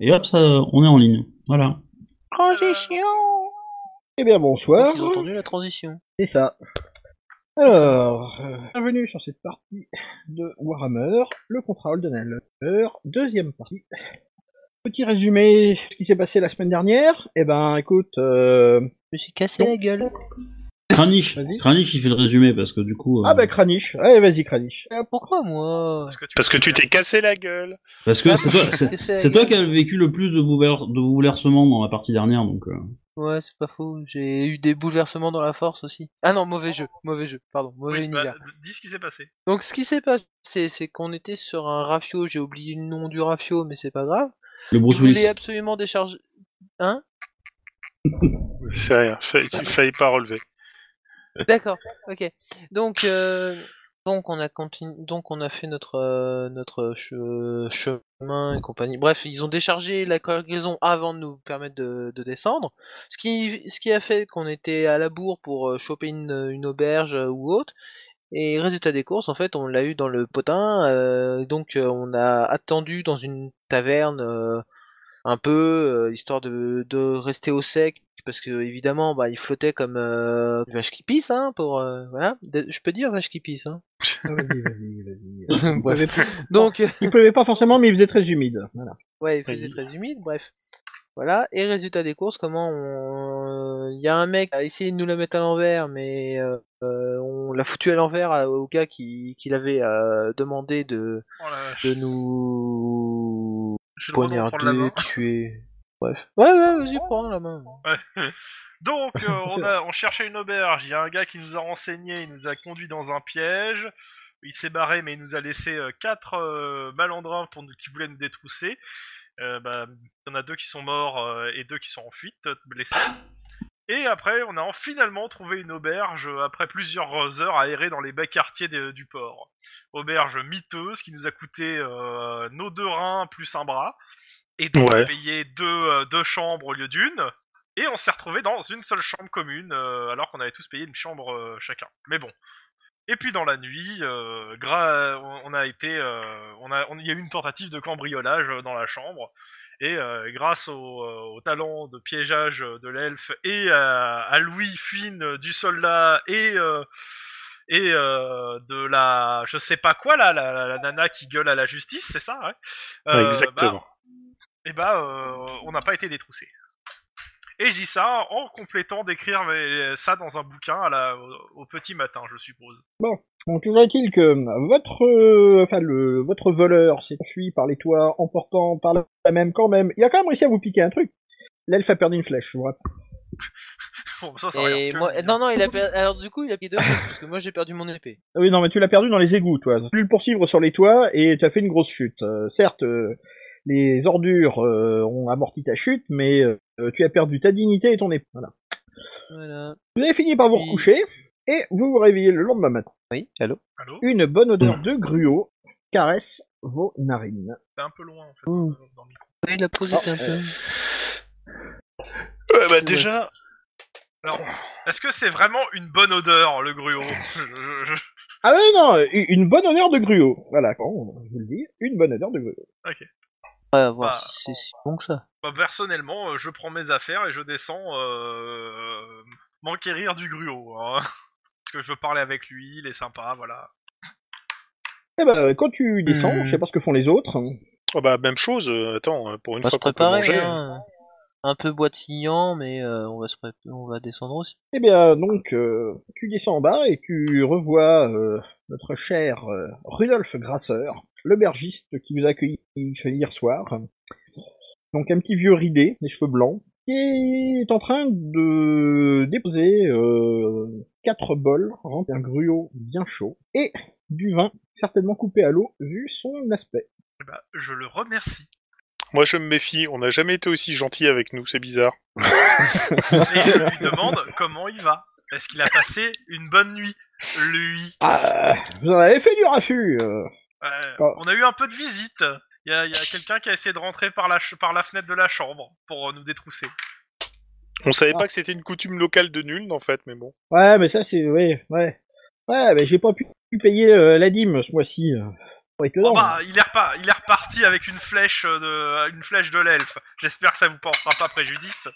Et hop, ça, on est en ligne. Voilà. Transition Eh bien bonsoir, Euh, Ils ont entendu la transition. c'est ça. Alors, euh, bienvenue sur cette partie de Warhammer, le contrôle de Nalner, deuxième partie. Petit résumé de ce qui s'est passé la semaine dernière. Eh ben écoute, euh, Je me suis cassé la gueule. euh, Kranich, Vas-y. Kranich, il fait le résumé parce que du coup. euh, ah bah Kranich, allez vas-y Kranich. Ah, pourquoi moi Parce que tu t'es cassé la gueule. Parce que c'est toi, c'est- Qu'est-ce que la c'est toi gueule qui as vécu le plus de, boulever- de bouleversements dans la partie dernière, donc. euh, Ouais, c'est pas faux. J'ai eu des bouleversements dans la force aussi. Ah non, mauvais jeu, mauvais jeu, pardon, mauvais Oui, bah, univers. dis ce qui s'est passé. Donc ce qui s'est passé, c'est qu'on était sur un rafio, j'ai oublié le nom du rafio, mais c'est pas grave. le Je Bruce Willis. voulais absolument décharger... Hein C'est rien, failli, failli pas relever. D'accord, ok. Donc, euh, donc on a continu... donc on a fait notre euh, notre che- chemin et compagnie. Bref, ils ont déchargé la cargaison avant de nous permettre de, de descendre, ce qui ce qui a fait qu'on était à la bourre pour euh, choper une, une auberge euh, ou autre. Et résultat des courses, en fait, on l'a eu dans le potin. euh, donc euh, on a attendu dans une taverne. euh, un peu euh, histoire de, de rester au sec parce que évidemment bah il flottait comme euh, une vache qui pisse hein pour euh, voilà De- je peux dire vache qui pisse hein Ah, vas-y, vas-y, vas-y. Bref. Il pleuvait pas- donc euh, Il pleuvait pas forcément, mais il faisait très humide. Voilà. ouais il faisait très humide bref voilà et résultat des courses comment on il y a un mec qui a essayé de nous la mettre à l'envers mais euh, euh, on l'a foutu à l'envers euh, au gars qui qui l'avait euh, demandé de Oh la vache. de nous Je suis le droit d'en prendre la poignarder main. tuer bref ouais ouais vas-y prends la main Donc, euh, on, a, on cherchait une auberge. Il y a un gars qui nous a renseigné, il nous a conduit dans un piège. Il s'est barré, mais il nous a laissé euh, quatre euh, malandrins pour nous- qui voulaient nous détrousser. Euh, bah, il y en a deux qui sont morts euh, et deux qui sont en fuite, euh, blessés. Et après, on a en- finalement trouvé une auberge euh, après plusieurs heures à errer dans les bas quartiers des- du port. Auberge miteuse qui nous a coûté euh, nos deux reins plus un bras. Et donc Ouais. payer deux, euh, deux chambres au lieu d'une. Et on s'est retrouvé dans une seule chambre commune, euh, alors qu'on avait tous payé une chambre euh, chacun. Mais bon. Et puis dans la nuit, euh, gra- on- on a été, euh, on a, on- il y a eu une tentative de cambriolage euh, dans la chambre. Et euh, grâce au, euh, au talent de piégeage euh, de l'elfe et à, à Louis fine euh, du soldat et euh, et euh, de la, je sais pas quoi là, la, la- la nana qui gueule à la justice, c'est ça, ouais Euh, bah, et bah, euh, on n'a pas été détroussé. Et je dis ça en complétant d'écrire mais, ça dans un bouquin à la, au, au petit matin, je suppose. Donc toujours est-il que votre, euh, enfin le, votre voleur s'est enfui par les toits, emportant par la même quand même. Il a quand même réussi à vous piquer un truc. L'elfe a perdu une flèche, je vous rappelle. Bon, ça, ça Et regarde que moi, lui, non, hein. non, il a per- alors du coup, il a pris deux fois, parce que moi j'ai perdu mon épée. Ah Oui, non, mais tu l'as perdu dans les égouts, toi. Tu as dû le poursuivre sur les toits et tu as fait une grosse chute. Euh, certes, euh, les ordures euh, ont amorti ta chute, mais euh, tu as perdu ta dignité et ton épée. Voilà. Voilà. Vous avez fini par vous recoucher et vous vous réveillez le lendemain matin. Oui, allô Allô Une bonne odeur de gruau caresse vos narines. T'es un peu loin en fait. Ouh. dans- dans le micro. Il a posé un peu. Ouais, bah déjà- Alors, est-ce que c'est vraiment une bonne odeur le gruau Je- je- je- Ah ouais, non, u- une bonne odeur de gruau. Voilà, bon, je vous le dis, une bonne odeur de gruau. On va Ah, voir Bah, si c'est si bon que ça. bah, Personnellement, euh, je prends mes affaires et je descends euh, m'enquérir du gruau. hein. Parce que je veux parler avec lui, il est sympa, voilà. Eh ben, quand tu descends, Hmm. je sais pas ce que font les autres. Oh bah même chose, euh, attends, euh, pour une On va se fois qu'on peut manger. préparer, hein. Un peu boitillant, mais euh, on va se pré- on va descendre aussi. Eh bien, donc, euh, tu descends en bas et tu revois euh, notre cher euh, Rudolf Grasseur, l'aubergiste qui nous a accueillis hier soir. Donc, un petit vieux ridé, les cheveux blancs, qui est en train de déposer euh, quatre bols remplis d'un gruau bien chaud et du vin certainement coupé à l'eau vu son aspect. Eh bah, je le remercie. Moi je me méfie, on n'a jamais été aussi gentil avec nous, c'est bizarre. et je lui demande comment il va. Est-ce qu'il a passé une bonne nuit Lui. Ah, vous en avez fait du raffut euh. Euh, Oh. On a eu un peu de visite. Il y a, il y a quelqu'un qui a essayé de rentrer par la, ch- par la fenêtre de la chambre pour euh, nous détrousser. On savait Ah. pas que c'était une coutume locale de nul en fait, mais bon. Ouais, mais ça, c'est. Ouais, ouais. Ouais, mais j'ai pas pu pu payer euh, la dîme ce mois-ci. euh. Pas étonnant. Oh Ah bah, il erre pas, il erre parti avec une flèche euh, de, une flèche de l'elfe. J'espère que ça vous portera pas préjudice.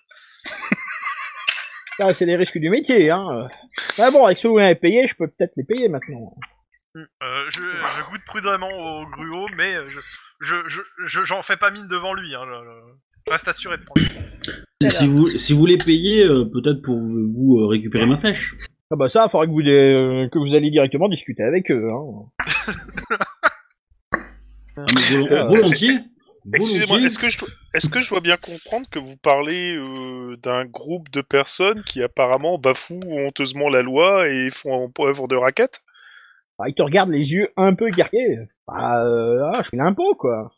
Ah, c'est les risques du métier, hein. Ah bon, avec ceux où on est payé, je peux peut-être les payer maintenant. Euh, je, je goûte prudemment au gruau, mais euh, je, je, je, je- j'en fais pas mine devant lui. Hein, je- je- je reste assuré de prendre. Si, si vous, si vous les payez, euh, peut-être pour vous euh, récupérer ma flèche. Ah bah ça, il faudra que vous, les- que vous alliez directement discuter avec eux, hein. Ah, mais vol- Euh, volontiers. Excusez-moi, volontiers. est-ce que, je dois- est-ce que je dois bien comprendre que vous parlez euh, d'un groupe de personnes qui apparemment bafouent honteusement la loi et font œuvre de racket Ah, ils te regardent les yeux un peu écarqués. Bah, euh, ah, je fais l'impôt, quoi.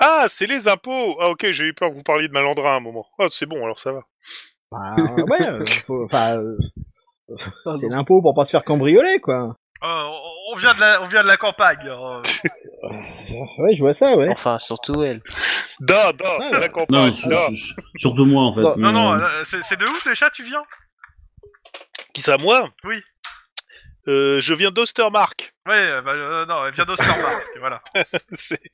Ah, c'est les impôts Ah ok, j'ai eu peur que vous parliez de malandrin à un moment. Ah, c'est bon, alors ça va. Bah, euh, ouais, euh, faut- enfin, euh, Ah, c'est l'impôt pour pas se faire cambrioler, quoi. Euh, on- on vient de la, on vient de la campagne. hein. Ouais, je vois ça, ouais. Enfin, surtout elle. Da, da, Ah, la campagne, Non, sur- da. sur- surtout moi en fait. Non, mais, Non, non, euh, euh, c'est c'est de où déjà tu viens Qui ça, moi Oui. Euh, je viens d'Ostermark. Ouais, bah, euh, non, elle vient d'Ostermark, voilà. C'est-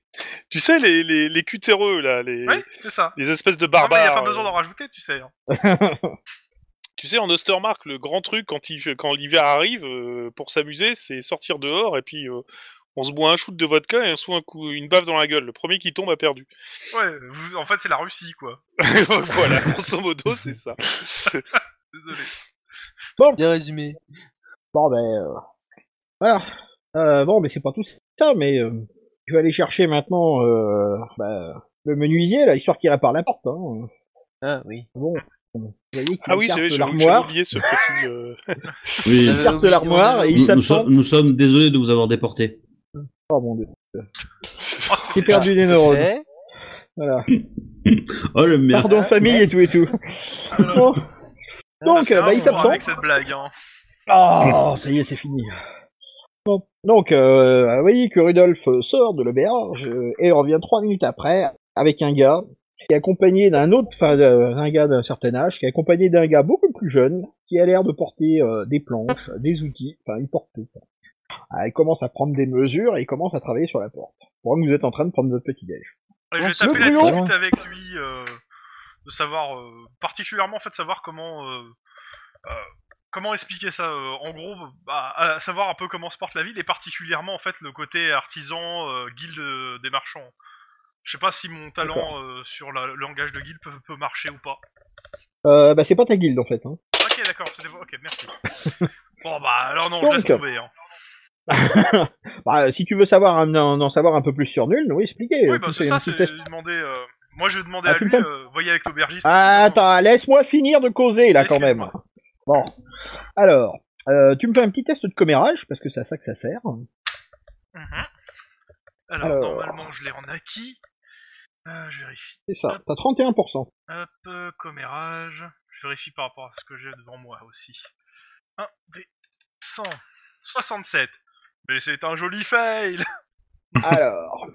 tu sais, les, les, les cutéreux, là, les, Oui, c'est ça. les espèces de Non, mais barbares. y a pas euh, besoin d'en rajouter, tu sais. hein. Tu sais, en Ostermark, le grand truc quand il- quand l'hiver arrive, euh, pour s'amuser, c'est sortir dehors et puis euh, on se boit un shoot de vodka et on se fout un coup, une baffe dans la gueule. Le premier qui tombe a perdu. Ouais, vous- en fait, c'est la Russie, quoi. voilà, grosso modo, c'est ça. Désolé. Bien résumé. Bon, ben, euh, voilà. Euh, bon, mais c'est pas tout ça, mais euh, je vais aller chercher maintenant euh, bah, le menuisier, là, histoire qu'il répare la porte. Hein. Ah oui. Bon, vous voyez qu'il Ah oui, écarte j'avais j'avais- j'avais l'armoire, oublié ce petit. euh, oui. On il avait écarte oublié, on l'armoire avait et Nous, il nous s'absente. sommes- nous sommes désolés de vous avoir déporté. Oh mon dieu, Oh, j'ai c'est- perdu des Ah, C'est neurones. fait. Voilà. Oh le merde. Pardon, famille et tout et tout. Bon. Donc, euh, bah, il on pourra s'absente. Avec cette blague, hein. Ah, ça y est, c'est fini. Bon. Donc, euh, vous voyez que Rudolf sort de l'auberge euh, et revient trois minutes après avec un gars qui est accompagné d'un autre, enfin, euh, d'un gars d'un certain âge, qui est accompagné d'un gars beaucoup plus jeune, qui a l'air de porter euh, des planches, des outils, enfin, il porte tout. Ah, il commence à prendre des mesures et il commence à travailler sur la porte. Pendant que vous êtes en train de prendre votre petit-déj. Ouais, je Donc, vais taper le la brouillon. discute avec lui, euh, de savoir, euh, particulièrement en fait, savoir comment, euh, euh, comment expliquer ça. euh, en gros, bah, à savoir un peu comment se porte la ville et particulièrement en fait le côté artisan, euh, guilde euh, des marchands. Je sais pas si mon talent euh, sur la- le langage de guilde peut, peut marcher ou pas. Euh, bah, c'est pas ta guilde, en fait. Hein. Ok, d'accord, c'est des- ok, merci. bon bah alors non, Donc. je laisse tomber. Hein. Bah, si tu veux savoir, un- en, en savoir un peu plus sur Nul, oui, expliquez. euh, Oui, bah Tout c'est ça, ça, un petit c'est test. demander. euh, Moi, je vais demander Ah, à lui, putain. euh, voyez avec l'aubergiste. Ah, Attends, laisse-moi finir de causer là quand même. Excuse-moi. Bon, alors, euh, tu me fais un petit test de commérage parce que c'est à ça que ça sert. Mhm. Alors, Alors. normalement, je l'ai en acquis. Euh, je vérifie. C'est ça, t'as 31%. Hop, euh, commérage. Je vérifie par rapport à ce que j'ai devant moi aussi. 1 des 167. Mais c'est un joli fail Alors,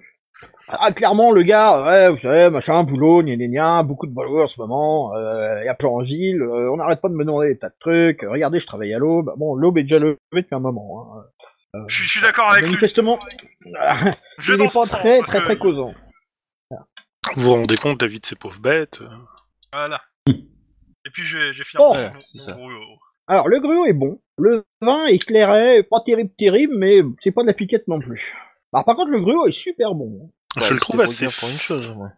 ah, clairement, le gars, ouais, vous savez, machin, boulot, gna gna gna, beaucoup de boulot en ce moment, euh, y a plein en ville, euh, on n'arrête pas de me demander des tas de trucs, euh, regardez, je travaille à l'aube, bon, l'aube est déjà levée depuis un moment. Hein. Euh, Je suis- je suis d'accord avec lui. manifestement, Je il dans n'est son pas sens, très parce très que- très causant. Vous vous rendez compte, la vie de ces pauvres bêtes euh, Voilà. Et puis, j'ai j'ai fini Bon. mon- Ouais, c'est mon ça. gros- Alors, le gruau est bon. Le vin est clairet, pas terrible, terrible, mais c'est pas de la piquette non plus. Alors, par contre, le gruau est super bon. hein. Bah, je, le c'était trouve pour assez... dire pour une chose, moi.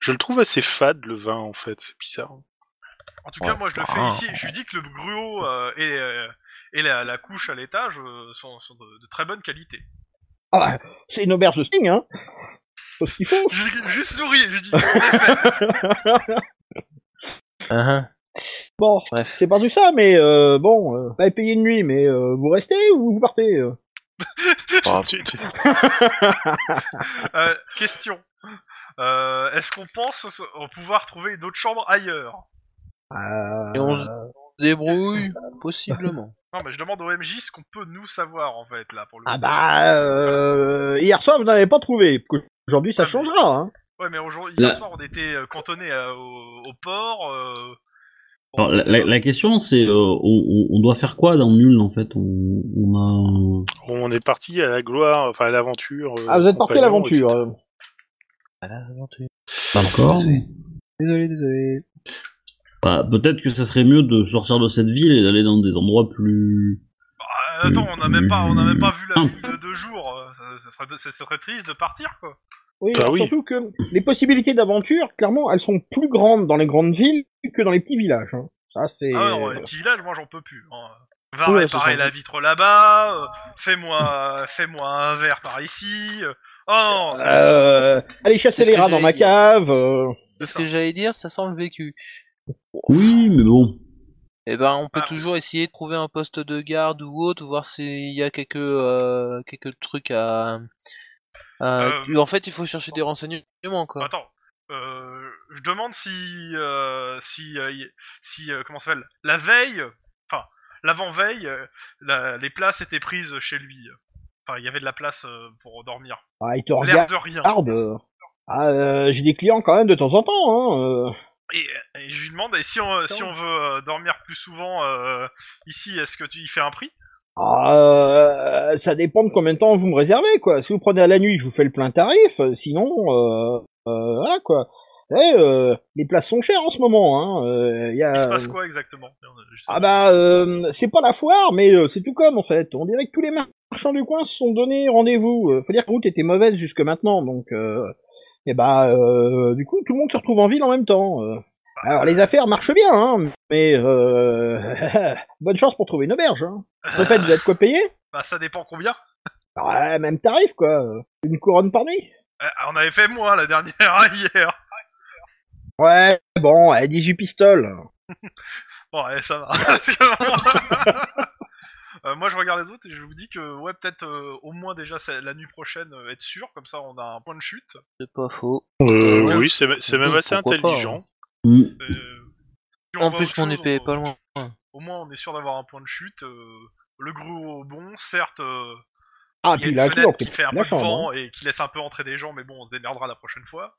je le trouve assez fade, le vin, en fait. C'est bizarre. En tout cas, Ouais. moi, je le fais Ah. ici. Je lui dis que le gruau euh, et, euh, et la, la couche à l'étage euh, sont, sont de, de très bonne qualité. Ah, bah, c'est une auberge de sting, hein. Faut ce qu'il faut. Je, je souris et je dis, en effet, Ah, Bon, Bref. c'est pas tout ça, mais euh, bon, euh, vous allez payer une nuit, mais euh, vous restez ou vous partez euh ah. Tu- tu- Euh, question. Euh, Est-ce qu'on pense se- en pouvoir trouver une autre chambre ailleurs Euh, Et on se débrouille, possiblement. Non, mais je demande au MJ ce qu'on peut nous savoir en fait là pour le. Ah bah, euh, hier soir, vous n'avez pas trouvé. Aujourd'hui, ça changera, hein. Ouais, mais aujourd'hui, hier La- soir, on était euh, cantonnés à- au, au port. euh, bon, Alors, la, la- la question c'est euh, on- on, on doit faire quoi dans nul en fait on, on a On est parti à la gloire, enfin à l'aventure. euh, Ah, vous êtes parti à compagnon, l'aventure. etc. euh. à l'aventure. Pas encore. Désolé, désolé. Bah, peut-être que ça serait mieux de sortir de cette ville et d'aller dans des endroits plus. Ah, Attends, on n'a même pas, on a même pas vu la ville de deux jours. euh, Ça, ça serait, ça serait triste de partir, quoi. Oui, Bah oui. surtout que les possibilités d'aventure, clairement, elles sont plus grandes dans les grandes villes que dans les petits villages. hein. Ça, c'est. Ah non, euh, petit village, moi j'en peux plus. hein. Va Ouais, ça, réparer ça- la vitre là-bas. euh, fais-moi, fais-moi un verre par ici. euh. Oh non, c'est- Euh, aller chasser C'est ce les que rats dans j'allais ma dire. cave. euh, C'est ce que j'allais dire, ça sent le vécu. Oui, mais bon. Eh ben, on peut Ah. toujours essayer de trouver un poste de garde ou autre, voir s'il y a quelques euh, quelques trucs à. à- Euh. En fait, il faut chercher des renseignements quoi. Attends, euh, je demande si, euh, si, euh, y- si, euh, comment ça s'appelle, la veille, enfin, l'avant veille, les places étaient prises chez lui. Enfin, il y avait de la place euh, pour dormir. Ah, ils te L'air regardent. de rien. euh. Ah, euh, j'ai des clients quand même de temps en temps. Hein. euh. Et, et je lui demande, et si on, si on veut euh, dormir plus souvent euh, ici, est-ce que tu y fais un prix Ah, euh, ça dépend de combien de temps vous me réservez, quoi. Si vous prenez à la nuit, je vous fais le plein tarif. euh, Sinon, euh, euh, voilà, quoi. Eh, euh, les places sont chères en ce moment. Hein. euh, y a... Il se passe quoi exactement Merde, je sais Ah pas. bah, euh, c'est pas la foire, mais euh, c'est tout comme en fait. On dirait que tous les mar- marchands du coin se sont donnés rendez-vous. Euh, faut dire que la route était mauvaise jusque maintenant, donc... Euh, et bah, euh, du coup, tout le monde se retrouve en ville en même temps. euh. Alors, les affaires marchent bien, hein, mais... Euh, bonne chance pour trouver une auberge. Hein. Au fait, vous êtes quoi payé Bah, ça dépend combien. Ouais, même tarif, quoi. euh, Une couronne par nuit Euh, on avait fait moins la dernière hier. Ouais, bon, eh, 18 pistoles. Bon, ouais, ça va. Euh, moi, je regarde les autres et je vous dis que, ouais, peut-être euh, au moins déjà c'est- la nuit prochaine, euh, être sûr, comme ça on a un point de chute. C'est pas faux. Euh, Ouais. oui, c'est c'est même Donc, assez pourquoi pas, intelligent. Mm. Euh, si on En voit plus, autre mon chose, hein. épée est on- pas loin. euh, Au moins, on est sûr d'avoir un point de chute. euh, le gruau bon, certes, euh, Ah, il y a puis une la fenêtre cour, qui t'es- fait un peu la de chambre, hein. vent et qui laisse un peu entrer des gens, mais bon, on se démerdera la prochaine fois.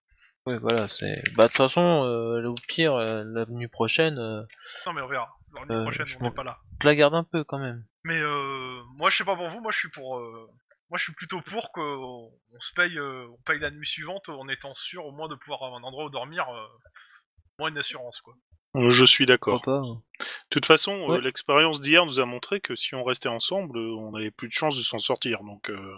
Ouais, voilà, c'est. Bah, de toute façon, euh, au pire, euh, la nuit prochaine, euh, Non, mais on verra. La nuit Euh, prochaine, je on n'est m'en- pas là. je la garde un peu quand même. Mais euh, moi, je sais pas pour vous, moi, je suis pour. euh, moi, je suis plutôt pour qu'on on se paye, euh, on paye la nuit suivante en étant sûr au moins de pouvoir avoir un endroit où dormir, euh, au moins une assurance, quoi. Euh, Je suis d'accord. Pourquoi pas hein. De toute façon, euh, Ouais. l'expérience d'hier nous a montré que si on restait ensemble, euh, on avait plus de chances de s'en sortir. Donc, euh,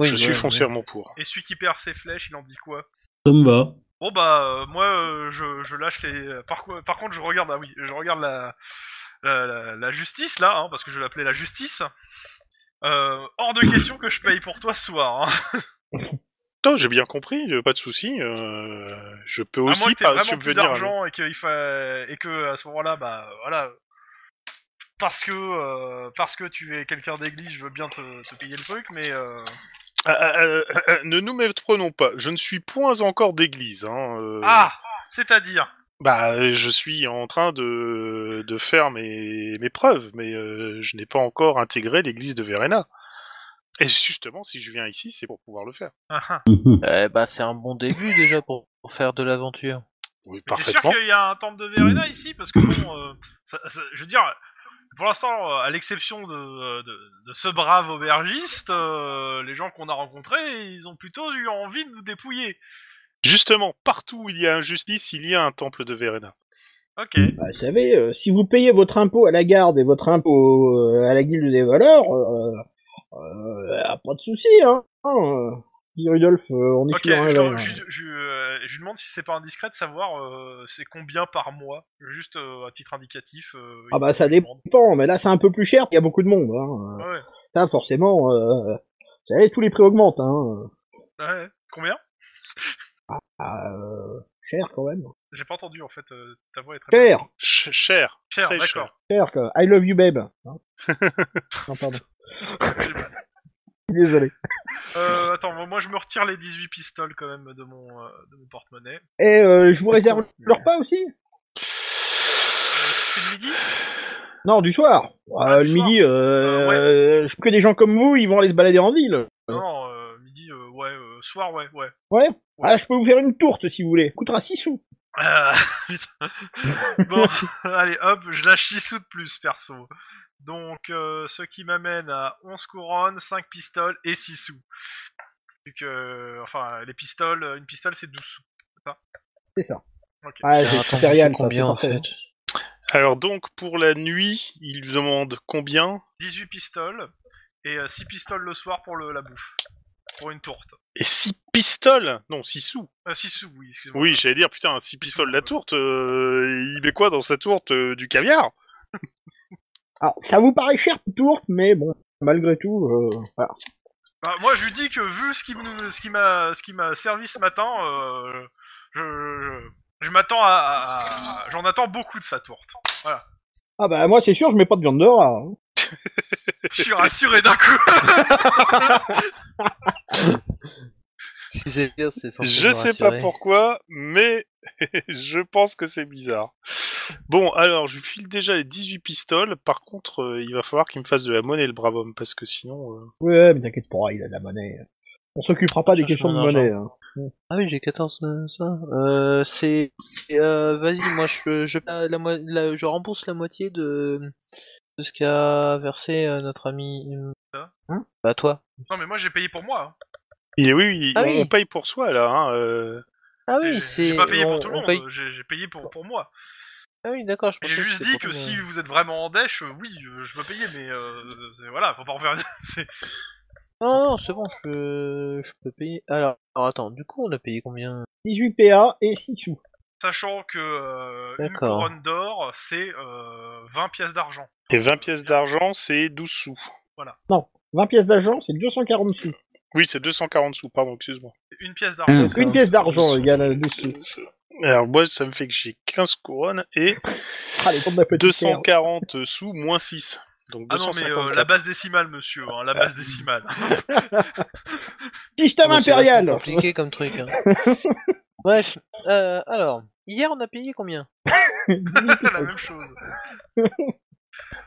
Oui, je suis ouais, foncièrement pour. Et celui qui perd ses flèches, il en dit quoi Ça me va. Bon bah euh, moi euh, je, je lâche les par, co- par contre je regarde ah oui je regarde la la, la- la justice là hein, parce que je l'appelais la justice Euh, hors de question que je paye pour toi ce soir hein. Non, j'ai bien compris, euh, pas de souci. euh, je peux à moins aussi que t'aies pas vraiment plus subvenir. à- d'argent et qu'il fa... et que à ce moment là bah voilà parce que euh, parce que tu es quelqu'un d'église je veux bien te, te payer le truc mais euh, Ah, ah, ah, ah, ah, ne nous méprenons pas. Je ne suis point encore d'église. hein, euh, ah c'est à dire Bah, euh, je suis en train de, de faire mes, mes preuves, mais euh, je n'ai pas encore intégré l'église de Verena. Et justement, si je viens ici, c'est pour pouvoir le faire. Mhm. Eh bah, c'est un bon début déjà pour, pour faire de l'aventure. Oui, Mais T'es sûr parfaitement. qu'il y a un temple de Verena ici Parce que bon, euh, ça- ça- je veux dire, pour l'instant, euh, à l'exception de, euh, de, de ce brave aubergiste, euh, les gens qu'on a rencontrés, ils ont plutôt eu envie de nous dépouiller. Justement, partout où il y a injustice, il y a un temple de Verena. Ok. Bah, vous savez, euh, si vous payez votre impôt à la garde et votre impôt euh, à la guilde des valeurs, euh, euh, ah, pas de souci, hein. hein, euh. Dis, Rudolf, euh, on est Ok, sur un je, level, te- hein. je, je, euh, je lui demande si c'est pas indiscret de savoir euh, c'est combien par mois, juste euh, à titre indicatif. euh, Ah bah ça je demande. dépend, mais là c'est un peu plus cher, il y a beaucoup de monde. Hein. Ouais, Ça forcément, euh, vous savez, tous les prix augmentent. Hein. ouais. Combien Ah, euh, cher quand même. J'ai pas entendu en fait, euh, ta voix est très Cher, Ch- cher. Cher, très d'accord. cher, quoi. I love you babe. Hein. non, pardon. J'ai mal. Désolé. Euh, attends, moi je me retire les 18 pistoles quand même de mon, euh, de mon porte-monnaie. Et euh, je vous réserve le repas aussi Euh, C'est le midi Non, du soir. Ah, Euh, du le soir. Ah, midi, euh, je- que des gens comme vous, ils vont aller se balader en ville. Non, Non, euh, midi, euh, ouais, euh, soir, ouais, ouais. Ouais. Ah, je peux vous faire une tourte si vous voulez. Coûtera 6 sous. Euh, putain. bon, allez, hop, je lâche 6 sous de plus, perso. Donc, euh, ce qui m'amène à 11 couronnes, 5 pistoles et 6 sous. Vu que, enfin, les pistoles, une pistole c'est 12 sous. C'est ça. Ok. Ah, Attends, j'ai c'est Superial, ça, c'est combien en parfait. fait Alors donc, pour la nuit, il demande combien 18 pistoles et 6 pistoles le soir pour le, la bouffe. Pour une tourte. Et 6 pistoles Non, 6 sous. Euh, 6 sous, oui, excuse-moi. Oui, j'allais dire, putain, 6 pistoles la tourte, euh, il met quoi dans sa tourte euh, Du caviar Alors, ça vous paraît cher, tourte, mais bon, malgré tout, euh, voilà. Bah, moi, je lui dis que vu ce qui me- ce qui m'a ce qui m'a servi ce matin, euh, je, je, je m'attends à, à- à- j'en attends beaucoup de sa tourte. Ah bah moi c'est sûr, je mets pas de viande dehors. hein. Je suis rassuré d'un coup. Si j'ai dire, c'est censé Je me sais pas rassurer. pourquoi, mais je pense que c'est bizarre. Bon, alors, je lui file déjà les 18 pistoles. Par contre, euh, il va falloir qu'il me fasse de la monnaie, le brave homme, parce que sinon... euh, Ouais, mais t'inquiète pas, il a de la monnaie. On s'occupera pas des Cherche questions de mon monnaie. hein. Ah oui, j'ai 14 euh, ça. Euh, c'est euh, vas-y, moi je je euh, la, mo- la- je rembourse la moitié de de ce qu'a versé euh, notre ami Ça hein Bah toi. non, mais moi, j'ai payé pour moi. hein. Et oui, oui, Ah on- oui. on paye pour soi, là. Hein, euh. Ah J'ai- oui, c'est J'ai pas payé on- pour tout le on monde. paye- J'ai j'ai payé pour pour moi. Ah oui, d'accord, je J'ai pensais que juste c'était dit pour que tout le monde. si vous êtes vraiment en dèche, euh, oui, euh, je peux payer, mais euh, c'est- voilà, faut pas en faire. c'est- Non, non, c'est bon, je peux, je peux payer. Alors, alors, attends, du coup, on a payé combien 18 PA et 6 sous. Sachant que euh, une D'accord. couronne d'or, c'est euh, 20 pièces d'argent. Et 20 pièces d'argent, c'est 12 sous. 20 pièces d'argent, c'est 240 sous. Oui, c'est 240 sous, pardon, excuse-moi. Euh, Une pièce Mmh. d'argent. Une pièce d'argent égale à 2 sous. Alors, moi, ça me fait que j'ai 15 couronnes et Ah, les comptes de la petite 240 sous moins 6. Donc Ah non, mais 254. euh, la base décimale, monsieur, hein, la base décimale. Ouais, Ah, terre. Système bah, c'est vachement impérial compliqué comme truc. hein. Bref, euh, alors, hier, on a payé combien Ah, la même chose.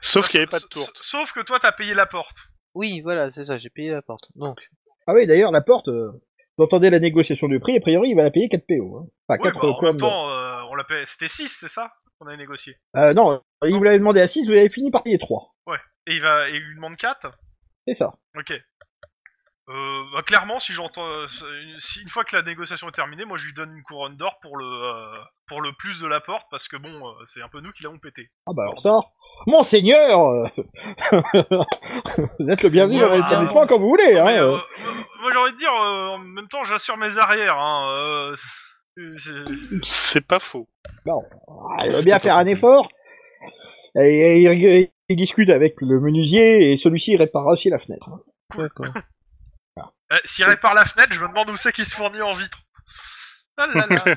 Sauf qu'il n'y avait pas de S- tourte. s- Sauf que toi, t'as payé la porte. Oui, voilà, c'est ça, j'ai payé la porte. Donc, Ah oui, d'ailleurs, la porte, euh, vous entendez la négociation du prix, a priori, il va la payer 4 PO. Hein. Enfin, Ouais, 4 bah, en couronnes même temps, euh, on l'a payé. C'était 6, c'est ça qu'on avait négocié. d'or. Euh, non, il vous l'avait demandé à 6, vous avez fini par payer 3. Et il va, et il lui demande 4 C'est ça. Ok. Euh, bah, clairement, si j'entends, euh, si une fois que la négociation est terminée, moi je lui donne une couronne d'or pour le euh, pour le plus de la porte parce que bon, euh, c'est un peu nous qui l'avons pété. Ah bah alors ça, Monseigneur euh, Vous êtes le bienvenu Ouais, dans bah, l'établissement quand vous voulez, hein Mais, euh, euh. moi- moi j'ai envie de dire, euh, en même temps, j'assure mes arrières. Hein, euh, c'est- euh, c'est- C'est pas faux. Ah, il va bien faire un effort. Et, et il, il- il discute avec le menuisier et celui-ci répare aussi la fenêtre. hein. d'accord. Eh, S'il répare la fenêtre, je me demande où c'est qu'il se fournit en vitre. Ah là là.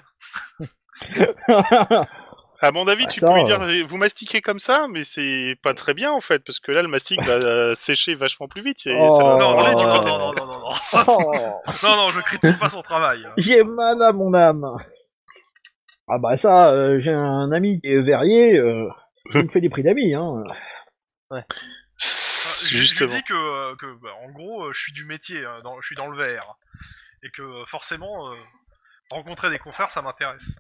À mon avis, Ah, tu ça, peux lui euh. dire, euh, vous mastiquez comme ça, mais c'est pas très bien en fait, parce que là, le mastic va euh, sécher vachement plus vite. Et ça va Oh. non, parler du non, côté. non, non, non, non, non. Oh, Non, non, je critique pas son travail. hein. J'ai mal à mon âme. Ah bah ça, euh, j'ai un ami qui est verrier, euh, il me fait des prix d'amis. Hein. Enfin, Ah, je, je lui Justement. dis que, euh, que, bah, en gros, euh, je suis du métier, hein, dans- je suis dans le verre. Et que euh, forcément, euh, rencontrer des confrères, ça m'intéresse.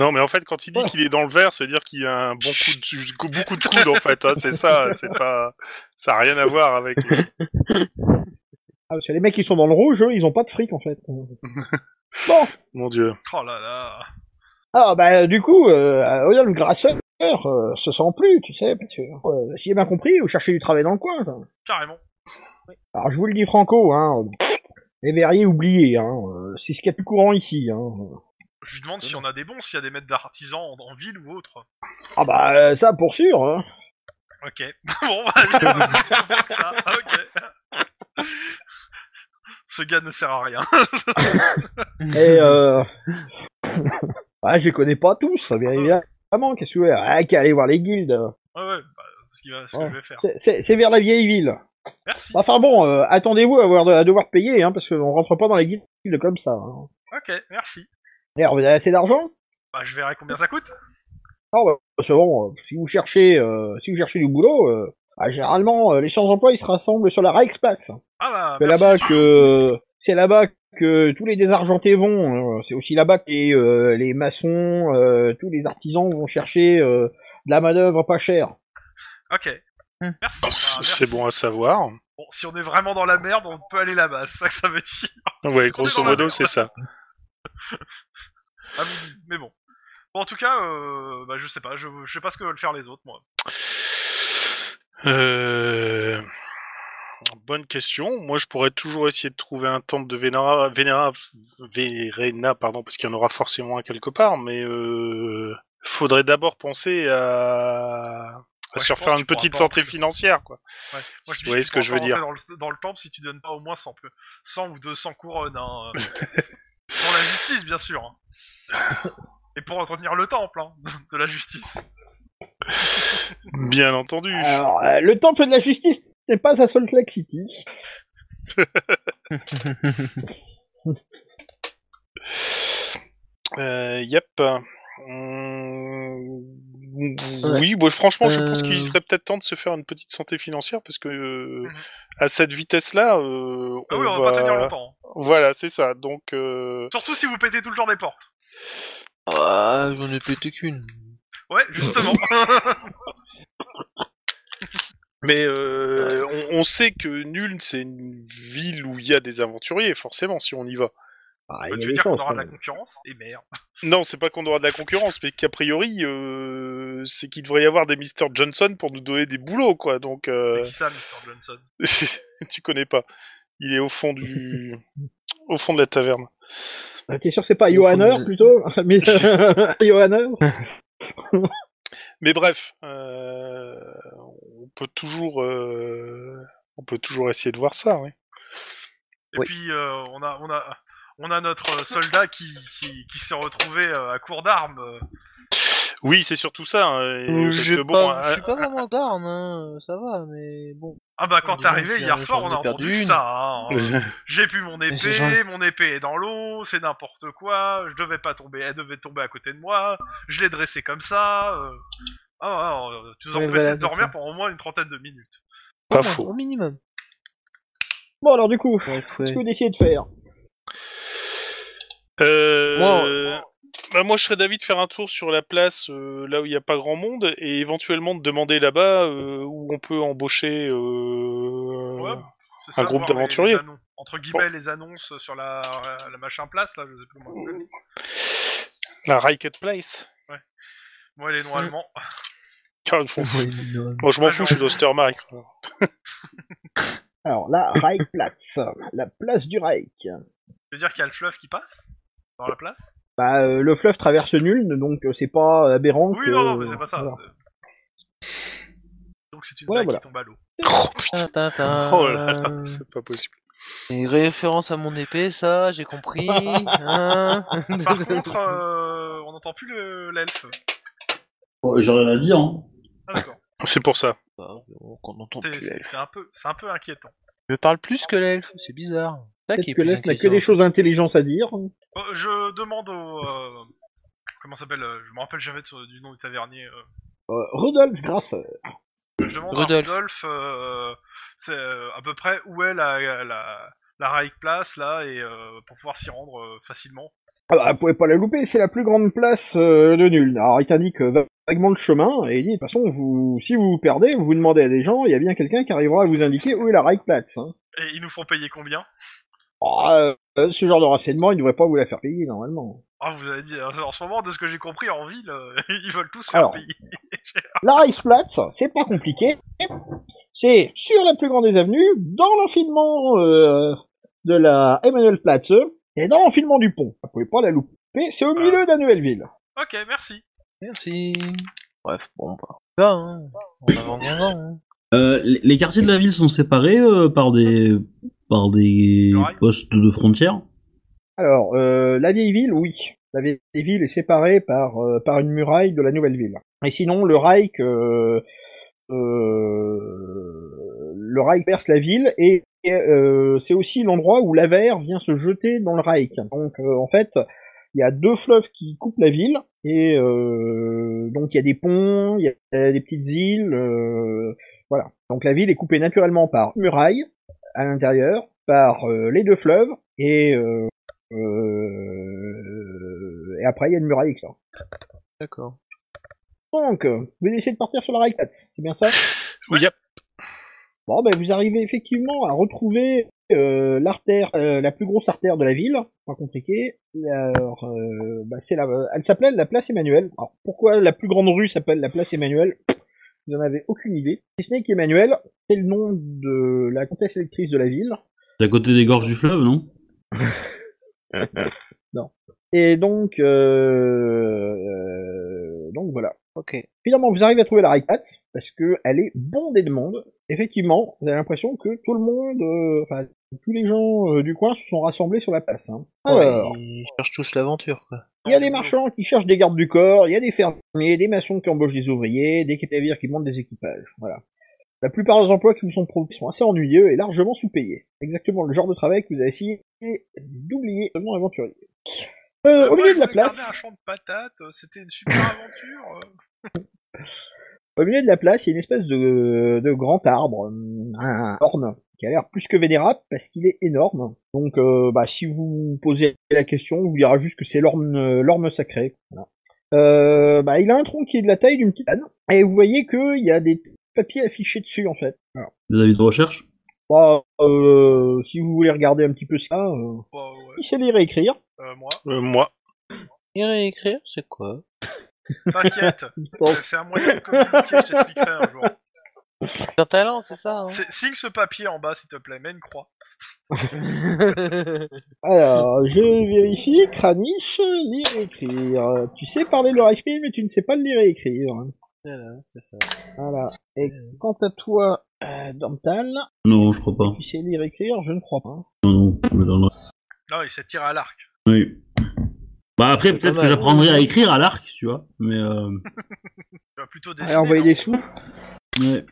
Non, mais en fait, quand il dit Ouais. qu'il est dans le vert, ça veut dire qu'il a un bon coup de, cou- beaucoup de coude en fait. hein, c'est ça, c'est pas, ça a rien à voir avec. le- Ah, parce que les mecs qui sont dans le rouge, eux, ils ont pas de fric en fait. Bon, Mon Dieu. Oh là là. alors bah du coup, euh, à Oriol le grasseur euh, se sent plus, tu sais, parce que euh, si j'ai bien compris, vous cherchez du travail dans le coin. quoi. Carrément. Alors je vous le dis franco, hein, euh, les verriers oubliés, hein, euh, c'est ce qu'il y a de plus courant ici. Hein. Je lui demande si on a des bons, s'il y a des maîtres d'artisans en, en ville ou autre. Ah bah euh, ça pour sûr. Hein. Ok. bon, bah, je vais pas faire que ça. Ok. Ce gars ne sert à rien. Et euh... ah, je les connais pas tous, bien évidemment. Qu'est-ce que vous voulez Ah, qu'à aller voir les guildes. Ouais, ouais, bah, ce, qui va, ce Ouais. que je vais faire. C'est- C'est c'est vers la vieille ville. Merci. Enfin bon, euh, attendez-vous à, avoir- à devoir payer, hein, parce qu'on rentre pas dans les guildes comme ça. Hein. Ok, merci. D'ailleurs, vous avez assez d'argent Bah, je verrai combien ça coûte. Non, bah, c'est bon. euh, si vous cherchez, euh, si vous cherchez du boulot, euh, ah, généralement euh, les sans emploi ils se rassemblent sur la Reichspass. Ah bah, C'est merci. là-bas que c'est là-bas que tous les désargentés vont. hein. C'est aussi là-bas que les, euh, les maçons, euh, tous les artisans vont chercher euh, de la main d'œuvre pas chère. Ok. Hmm. Merci. Bah, C'est merci. bon à savoir. Bon, si on est vraiment dans la merde, on peut aller là-bas, c'est ça que ça veut dire. Ouais, qu'on est grosso dans la modo, merde. c'est ça. Ah, vous- mais bon. Bon, en tout cas, euh, bah, je sais pas, je, je sais pas ce que veulent faire les autres, moi. Euh... Bonne question. Moi, je pourrais toujours essayer de trouver un temple de Vénéra, Vénéra, Vérena, pardon, parce qu'il y en aura forcément un quelque part, mais euh... faudrait d'abord penser à, à Ouais, se je refaire pense une que tu petite pourras pas santé rentrer. financière, quoi. Ouais. Moi, je dis Vous voyez ce tu que peux je veux rentrer dire. Dans le, dans le temple, si tu donnes pas au moins 100, peu- 100 ou 200 couronnes, hein, euh, pour la justice, bien sûr. hein. Et pour entretenir le temple, hein, de la justice. Bien entendu. Ah. Alors, euh, le temple de la justice n'est pas à Salt Lake City. Euh, yep. Hum, Oui, bon, franchement, je pense Euh. qu'il serait peut-être temps de se faire une petite santé financière parce que euh, Mhm. à cette vitesse-là, euh, Ah oui, on va pas tenir va- longtemps. hein. Voilà, c'est ça. Donc, euh, Surtout si vous pétez tout le temps des portes. Ah, j'en ai pété qu'une. Ouais, justement. mais euh, on, on sait que Nuln, c'est une ville où il y a des aventuriers, forcément, si on y va. Ah, Bah, il y a tu des veux dire qu'on chances, aura de hein. la concurrence Et merde. Non, c'est pas qu'on aura de la concurrence, mais qu'a priori, euh, c'est qu'il devrait y avoir des Mr. Johnson pour nous donner des boulots, quoi. Donc, euh, C'est qui ça, Mr. Johnson tu connais pas. Il est au fond du, au fond de la taverne. Ah, T'es sûr que c'est pas Au Johanner fond du- plutôt Mais Johanner Mais bref, euh, on peut toujours, euh, on peut toujours essayer de voir ça. ouais. Et Oui. puis euh, on a on a on a notre euh, soldat qui qui, qui s'est retrouvé euh, à court d'armes. euh. Oui, c'est surtout ça. hein, et- Euh, parce j'ai que bon, hein, hein, pas- à- je suis pas vraiment d'armes, hein, ça va, mais bon. Ah bah quand Dis t'es donc, arrivé j'en- hier soir, j'en on ai a entendu perdu que une. ça. hein. Euh, J'ai pu mon Mais c'est épée, gentil. mon épée est dans l'eau, c'est n'importe quoi. Je devais pas tomber, elle devait tomber à côté de moi. Je l'ai dressée comme ça. euh. Ah, ah, euh, tu nous as Ouais, empêché voilà, c'est de dormir ça. pendant au moins une trentaine de minutes. Pas Au moins, faux. Au minimum. Bon, alors du coup, Ouais, qu'est-ce que vous décidez de faire Euh, Moi, bah, moi, je serais d'avis de faire un tour sur la place, euh, là où il n'y a pas grand monde, et éventuellement de demander là-bas euh, où on peut embaucher. euh, Ouais, C'est Un groupe voir les- les d'aventuriers. annon- Entre guillemets, les annonces sur la, la machin place, là, je sais plus comment ça Mm. s'appelle. La Riket Place. Moi, les noms Mm. allemands. Car ils font- minimum. Moi, je m'en fous, je suis d'Ostermark. Alors là, Reichplatz, la place du Reich. Je veux dire qu'il y a le fleuve qui passe dans la place Bah, euh, le fleuve traverse Nuln, donc euh, c'est pas aberrant Oui, que- non, non, mais c'est pas ça. euh, voilà. c'est- Donc c'est une Voilà, voilà. blague qui tombe à l'eau. Oh putain, Tintin. Oh là Euh. là. c'est pas possible. Une référence à mon épée, ça, j'ai compris. hein. Par contre, euh, on n'entend plus le- l'elfe. Oh, J'ai rien à dire. hein. Ah d'accord. C'est pour ça. Bah, qu'on entend C'est- plus C'est l'elfe. c'est un peu, c'est un peu inquiétant. Je parle plus que l'elfe, c'est bizarre. Ça qui est Peut-être que plus l'Est n'a que inquiétant. des choses intelligentes à dire. Euh, je demande au euh, comment ça s'appelle euh, Je me rappelle jamais de son- du nom du tavernier. euh. Euh, Rodolphe Grasser. Je demande Rudolf. à Rodolphe, euh, c'est euh, à peu près où est la la, la Reich Place là et euh, pour pouvoir s'y rendre euh, facilement. Ah bah, vous pouvez pas la louper, c'est la plus grande place euh, de Nuln. Alors, il t'indique euh, vaguement le chemin, et il dit, de toute façon, vous, si vous vous perdez, vous vous demandez à des gens, il y a bien quelqu'un qui arrivera à vous indiquer où est la Reichplatz. Hein. Et ils nous font payer combien Ah, euh, ce genre de renseignement, il devrait pas vous la faire payer, normalement. Ah, vous avez dit. euh, En ce moment, de ce que j'ai compris en ville, euh, ils veulent tous Alors. faire payer. La Reichsplatz, c'est pas compliqué. C'est sur la plus grande des avenues, dans l'enfilement euh, de la Emmanuelplatz, et dans l'enfilement du pont. Vous pouvez pas la louper, c'est au milieu d'une nouvelle ville. Ok, merci. Merci. Bref, bon, bah. Ça, hein. On avance gagnant, hein. Euh, les les quartiers de la ville sont séparés euh, par des par des Le rail. postes de frontières. Alors, euh, la vieille ville, oui. La vieille ville est séparée par, euh, par une muraille de la nouvelle ville. Et sinon, le Reich, euh, euh, le Reich perce la ville et, et, euh, c'est aussi l'endroit où l'Aver vient se jeter dans le Reich. Donc, euh, en fait, il y a deux fleuves qui coupent la ville et euh, donc il y a des ponts, il y a des petites îles, euh, voilà. Donc la ville est coupée naturellement par une muraille à l'intérieur, par euh, les deux fleuves et euh, euh, et après, il y a une muraille éclair. D'accord. Donc, euh, vous essayez de partir sur la Reichplatz, c'est bien ça Yep. Bon, ben vous arrivez effectivement à retrouver euh, l'artère, euh, la plus grosse artère de la ville, pas compliqué. Alors, euh, bah, c'est la, elle s'appelle la place Emmanuel. Alors, pourquoi la plus grande rue s'appelle la place Emmanuel Vous en avez aucune idée. Si ce n'est qu'Emmanuel, c'est le nom de la comtesse électrice de la ville. C'est à côté des gorges du fleuve, non Et donc, euh, euh, donc voilà. Ok. Finalement, vous arrivez à trouver la Raikat, parce que elle est bondée de monde. Effectivement, vous avez l'impression que tout le monde, euh, enfin, tous les gens euh, du coin se sont rassemblés sur la place. hein. Ah Alors, Ouais, ils cherchent tous l'aventure, quoi. il y a des marchands qui cherchent des gardes du corps, il y a des fermiers, des maçons qui embauchent des ouvriers, des navires qui montent des équipages. Voilà. La plupart des emplois qui vous sont proposés sont assez ennuyeux et largement sous-payés. Exactement le genre de travail que vous avez essayé d'oublier seulement aventurier. Euh, au Ah, Moi, milieu je de la voulais garder place. un champ de patates, euh, c'était une super aventure. euh. Au milieu de la place, il y a une espèce de, de grand arbre, euh, un orne, qui a l'air plus que vénérable parce qu'il est énorme. Donc, euh, bah, si vous posez la question, on vous dira juste que c'est l'orme, euh, l'orme sacré. Voilà. Euh, bah, il a un tronc qui est de la taille d'une petite âne, et vous voyez qu'il y a des papiers affichés dessus en fait. Voilà. Des avis de recherche Bah, euh, si vous voulez regarder un petit peu ça, euh, Bah, ouais, il sait lire et écrire. euh, moi. Euh, moi. Lire et écrire, c'est quoi T'inquiète, c'est un moyen de communiquer, je t'expliquerai un jour. C'est un talent, c'est ça, hein C'est- Signe ce papier en bas, s'il te plaît, mets une croix. Alors, je vérifie, Kranich, lire et écrire. Tu sais parler le Reichspiel, mais tu ne sais pas le lire et écrire. Voilà, c'est ça. Voilà. Et quant à toi, euh, Dormtal, Non, je crois pas. tu sais lire et écrire, je ne crois pas. Non, non, on est dans le- Non, il s'est tiré à l'arc. Oui. Bah après, C'est peut-être pas que mal. hein. j'apprendrai à écrire à l'arc, tu vois. Mais euh... Tu vas plutôt Allez, dessiner. envoyer non des sous. ouais.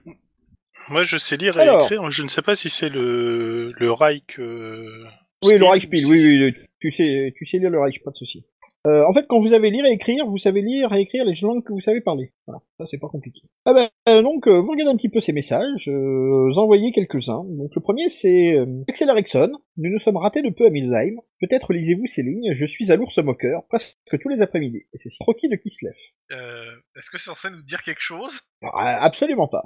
Moi, je sais lire et Alors. écrire, mais je ne sais pas si c'est le, le Reich. euh, Oui, le Spiel, Reichspiel, ou oui, si- oui, oui, tu sais, tu sais lire le Reich, pas de souci. Euh, en fait, quand vous avez lire et écrire, vous savez lire et écrire les langues que vous savez parler. Voilà, ça c'est pas compliqué. Ah ben, euh, donc, euh, vous regardez un petit peu ces messages, euh, vous envoyez quelques-uns. Donc le premier c'est euh, Axel Erickson, nous nous sommes ratés de peu à Milheim. Peut-être lisez-vous ces lignes, je suis à l'ours moqueur, presque tous les après-midi. Et c'est Rocky de Kislev. Euh, Est-ce que c'est censé nous dire quelque chose Ah, Absolument pas.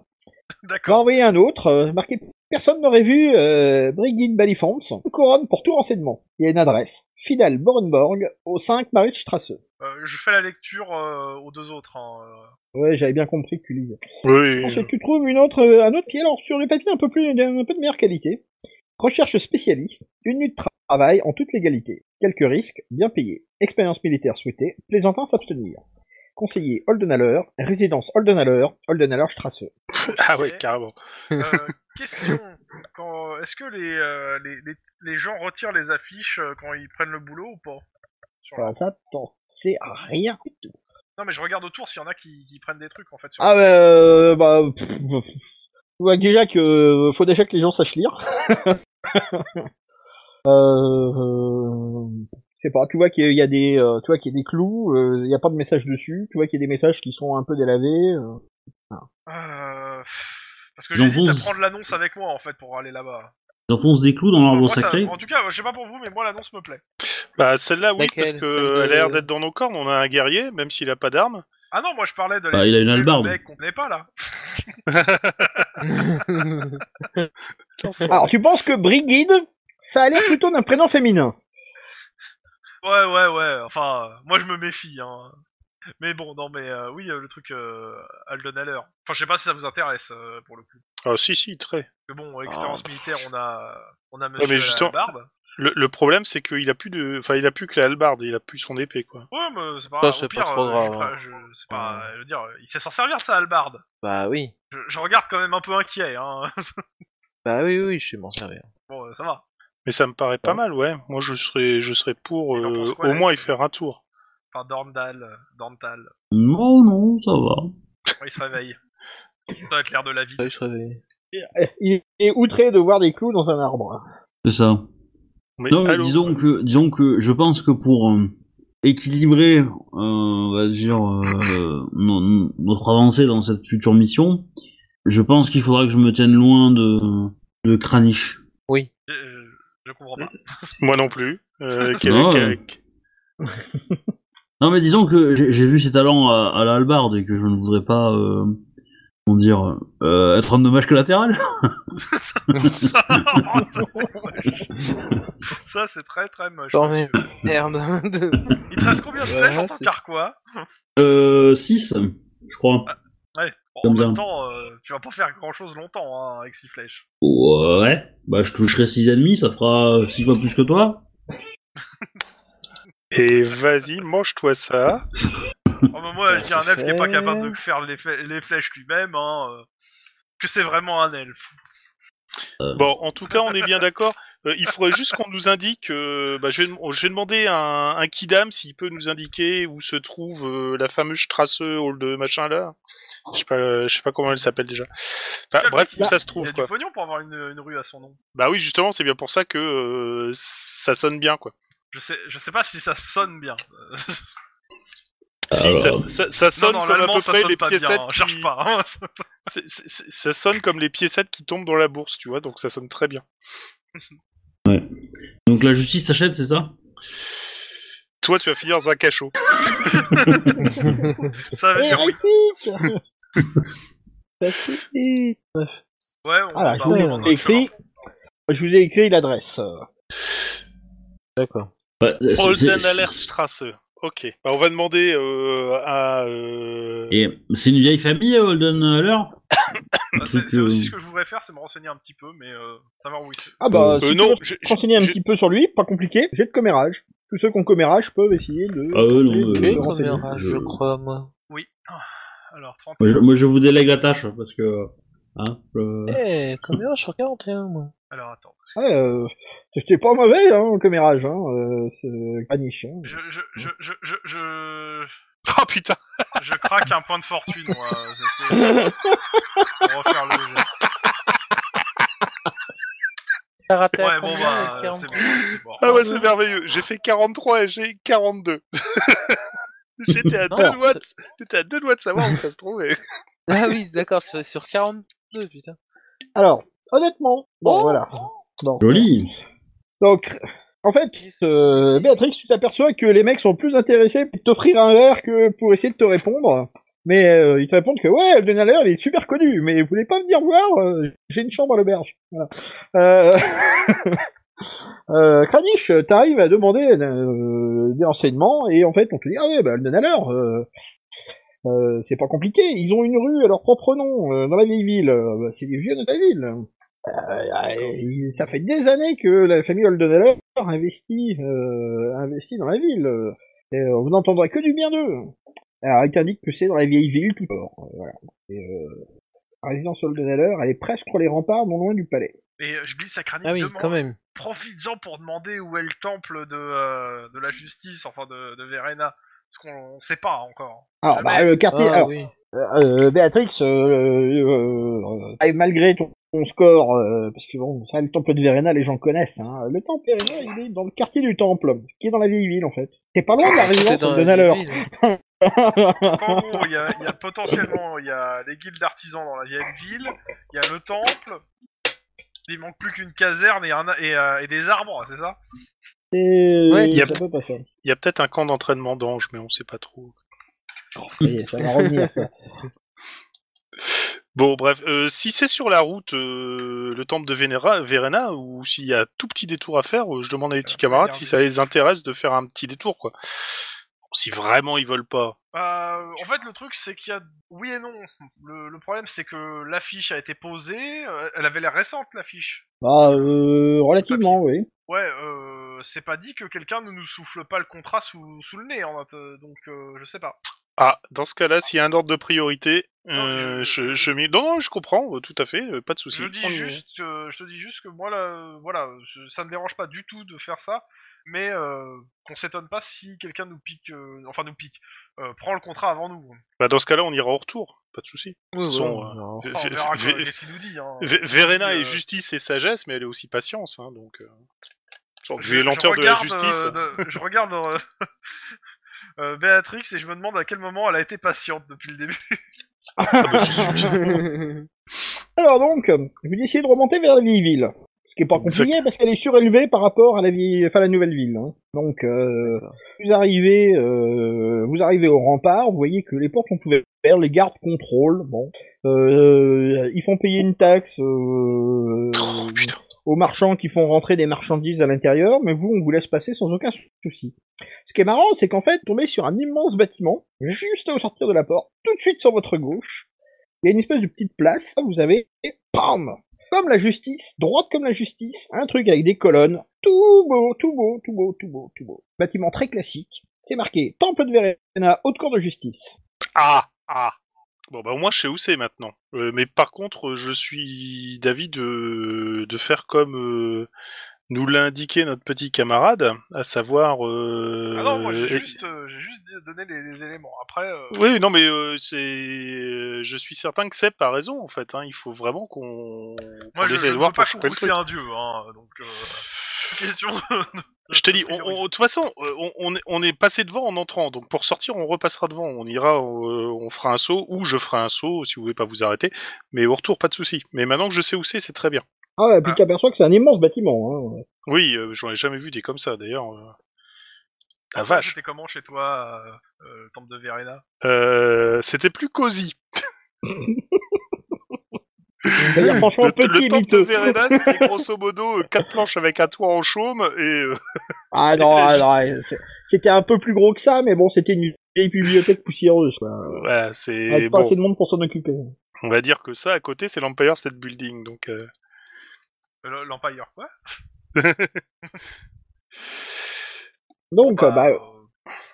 va D'accord. envoyer un autre, euh, marqué Personne n'aurait vu euh, Brigitte Balifons, couronne pour tout renseignement. Il y a une adresse. Fidel Borenborg, au 5 Maritstrasse. Euh, je fais la lecture euh, aux deux autres. hein, euh. Ouais, j'avais bien compris que tu lisais. Oui, Ensuite, tu trouves une autre, euh, un autre qui est alors sur le papier un peu plus, un peu de meilleure qualité. Recherche spécialiste, une nuit de tra- travail en toute légalité. Quelques risques, bien payés. Expérience militaire souhaitée, plaisantin s'abstenir. Conseiller Holdenhaller, résidence Holdenhaller, Holdenhaller Strasse. Ah ouais, carrément. Euh, question quand est-ce que les, euh, les, les les gens retirent les affiches euh, quand ils prennent le boulot ou pas Sur leur- Enfin, ça, t'en sais rien du tout. Non mais je regarde autour s'il y en a qui, qui prennent des trucs en fait. Sur... Ah bah, euh, bah pff, pff, pff. Ouais, déjà que euh, faut déjà que les gens sachent lire. euh, euh, je sais pas, tu vois qu'il y a des euh, tu vois qu'il y a des clous, euh, il y a pas de message dessus, tu vois qu'il y a des messages qui sont un peu délavés. euh. Euh, Parce que Ils en j'hésite à font- prendre l'annonce avec moi en fait pour aller là-bas. Ils enfoncent des Ah, clous dans l'arbre Moi, ça- sacré en tout cas, je sais pas pour vous, mais moi l'annonce me plaît. Bah, celle-là, oui, Laquelle parce que Celle de- elle a l'air d'être dans nos cornes. On a un guerrier, même s'il a pas d'armes. Ah non, moi je parlais de. Bah, les- il a une le hallebarde. mec qu'on connaît pas là. Alors tu penses que Brigide, ça a l'air plutôt d'un prénom féminin. Ouais, ouais, ouais. Enfin, euh, moi je me méfie. Hein. Mais bon, non, mais euh, oui, euh, le truc euh, Alden Haller. Enfin, je sais pas si ça vous intéresse euh, pour le coup. Ah, si, si, très. Mais bon, Ah. expérience militaire, on a, on a mais Monsieur justement- Barbe. Le, le problème, c'est qu'il a plus de, enfin, il a plus que la hallebarde, il a plus son épée, quoi. Ouais, mais c'est Ça, pas, grave, c'est au pire, pas trop euh, grave, je, suis pas- hein. je- c'est pas, euh, je veux dire, euh, il sait s'en servir de sa hallebarde. bah oui. Je, je regarde quand même un peu inquiet, hein. Bah oui, oui, je sais m'en servir. bon, euh, ça va. Mais ça me paraît pas mal, ouais. Moi, je serais, je serais pour Il en euh, pense quoi, au la- moins y faire un tour. Enfin, Dorndal, euh, Dorntal. Non, non, ça va. Ouais, il se réveille. Ça doit être l'air de la vie. Ouais, je réveille. Il est outré de voir des clous dans un arbre. C'est ça. Mais, Non, mais allô disons que, disons que je pense que pour euh, équilibrer, euh, on va dire, euh, no- no- notre avancée dans cette future mission, je pense qu'il faudra que je me tienne loin de, de Kranich. Je, je comprends pas. Moi non plus. Euh, quel- Non, quel- Non, mais disons que j'ai j'ai vu ses talents à, à la hallebarde et que je ne voudrais pas euh, comment dire, euh, être un dommage collatéral. Ça, c'est très très moche. Non, mais- monsieur. Merde. Il te reste combien de Ouais, flèches en tant c'est- qu'arquois Euh, 6, je crois. Ouais. Bon, en Combien même temps, euh, tu vas pas faire grand chose longtemps hein, avec 6 flèches. Ouais, bah je toucherai 6,5, ça fera 6 fois plus que toi. Et vas-y, mange-toi ça. Oh, bah, moi, je dis un c'est elfe qui est pas fait. capable de faire les, fle- les flèches lui-même. Hein, euh, que c'est vraiment un elfe. Bon, en tout cas, on est bien d'accord. Euh, il faudrait juste qu'on nous indique. euh, bah, je, vais, dem- je vais demander à un, un Kidam s'il peut nous indiquer où se trouve euh, la fameuse Strasse Hall de machin là. Je sais pas, euh, je sais pas comment elle s'appelle déjà. Enfin, bref, où ça se Il y a trouve du quoi. pognon pour avoir une, une rue à son nom. Bah oui, justement, c'est bien pour ça que euh, ça sonne bien quoi. Je sais, je sais pas si ça sonne bien. Si, Alors. ça, ça- ça sonne non, non, comme à l'allemand, peu ça près sonne les pas bien. piécettes. hein, qui- Cherche pas. hein. c'est- c'est- c'est- ça sonne comme les piécettes qui tombent dans la bourse, tu vois. Donc ça sonne très bien. Donc la justice s'achète, c'est ça Toi, tu vas finir dans un cachot. ça veut Eh, dire oui. Eric Facile. Ouais, on, Voilà, bah, je vous on- on- ai écrit. Je vous ai écrit l'adresse. euh, D'accord. bah, c'est- c'est- c'est- Strasse. Ok. Bah, on va demander euh, à. euh, Et c'est une vieille famille, euh, Holden Haller Bah, c'est truc, c'est aussi euh, ce que je voudrais faire, c'est me renseigner un petit peu, mais euh, ça m'a rouillé. Ah bah, euh, si tu non, veux je- je- renseigner un je- petit peu sur lui, pas compliqué, j'ai de commérage. Tous ceux qui ont commérage peuvent essayer de... Ah ouais, non, de- euh, de Oui, je- renseigner. première âge, je crois, moi. Oui. Ah, Alors, 30. moi je, moi, je vous délègue la tâche, parce que... Hein, euh, Eh, combien je suis 41, moi Alors, attends. parce que Ouais, euh, c'était pas mauvais, hein, en commérage, hein, euh, c'est pas niche, hein. Je, je, je, je, je, je, Oh putain. je craque un point de fortune, moi. euh, c'est ce que- Pour refaire le jeu. T'as raté à Ouais, bon, combien bah, avec euh, c'est 40? bon. c'est bon. Ah ouais, c'est merveilleux. J'ai fait 43 et j'ai 42. J'étais à deux Non. doigts. de- J'étais à deux doigts de savoir où ça se trouvait. Ah oui, d'accord, c'est sur 42, putain. Alors, honnêtement, bon, Oh. voilà. Bon. Joli Donc, en fait, euh, Béatrix, tu t'aperçois que les mecs sont plus intéressés pour t'offrir un verre que pour essayer de te répondre. Mais euh, ils te répondent que ouais, Elden Haller, il est super connu, mais vous voulez pas venir voir Euh, J'ai une chambre à l'auberge. Voilà. Euh... euh, Kranich, t'arrives à demander euh, des renseignements et en fait on te dit ah ouais, bah, Elden Haller, euh, euh, c'est pas compliqué. Ils ont une rue à leur propre nom euh, dans la vieille ville. Euh, bah, c'est les vieux de la ville. Euh, euh, ça fait des années que la famille Holdenheller investit, euh, investit dans la ville. euh, Et euh, vous n'entendrez que du bien d'eux. Alors, il t'indique que c'est dans la vieille ville tout fort. euh, Voilà. Et, euh, la résidence Holdenheller, elle est presque sur les remparts, non loin du palais. Et euh, je glisse à Kranich, Ah oui, demande- quand même. profites-en pour demander où est le temple de, euh, de la justice, enfin de, de Verena. Parce qu'on on sait pas encore. Alors, bah, le quartier. Ah alors, oui. euh, Béatrix, euh, euh, euh, malgré ton, ton score, euh, parce que bon, ça, le temple de Verena, les gens connaissent. Hein, le temple de Verena, il est dans le quartier du temple, qui est dans la vieille ville en fait. C'est pas loin de C'était la résidence Ah, dans hein. Holdenheller. ville. En gros, il y a, il y a potentiellement il y a les guildes d'artisans dans la vieille ville, il y a le temple, il manque plus qu'une caserne et, un, et, euh, et des arbres, c'est ça Et Ouais, y a- Euh, ça peut pas ça. Il y a peut-être un camp d'entraînement d'ange, mais on sait pas trop. Ça y est, ça va revenir. ça. Bon, bref, euh, si c'est sur la route, euh, le temple de Vénéra, Verena, ou s'il y a tout petit détour à faire, euh, je demande à mes petits camarades si ça les intéresse de faire un petit détour, quoi. Si vraiment ils veulent pas. Euh, en fait, le truc, c'est qu'il y a oui et non. Le, le problème, c'est que l'affiche a été posée. euh, Elle avait l'air récente, l'affiche. Bah, euh, relativement, oui. Ouais, euh, c'est pas dit que quelqu'un ne nous souffle pas le contrat sous, sous le nez, en fait, euh, donc euh, je sais pas. Ah, dans ce cas-là, s'il y a un ordre de priorité, euh, Non, je- je, je m'y- Non, non, je comprends, euh, tout à fait, euh, pas de souci. Je On dis y- juste, euh, je te dis juste que moi, là, euh, voilà, je- ça me dérange pas du tout de faire ça, mais euh, qu'on s'étonne pas si quelqu'un nous pique, euh, enfin nous pique, euh, prend le contrat avant nous. Bah, dans ce cas-là, on ira au retour, pas de souci. Oui, Son, voilà, euh, alors. V- Enfin, on v- verra que- v- qu'est-ce qu'il nous dit. Hein. V- Verena Si, euh, est justice et sagesse, mais elle est aussi patience, hein, donc. euh, Genre, euh, Je- vu les je lenteurs de la regarde, justice. euh, de- je regarde euh, euh, Béatrix et je me demande à quel moment elle a été patiente depuis le début. ah bah, je- Alors donc, vous essayez de remonter vers la vieille ville. Ce qui est pas compliqué parce qu'elle est surélevée par rapport à la vie, enfin la nouvelle ville. hein. Donc euh, vous arrivez, euh, vous arrivez au rempart, vous voyez que les portes sont ouvertes, les gardes contrôlent. Bon, Euh, ils font payer une taxe euh, aux marchands qui font rentrer des marchandises à l'intérieur, mais vous on vous laisse passer sans aucun souci. Ce qui est marrant, c'est qu'en fait, tombez sur un immense bâtiment juste au sortir de la porte, tout de suite sur votre gauche. Il y a une espèce de petite place. Vous avez et bam comme la justice, droite comme la justice, un truc avec des colonnes, tout beau, tout beau, tout beau, tout beau, tout beau. Bâtiment très classique, c'est marqué Temple de Verena, Haute Cour de Justice. Ah Ah Bon, bah, au moins, je sais où c'est maintenant. Euh, mais par contre, euh, je suis d'avis de, de faire comme euh, nous l'a indiqué notre petit camarade, à savoir. euh, Ah non, moi j'ai et- juste, euh, j'ai juste dit- donné les, les éléments. Après, euh, Oui, non, mais euh, c'est. euh, Je suis certain que Seb a raison, en fait. hein. Il faut vraiment qu'on. moi qu'on je, essaie je de ne voir peux pas pour choper le concourir, c'est truc. un dieu, hein, donc euh, question. Je te dis, on- on- de toute façon, euh, on, on est- on est passé devant en entrant, donc pour sortir, on repassera devant. On ira, euh, on, fera un saut, ou je ferai un saut si vous voulez pas vous arrêter. Mais au retour, pas de souci. Mais maintenant que je sais où c'est, c'est très bien. Ah, et puis t'aperçois que c'est un immense bâtiment. Hein. Oui, euh, j'en ai jamais vu des comme ça d'ailleurs. euh. La Ah, Toi, vache. C'était comment chez toi, euh, euh, temple de Verena Euh, C'était plus cosy. C'est-à-dire franchement le, petit le et temple miteux. de Verena, c'était grosso modo euh, quatre planches avec un toit en chaume et euh, Ah non, ah non, c'est- c'était un peu plus gros que ça, mais bon, c'était une vieille bibliothèque poussiéreuse. Quoi. voilà, c'est Avec pas bon. assez de monde pour s'en occuper. On va dire que ça à côté, c'est l'Empire State Building, donc. euh, Euh, L'Empire quoi Ah. Donc, euh, bah, euh,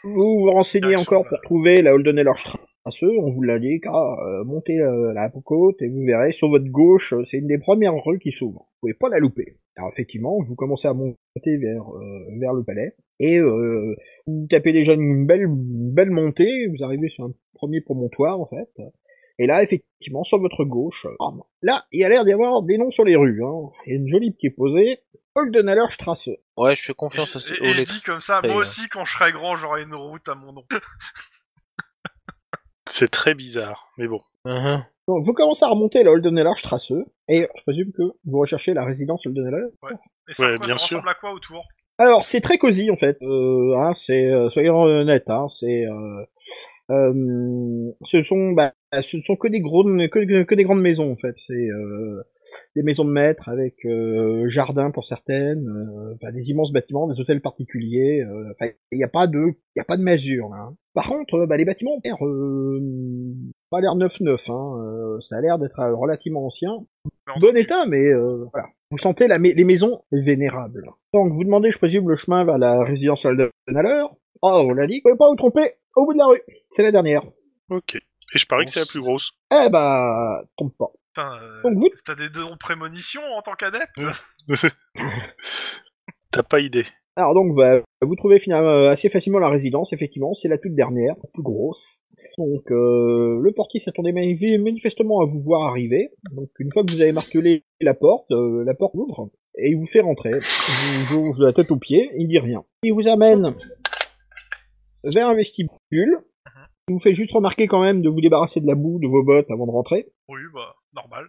vous vous renseignez Direction, encore euh, pour trouver la Holdenelerstrasse, on vous l'a dit, car euh, montez euh, la côte et vous verrez, sur votre gauche, euh, c'est une des premières rues qui s'ouvre. Vous pouvez pas la louper. Alors effectivement, vous commencez à monter vers euh, vers le palais, et euh, vous tapez déjà une belle, une belle montée, vous arrivez sur un premier promontoire en fait, et là effectivement, sur votre gauche, euh, ah, non. là, il a l'air d'y avoir des noms sur les rues, hein. il y a une jolie qui est posée, Holdenelerstrasse. Ouais, je fais Et confiance je, aux, et- aux et je lettres. dis comme ça, moi Et, euh, aussi quand je serai grand, j'aurai une route à mon nom. C'est très bizarre, mais bon. Mhm. Donc vous commencez à remonter la Holdenelerstrasse et je présume que vous recherchez la résidence Holdeneler. Et ça, Ouais, quoi, bien ça sûr. ressemble à quoi autour Alors c'est très cosy en fait. Euh, hein, c'est euh, soyons honnêtes, hein, c'est euh, euh, ce sont bah, ce ne sont que des grandes que, que des grandes maisons en fait. C'est euh, des maisons de maître avec euh, jardin pour certaines, euh, enfin, des immenses bâtiments, des hôtels particuliers. euh, enfin, Il n'y a pas de il y a pas de mesure là. hein. Par contre, euh, bah, les bâtiments ont l'air euh, pas l'air neuf neuf. Hein, euh, ça a l'air d'être euh, relativement ancien Mais en bon tant que- état, mais euh, voilà. Vous sentez la mai- les maisons vénérables. Donc vous demandez, je présume, le chemin vers la résidence Alden à l'heure. Oh, on l'a dit, vous pouvez pas vous tromper, au bout de la rue. C'est la dernière. Ok. Et je parie Bon, que c'est la c'est- plus grosse. Eh bah, trompe pas. Putain, euh, Donc vous, T'as des dons prémonitions en tant qu'adepte T'as pas idée. alors donc, bah, vous trouvez finalement euh, assez facilement la résidence, effectivement, c'est la toute dernière, la plus grosse. Donc euh, le portier s'attendait mani- manifestement à vous voir arriver. Donc une fois que vous avez martelé la porte, euh, la porte ouvre et il vous fait rentrer. Il vous jauge de la tête aux pieds, il dit rien. Il vous amène vers un vestibule. Il vous fait juste remarquer quand même de vous débarrasser de la boue, de vos bottes avant de rentrer. Oui, bah, normal.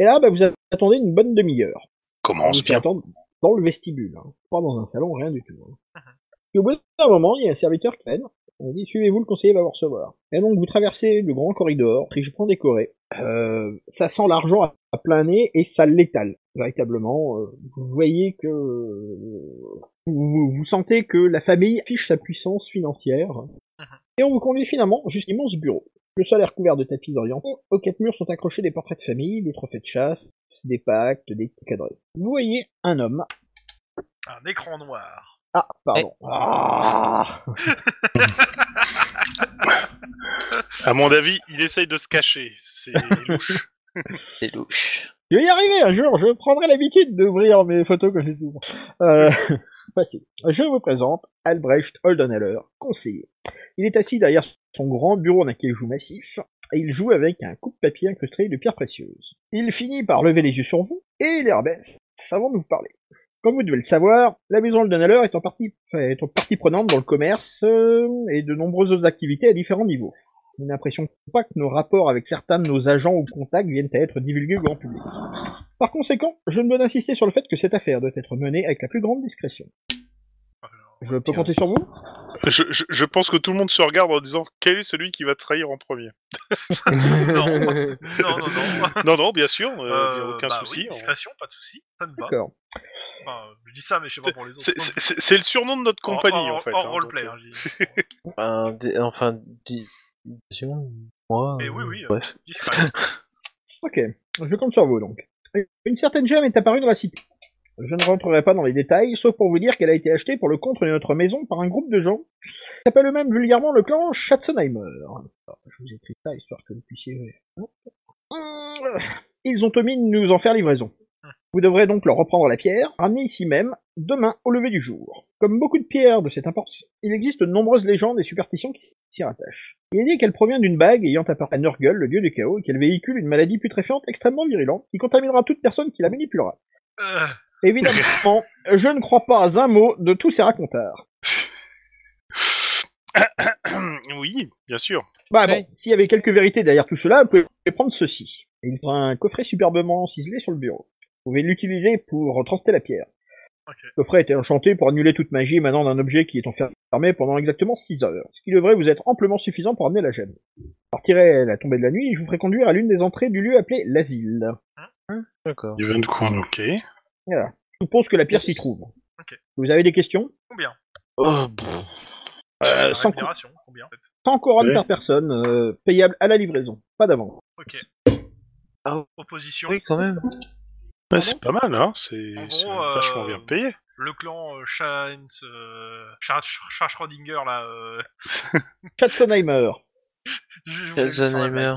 Et là, bah, vous attendez une bonne demi-heure. Commence Vous pouvez bien. attendre dans le vestibule, hein. pas dans un salon, rien du tout. hein. Puis au bout d'un moment, il y a un serviteur qui mène. On dit suivez-vous, le conseiller va vous recevoir. Et donc vous traversez le grand corridor, prends décoré. Euh, ça sent l'argent à à plein nez et ça l'étale véritablement. euh, vous voyez que euh, vous, vous- vous sentez que la famille affiche sa puissance financière. Et on vous conduit finalement jusqu'à l'immense bureau. Le sol est recouvert de tapis orientaux. Aux quatre murs sont accrochés des portraits de famille, des trophées de chasse, des pactes, des cadres. Vous voyez un homme. Un écran noir. Ah, pardon. Ah À mon avis, il essaye de se cacher. C'est louche. C'est louche. je vais y arriver un jour, je prendrai l'habitude d'ouvrir mes photos quand j'ai tout. Euh, facile. Je vous présente Albrecht Holdeneller, conseiller. Il est assis derrière son grand bureau en acajou massif et il joue avec un coupe-papier incrusté de pierres précieuses. Il finit par lever les yeux sur vous et les rabaisse avant de vous parler. Comme vous devez le savoir, la maison Holdeneller est en partie, enfin, est en partie prenante dans le commerce euh, et de nombreuses autres activités à différents niveaux. Nous n'impression pas que nos rapports avec certains de nos agents ou contacts viennent à être divulgués au grand public. Par conséquent, je me donne à insister sur le fait que cette affaire doit être menée avec la plus grande discrétion. Je peux compter sur vous Je, je- je pense que tout le monde se regarde en disant quel est celui qui va trahir en premier. non, non, non, non. non, non, bien sûr, euh, Euh, aucun bah souci. Oui, on- discrétion, pas de souci. Ça me va. D'accord. Enfin, je dis ça, mais je sais pas pour les autres. C'est- C'est c'est- c'est le surnom de notre compagnie en, fait. En hein, roleplay. donc, hein, je dis. Ben, dé- enfin, dix- dix secondes, moi. Mais euh, oui, oui, euh. Bref. Discret. Ok, je compte sur vous donc. Une certaine gemme est apparue dans la cité. Je ne rentrerai pas dans les détails, sauf pour vous dire qu'elle a été achetée pour le compte de notre maison par un groupe de gens qui s'appelle eux-mêmes vulgairement le clan Schatzenheimer. Alors, je vous écris ça histoire que vous puissiez. Hop. Ils ont omis de nous en faire livraison. Vous devrez donc leur reprendre la pierre, ramenée ici même, demain au lever du jour. Comme beaucoup de pierres de cette importance, il existe de nombreuses légendes et superstitions qui s'y rattachent. Il est dit qu'elle provient d'une bague ayant apparu à Nurgle, le dieu du chaos, et qu'elle véhicule une maladie putréfiante extrêmement virulente qui contaminera toute personne qui la manipulera. Euh, Évidemment, je ne crois pas à un mot de tous ces racontars. hein. euh, oui, bien sûr. Bah Oui. bon, s'il y avait quelques vérités derrière tout cela, vous pouvez prendre ceci. Il y a un coffret superbement ciselé sur le bureau. Vous pouvez l'utiliser pour transporter la pierre. Ok. Le coffret était enchanté pour annuler toute magie émanant d'un objet qui est enfermé pendant exactement 6 heures, ce qui devrait vous être amplement suffisant pour amener la gemme. Je partirai à la tombée de la nuit et je vous ferai conduire à l'une des entrées du lieu appelé l'asile. D'accord. Il vient de quoi Ok. Je suppose que la pierre s'y trouve. Ok. Vous avez des questions combien Oh, bon. Euh, La sans cou- rémunération, combien en fait 100 couronnes Ouais. par personne, euh, payable à la livraison, pas d'avant. Ok. Ah, Opposition. Oui, quand même. c'est pas mal, hein. C'est En c'est gros, euh, vachement bien payé. Le clan euh, Shans, euh, Char- Char Schrödinger là. Euh, Schatzenheimer, je- je voulais juste faire la blague. Alzheimer.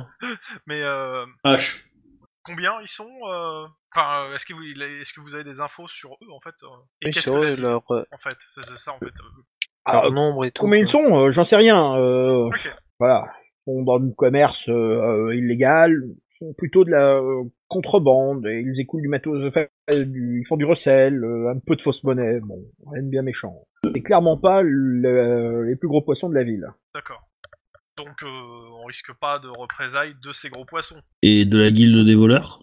Mais euh, H. combien ils sont euh, Enfin, euh, est-ce que vous, est-ce que vous avez des infos sur eux en fait euh, Et Oui, qu'est-ce c'est que vrai, la- leur, euh, En fait, c'est c'est ça en fait. euh, Ah, leur nombre et tout. combien ils quoi. sont Euh, J'en sais rien. euh, Ok. Voilà, ils sont dans le commerce euh, euh, illégal, ils font plutôt de la euh, contrebande, et ils écoulent du matos, enfin, euh, du- ils font du recel, euh, un peu de fausse monnaie, bon, rien de bien méchant. C'est clairement pas le- les plus gros poissons de la ville. D'accord. Donc, euh, on risque pas de représailles de ces gros poissons. Et de la guilde des voleurs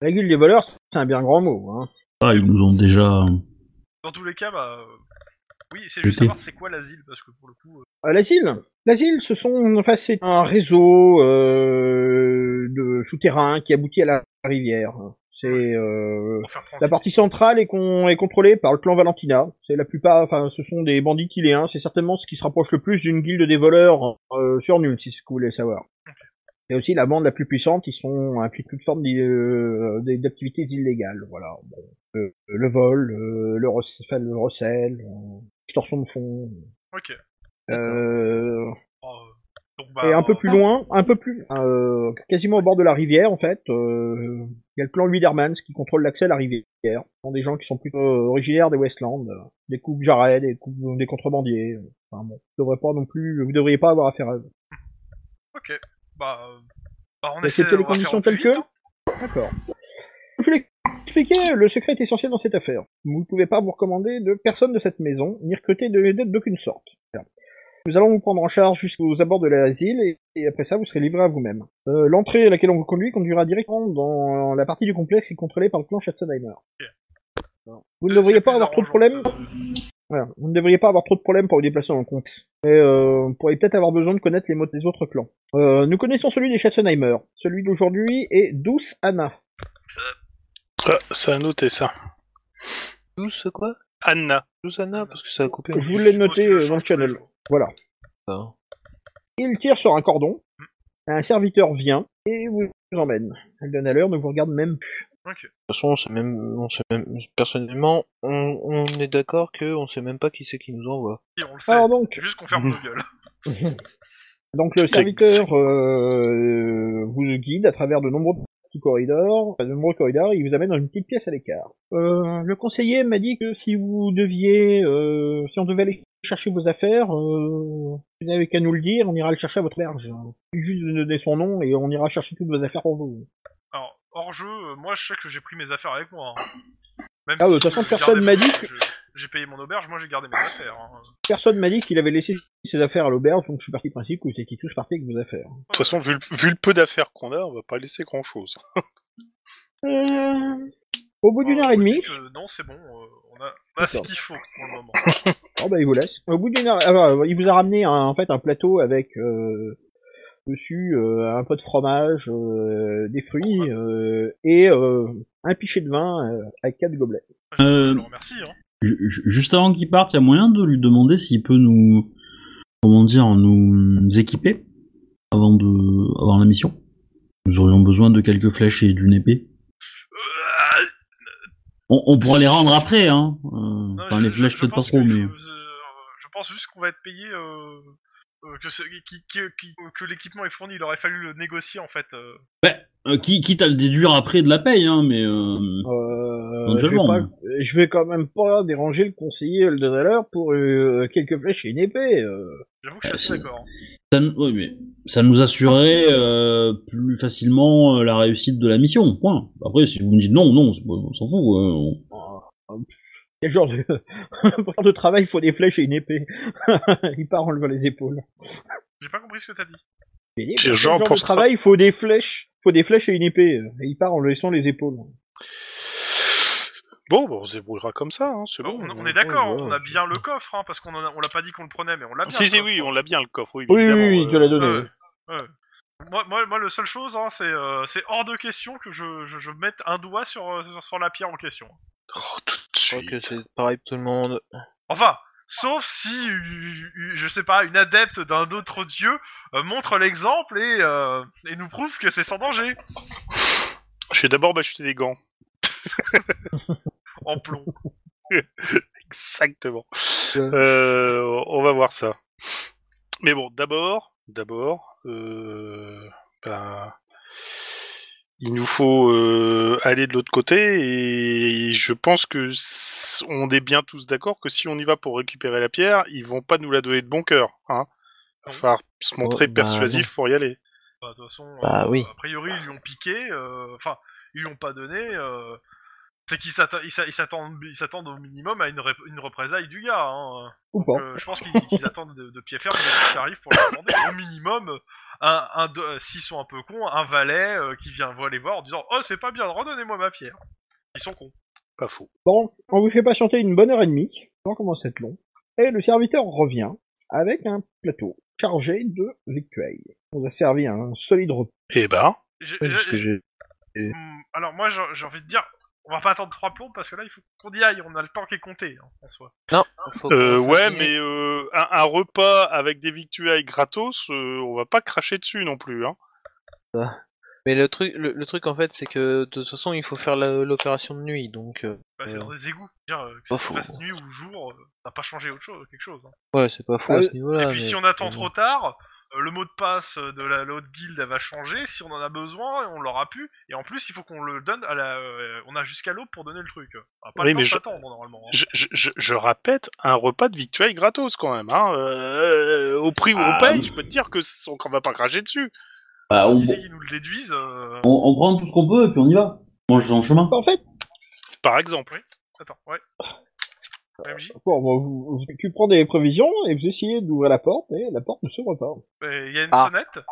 La guilde des voleurs, c'est un bien grand mot. Hein. Ah, ils nous ont déjà... Dans tous les cas, bah. euh, Oui, c'est juste Jeté. savoir c'est quoi l'asile, parce que pour le coup. euh, À l'asile L'asile, ce sont, enfin, c'est un réseau euh, de souterrain qui aboutit à la rivière. C'est euh, pour faire transi- la partie centrale est, con- est contrôlée par le clan Valentina. C'est la plupart, enfin, ce sont des bandits tiléens. C'est certainement ce qui se rapproche le plus d'une guilde des voleurs euh, sur nul, si c'est ce que vous voulez savoir. Et aussi la bande la plus puissante, ils sont impliqués toute forme d'i- euh, d'i- d'activités illégales. Voilà, Bon, euh, le vol, euh, le, rec- enfin, le recel, euh, l'extorsion de fonds. Ok. Euh, Euh, donc, bah, et un peu euh, plus loin, un peu plus, euh, quasiment au bord de la rivière en fait, euh, il y a le clan Ludermans qui contrôle l'accès à la rivière. Ce sont des gens qui sont plutôt euh, originaires des Westlands, euh, des coupes jarret, des coupes, des contrebandiers. euh, Enfin bon, vous devriez pas non plus, vous devriez pas avoir affaire à eux. Ok. Bah, euh, bah, on Mais essaie c'était les on va faire conditions au plus telles que vite, hein. D'accord. Comme Je l'ai expliqué, le secret est essentiel dans cette affaire. Vous ne pouvez pas vous recommander de personne de cette maison, ni recruter de- d'aide d'aucune sorte. Voilà. Nous allons vous prendre en charge jusqu'aux abords de l'asile, et, et après ça, vous serez livré à vous-même. Euh, L'entrée à laquelle on vous conduit conduira directement dans la partie du complexe qui est contrôlée par le clan Schatzenheimer. Alors, Vous ne C'est- devriez c'est pas plus avoir trop de arrangeant, problèmes. Voilà. Vous ne devriez pas avoir trop de problèmes pour vous déplacer dans le complexe. Et euh, vous pourriez peut-être avoir besoin de connaître les mots des autres clans. Euh, nous connaissons celui des Schatzenheimer. Celui d'aujourd'hui est Douce Anna. Ah, ça a noté ça. Douce, quoi Anna. Douce Anna, parce que ça a coupé. en Je plus. vous l'ai Je pense noté que je euh, change dans le tous les channel. jours. Voilà. Ça. Il tire sur un cordon. Un serviteur vient et vous emmène. Elle donne à l'heure, ne vous regarde même plus. Ok. De toute façon, on sait même, on sait même, personnellement, on, on est d'accord que on sait même pas qui c'est qui nous envoie. Si, on le sait. Alors donc, C'est Juste qu'on Mhm. ferme nos gueules. donc le C'est- serviteur euh, vous guide à travers de nombreux petits corridors, enfin, de nombreux corridors, et il vous amène dans une petite pièce à l'écart. Euh, le conseiller m'a dit que si vous deviez, euh, si on devait aller chercher vos affaires, euh, vous n'avez qu'à nous le dire, on ira le chercher à votre berge. Juste de donner son nom et on ira chercher toutes vos affaires pour vous. Alors, hors jeu, euh, moi je sais que j'ai pris mes affaires avec moi. hein. Même Ah, de si toute façon, je gardais personne m'a mon- dit que- je- j'ai payé mon auberge, moi j'ai gardé mes affaires. hein. Personne m'a dit qu'il avait laissé ses affaires à l'auberge, donc je suis parti du principe que vous étiez tous partis avec vos affaires. De toute façon, vu le, vu le peu d'affaires qu'on a, on va pas laisser grand chose. Au bout d'une Euh, heure et je demie, dis que Non, c'est bon, euh, on a, on a ce D'accord. qu'il faut pour le moment. oh bah il vous laisse. Au bout d'une heure, alors, il vous a ramené un- en fait un plateau avec euh, dessus euh, un peu de fromage, euh, des fruits euh, et euh, un pichet de vin euh, à quatre gobelets. Je Euh, le remercie. Hein. Ju- ju- Juste avant qu'il parte, il y a moyen de lui demander s'il peut nous, comment dire, nous équiper avant de, avant la mission. Nous aurions besoin de quelques flèches et d'une épée. Euh, On, on pourra les rendre après, hein. Euh, enfin, je- les je- flèches je peut-être pas pense trop, que- mais euh, Je pense juste qu'on va être payé. euh, euh, que, ce- qui- qui- qui- euh, que l'équipement est fourni, il aurait fallu le négocier en fait. euh. Euh, qui, quitte à le déduire après de la paye, hein. Mais euh, Euh, Donc, je, je vais vends. pas- je vais quand même pas déranger le conseiller le à l'heure pour euh, quelques flèches et une épée. euh. J'avoue que je Euh, suis c'est- assez d'accord. hein. ça, nous- ouais, mais ça nous assurerait euh, plus facilement euh, la réussite de la mission. Point. Après, si vous me dites non, non, c'est pas- on s'en fout. euh, on- bah, Quel genre de, pour faire de travail il faut des flèches et une épée Il part en levant les épaules. J'ai pas compris ce que t'as dit. J'ai dit, Quel pour genre faire pour de tra- travail il faut des flèches, faut des flèches et une épée. euh. Et il part en laissant les épaules. Bon, bah, on se débrouillera comme ça, hein, c'est bon. on, on hein. est d'accord, ouais, on a bien le coffre, hein, parce qu'on en a- on l'a pas dit qu'on le prenait, mais on l'a bien. Si, le si, coffre, oui, hein. on l'a bien le coffre, oui. Oui, oui, évidemment, oui, euh, il te l'a donné. ouais. Moi, moi, moi, le seule chose, hein, c'est euh, c'est hors de question que je, je, je mette un doigt sur, euh, sur, sur la pierre en question. Oh, tout de Je crois suite. que c'est pareil pour tout le monde. Enfin, sauf si, u- u- je sais pas, une adepte d'un autre dieu euh, montre l'exemple et, euh, et nous prouve que c'est sans danger, Je vais d'abord m'acheter des gants. en plomb. Exactement. Euh, on va voir ça. Mais bon, d'abord, d'abord, euh, ben, il nous faut euh, aller de l'autre côté et je pense que s- on est bien tous d'accord que si on y va pour récupérer la pierre, ils vont pas nous la donner de bon cœur. Hein. Ah Il va falloir se montrer bah, persuasif pour y aller. Bah, de toute façon, euh, Bah oui. a priori, ils lui ont piqué, euh, enfin, ils lui ont pas donné. euh, c'est qu'ils s'atta- ils s'a- ils s'attendent ils s'attendent au minimum à une, ré- une représaille du gars. Hein. Ou pas. Euh, je pense qu'ils qu'ils attendent de, de pied ferme que ça arrive pour leur demander au minimum un, un de- euh, s'ils sont un peu cons, un valet euh, qui vient vo- les voir en disant oh c'est pas bien, redonnez-moi ma pierre. Ils sont cons. Pas faux. Bon, on vous fait patienter une bonne heure et demie, ça commence à être long, et le serviteur revient avec un plateau chargé de victuailles. On a servi un solide repas. Eh ben, J'ai- Parce que j'ai- j'ai- hum, alors moi j'ai j'ai envie de dire on va pas attendre trois plombes parce que là il faut qu'on y aille, on a le temps qui est compté hein, en soi. Non, faut euh, qu'on fasse ouais, dîner. mais euh, un, un repas avec des victuailles gratos, euh, on va pas cracher dessus non plus. Hein. Mais le truc, le, le truc en fait, c'est que de toute façon, il faut faire la- l'opération de nuit, donc. euh, Bah, c'est Euh. dans les égouts. Je veux Dire, euh, que Pas ça faux. fasse nuit ou jour, euh, t'as pas changé autre chose, quelque chose. hein. ouais, c'est pas fou Ah, à ce niveau-là. Et puis mais- si on mais attend bon. trop tard, euh, le mot de passe de la l'autre guilde elle va changer. Si on en a besoin, on l'aura plus. Et en plus, il faut qu'on le donne à la. euh, on a jusqu'à l'aube pour donner le truc. On a pas Oui, le temps mais de je- s'attendre, normalement. hein. je, je, je- je répète, un repas de victuailles gratos quand même. Hein. Euh, au prix où Ah, on paye, oui. je peux te dire que c- on qu'on va pas cracher dessus. Bah, on, Ils ils nous le déduisent. euh, on- on prend tout ce qu'on peut et puis on y va. Mange en chemin. En fait, Par exemple, Attends, ouais. MJ, bon, bon, vous- vous- tu prends des prévisions et vous essayez d'ouvrir la porte, et la porte ne s'ouvre pas. euh, il y a une Ah. sonnette.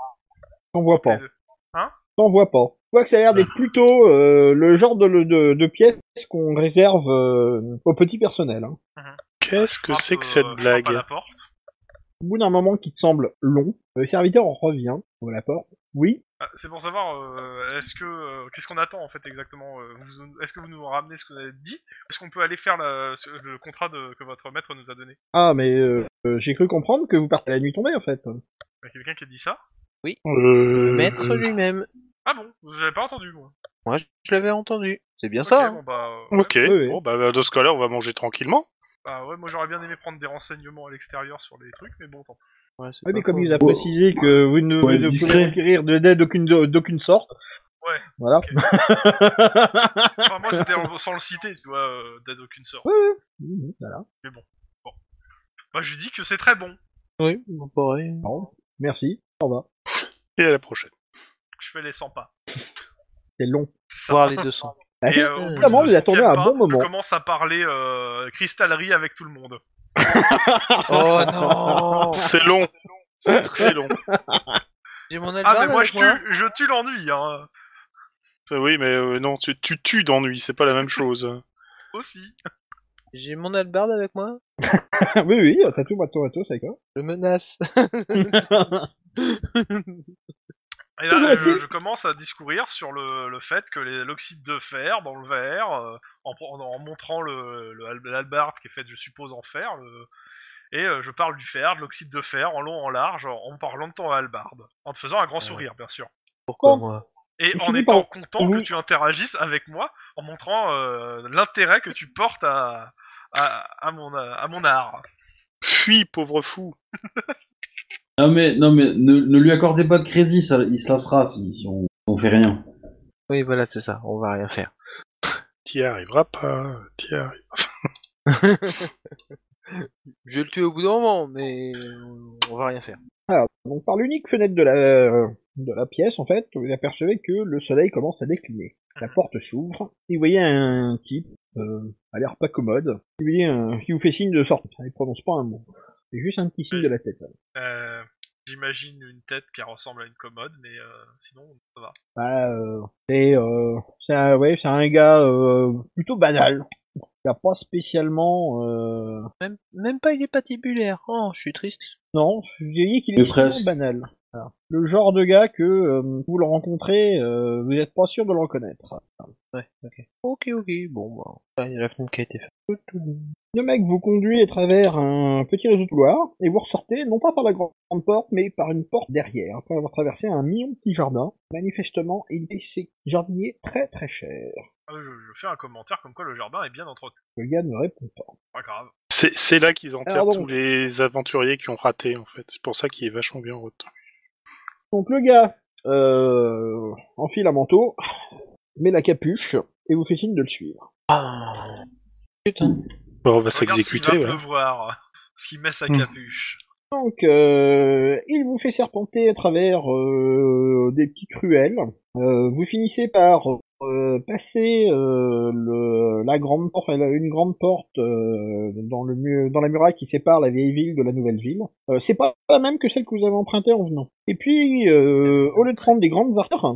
T'en vois pas. les deux. Hein? T'en vois pas. Tu vois que ça a l'air d'être plutôt euh, le genre de, de, de pièce qu'on réserve euh, au petit personnel. hein. qu'est-ce que Frappe, c'est que euh, cette frappe blague à la porte. Au bout d'un moment qui te semble long, le serviteur revient, ouvre la porte. Oui, Ah, c'est pour savoir, euh, est-ce que euh, qu'est-ce qu'on attend en fait exactement euh, vous- Est-ce que vous nous ramenez ce que vous avez dit Est-ce qu'on peut aller faire la- ce- le contrat de- que votre maître nous a donné Ah, mais euh, euh, j'ai cru comprendre que vous partez la nuit tombée, en fait. Il y a quelqu'un qui a dit ça Euh, Le maître lui-même. Ah bon Vous avez pas entendu moi Moi, je, je l'avais entendu. C'est bien Ok, ça. hein. bon, bah, euh, ouais. Ok, oui. bon, bah, dans ce cas-là, on va manger tranquillement. Bah ouais, moi j'aurais bien aimé prendre des renseignements à l'extérieur sur les trucs, mais bon, tant pis. Ouais, c'est Oui, mais pas comme faux. il a précisé que vous ne, Ouais, ne discret. pouvez requérir de l'aide d'aucune d'aucune sorte. Ouais. Voilà. Ok. Enfin, moi c'était en- sans le citer, tu vois, euh, d'aide aucune sorte. Mhm, voilà. Moi Bah, je lui dis que c'est très bon. Oui, bon, pareil. Bon, merci. Au revoir. Et à la prochaine. Je fais les 100 pas. C'est long. C'est ça. Voir les 200. Ah, Et euh, au bout du notamment, vous 200e attendez un pas, bon je moment. commence à parler euh, cristallerie avec tout le monde. Oh non C'est long. C'est très long. J'ai mon Ah, albarde mais moi avec je tue, je tue l'ennui, hein, Euh, Oui, mais euh, non, tu, tu tues d'ennui, c'est pas la même chose. aussi. J'ai mon albarde avec moi oui, oui, t'as tout, bateau, bateau, c'est quoi Je menace Et là, Vous avez je, été- je commence à discourir sur le, le fait que les- l'oxyde de fer dans le verre, euh, en, pre- en montrant le, le al- l'albarde qui est faite, je suppose, en fer, le- et euh, je parle du fer, de l'oxyde de fer, en long, en large, en, en parlant de ton albarde, en te faisant un grand sourire, bien sûr. Pourquoi Bon. moi Et Il en finit étant content Oui. que tu interagisses avec moi, en montrant euh, l'intérêt que tu portes à, à, à mon, à mon art. Fuis, pauvre fou. Non mais, non mais, ne, ne lui accordez pas de crédit, ça, il se lassera si, si on, on fait rien. Oui, voilà, c'est ça, on va rien faire. T'y arriveras pas. T'y arriveras. Je vais le tue au bout d'un moment, mais on va rien faire. Alors, donc par l'unique fenêtre de la, euh, de la pièce, en fait, vous apercevez que le soleil commence à décliner. La porte s'ouvre, et vous voyez un type, euh, à l'air pas commode, qui vous, dit, euh, qui vous fait signe de sortir. Il prononce pas un mot. C'est juste un petit signe de la tête. Euh, J'imagine une tête qui ressemble à une commode, mais euh, sinon, ça va. Bah, euh, c'est, euh, c'est un, ouais, c'est un gars euh, plutôt banal. Il a pas spécialement... Euh... Même, même pas, il est patibulaire. Oh, je suis triste. Non, vous voyez qu'il Mais est extrêmement presque. banal. Voilà. Le genre de gars que euh, vous le rencontrez, euh, vous n'êtes pas sûr de le reconnaître. Ouais, ok. Ok, ok, bon, bah. Ah, il y a la fenêtre qui a été faite. Le mec vous conduit à travers un petit réseau de couloirs et vous ressortez non pas par la grande porte mais par une porte derrière après avoir traversé un mignon petit jardin. Manifestement, il paye ses jardiniers très très cher. Euh, je, je fais un commentaire comme quoi le jardin est bien entretenu. Le gars ne répond pas. Pas grave. C'est c'est là qu'ils enterrent Alors donc- tous les aventuriers qui ont raté, en fait. C'est pour ça qu'il est vachement bien retenu. Donc le gars euh, enfile un manteau, met la capuche et vous fait signe de le suivre. Ah. Putain. Bon, on va Regarde s'exécuter, s'il va ouais. pleuvoir, parce qu'il met sa Hmm. capuche. Donc euh, il vous fait serpenter à travers euh, des petites ruelles. Euh, vous finissez par euh, passer euh, le, la grande porte, enfin, la- une grande porte euh, dans, le mu- dans la muraille qui sépare la vieille ville de la nouvelle ville. Euh, c'est pas la même que celle que vous avez empruntée en venant. Et puis, euh, au lieu de prendre des grandes artères,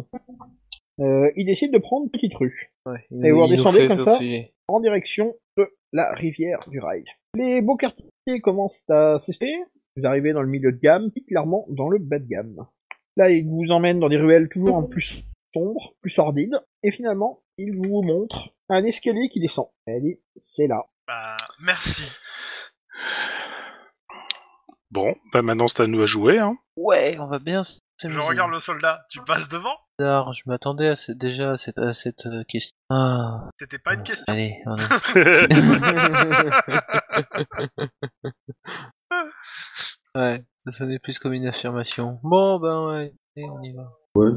euh, il décide de prendre une petite rue Ouais, il- Et vous il nous redescendez fait comme ça filer. en direction de la rivière du rail. Les beaux quartiers commencent à cesser. Vous arrivez dans le milieu de gamme, puis clairement dans le bas de gamme. Là, il vous emmène dans des ruelles toujours en plus sombres, plus sordides, et finalement, il vous montre un escalier qui descend. Elle dit, c'est là. Bah, merci. Bon, bah maintenant c'est à nous à jouer, hein. Ouais, Eh, on va bien Je s'amuser. regarde le soldat. Tu passes devant Bizarre, je m'attendais à ce- déjà à cette, à cette euh, question. Ah. C'était pas une question. Allez, on Ouais, ça sonnait plus comme une affirmation. Bon, ben ouais, allez, on y va. Ouais.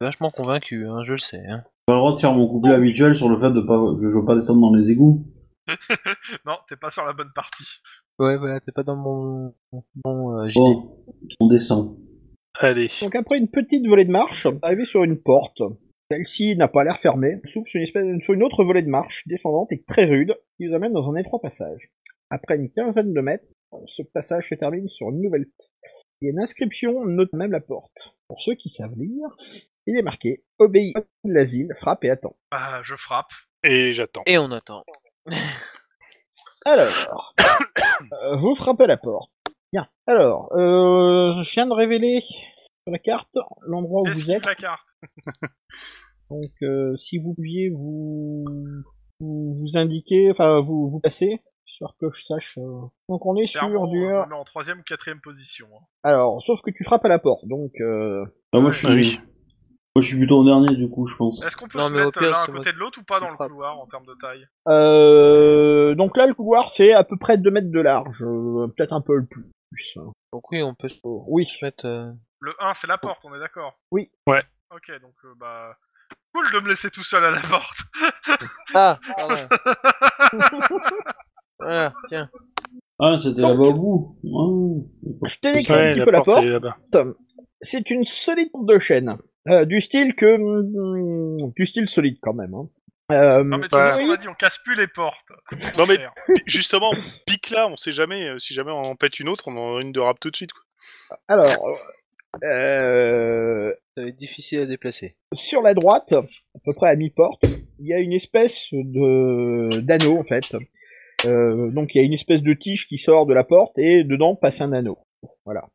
Vachement convaincu, hein, je le sais. Hein. J'ai pas le droit de faire mon couplet habituel sur le fait de pas, que je veux pas descendre dans les égouts. non, t'es pas sur la bonne partie. Ouais, voilà, t'es pas dans mon, mon euh, gilet. Bon, on descend. Allez. Donc après une petite volée de marche, vous arrivez sur une porte. Celle-ci n'a pas l'air fermée, elle s'ouvre sur une, espèce- sur une autre volée de marche descendante et très rude, qui vous amène dans un étroit passage. Après une quinzaine de mètres, ce passage se termine sur une nouvelle porte. Il y a une inscription, note même la porte. Pour ceux qui savent lire, il est marqué « Obéis à l'asile, frappe et attends Bah, je frappe. Et j'attends. Et on attend. ». Alors, euh, vous frappez à la porte. Bien. Alors, euh, je viens de révéler sur la carte l'endroit où Oh, vous êtes. Esquive la carte. Donc, euh, si vous pouviez vous vous, vous indiquer, enfin vous vous passer, sur que je sache. euh. Donc on est sur Clairement, hein. du. on est en troisième ou quatrième position. hein. Alors, sauf que tu frappes à la porte, donc euh, Ah, moi, je suis, Ah oui. moi, je suis plutôt en dernier, du coup, je pense. Est-ce qu'on peut Non, se mais au mettre pire, l'un à c'est côté moi de l'autre ou pas qui dans le frappe. couloir en termes de taille euh, donc là le couloir c'est à peu près 2 mètres de large, euh, peut-être un peu le plus. hein. Donc oui, on peut se Oh, oui. mettre... euh, Le 1, c'est la porte, on est d'accord Oui. Ouais. Ok, donc, euh, bah... Cool de me laisser tout seul à la porte. Ah, pardon. voilà, tiens. Ah, c'était là-bas au bout. Ah. Je t'ai décrit un Ouais, petit la peu porte, la porte. elle est là-bas. C'est une hmm, solide porte de chaîne, Euh, du style que mm, du style solide quand même. hein. Euh, Non mais de toute Ouais. façon, on a dit on casse plus les portes. Non, mais- Faire. Justement, pique là, on sait jamais. euh, Si jamais on en pète une autre, on en a une de rap tout de suite. Quoi. Alors, euh, Ça va être difficile à déplacer. sur la droite, à peu près à mi-porte, il y a une espèce de d'anneau en fait. Euh, donc il y a une espèce de tige qui sort de la porte et dedans passe un anneau. Voilà.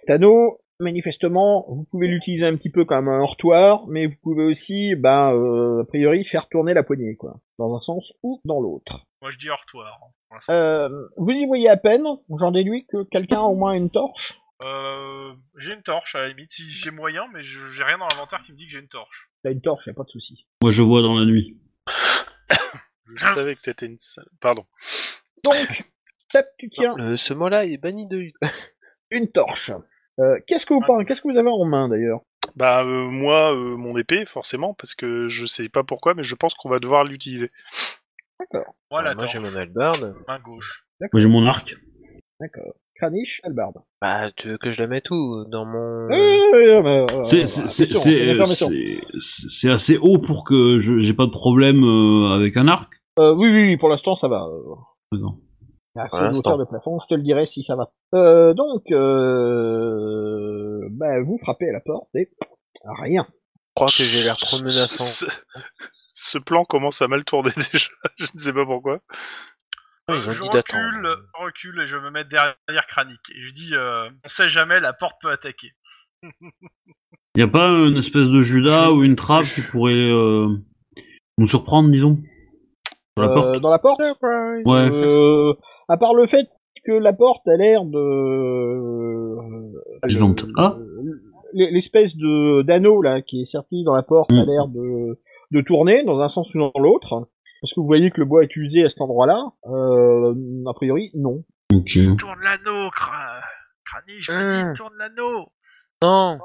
Cet anneau, manifestement, vous pouvez l'utiliser un petit peu comme un hortoir, mais vous pouvez aussi, ben, euh, a priori, faire tourner la poignée, quoi, dans un sens ou dans l'autre. Moi je dis hortoir. hein, pour l'instant. Euh, vous y voyez à peine. J'en déduis que quelqu'un a au moins une torche. Euh, j'ai une torche à la limite si j'ai moyen, mais je- j'ai rien dans l'inventaire qui me dit que j'ai une torche. T'as une torche, y a pas de souci. Moi, je vois dans la nuit. Je Ah. savais que t'étais une sale. Pardon. Donc, tape, tu tiens Le- Euh, ce mot-là est banni de. une torche. Euh, qu'est-ce que vous parlez Qu'est-ce que vous avez en main d'ailleurs Bah, euh, moi, euh, mon épée, forcément, parce que je sais pas pourquoi, mais je pense qu'on va devoir l'utiliser. Moi la Euh, moi torche, j'ai mon hallebarde. main gauche. Moi, j'ai mon arc. D'accord. Kranich, Albarde. Bah, tu veux que je la mette où Dans mon. euh, C'est- C'est c'est- c'est- c'est- c'est assez haut pour que je j'ai pas de problème euh, avec un arc. Euh, oui, oui, oui, pour l'instant ça va. euh, D'accord. à Pour feu de l'instant. hauteur de plafond, je te le dirai si ça va. Euh, donc, euh, bah, vous frappez à la porte et rien. Je crois que j'ai l'air trop menaçant. Ce, ce plan commence à mal tourner déjà. Je ne sais pas pourquoi. Oui, Euh, ils ont je dit d'attendre. recule, recule et je me mets derrière Kranik. Et je dis, euh, on sait jamais, la porte peut attaquer. Y a pas une espèce de Judas Je- ou une trappe je- qui pourrait euh, nous surprendre, disons Sur la Euh, porte dans la porte Ouais. euh, À part le fait que la porte a l'air de euh, Vivante. le- Ah. le- l'espèce de d'anneau là qui est serti dans la porte Mm. a l'air de de tourner dans un sens ou dans l'autre. Parce que vous voyez que le bois est usé à cet endroit-là. Euh, a priori, non. Ok. Tourne l'anneau, Kra... Kranich, Hum. vas-y, tourne l'anneau. Non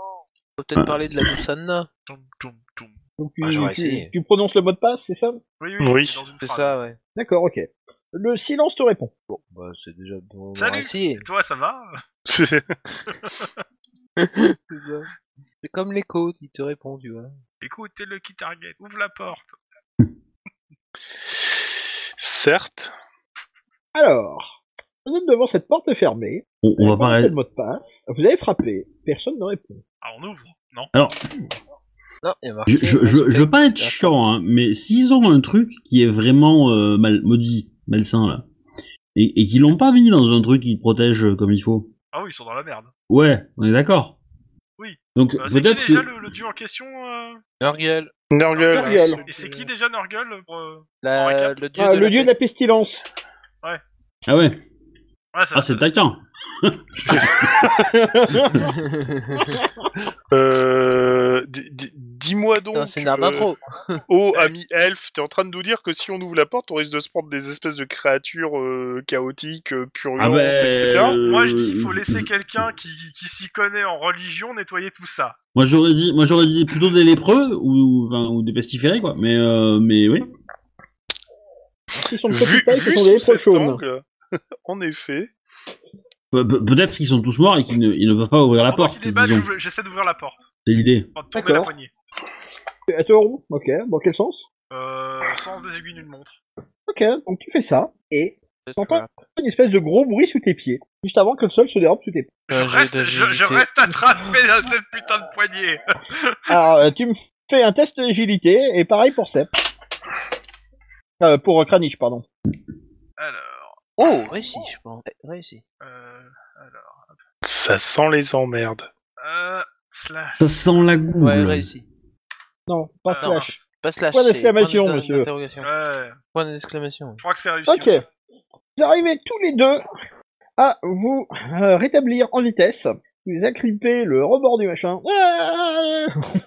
Faut peut-être parler de la Dosanna. Toum, toum, toum. Donc, tu, Ah, j'aurais tu- essayé. tu prononces le mot de passe, c'est ça Oui, Oui. dans une C'est phrase. ça, ouais. D'accord, ok. Le silence te répond. Bon, bah c'est déjà bon. Salut. Et toi, ça va C'est comme l'écho qui te répond, tu vois. Écoute, t'es le qui target, ouvre la porte. Certes. Alors, vous êtes devant cette porte fermée. On, on va vous avez prononcé pas. le mot de passe. Vous avez frappé. Personne ne répond. Ah, on ouvre Non Non, il y a marqué. Je, je, je, je veux pas être chiant, hein, mais s'ils ont un truc qui est vraiment euh, mal, maudit, malsain, là, et, et qu'ils l'ont pas mis dans un truc qui protège euh, comme il faut, Ah oui, ils sont dans la merde. ouais, on est d'accord. Oui. Donc Euh, c'est qui peut-être déjà que. le, le dieu en question euh Nurgle, Nurgle. Nurgle. hein, Et c'est celui- euh, qui déjà Nurgle pour, euh, la- On récap. le dieu Ah, de le la dieu de la pestilence. Ah ouais, ouais, ça- ah c'est taquin. peste. Euh, di- di- Dis-moi donc. euh, C'est un scénar d'intro. Oh, ami elf, t'es en train de nous dire que si on ouvre la porte, on risque de se prendre des espèces de créatures euh, chaotiques, euh, purulentes, ben, etc. euh, Moi, je dis, il faut je- laisser je- quelqu'un qui, qui s'y connaît en religion nettoyer tout ça. Moi j'aurais dit, moi j'aurais dit plutôt des lépreux ou, enfin, ou des pestiférés quoi, mais euh, mais oui. Ils sont de Vu, petite taille, ce vu sont des sous cet prochaunes. angle, en effet. Pe- pe- Peut-être qu'ils sont tous morts et qu'ils ne, ils ne peuvent pas ouvrir la Pendant porte. qu'ils débattent, disons. j'ouvre- j'essaie d'ouvrir la porte. C'est l'idée. Enfin, de tomber la D'accord. poignée. Elle te rond, ok. Dans quel sens Euh, sans des aiguilles d'une montre. Ok, donc tu fais ça, et une espèce de gros bruit sous tes pieds, juste avant que le sol se dérobe sous tes pieds. Je Un jet reste, je, je d'agilité. reste attrapé dans cette putain de poignée. Alors, euh, tu me fais un test d'agilité, et pareil pour Sep. Euh, pour euh, Kranich, pardon. Alors, Oh, réussi, je pense. Eh, Réussi. euh, alors, Ça sent les emmerdes. euh, slash. Ça sent la goule. Ouais, réussi. Non, pas Ah, slash. Pas slash. Hmm. Point c'est d'exclamation, point d'inter- monsieur. Ouais, d'interrogation. je Point d'exclamation. crois que c'est réussi. Ok. Vous arrivez tous les deux à vous euh, rétablir en vitesse. Vous agrippez le rebord du machin. Ah vous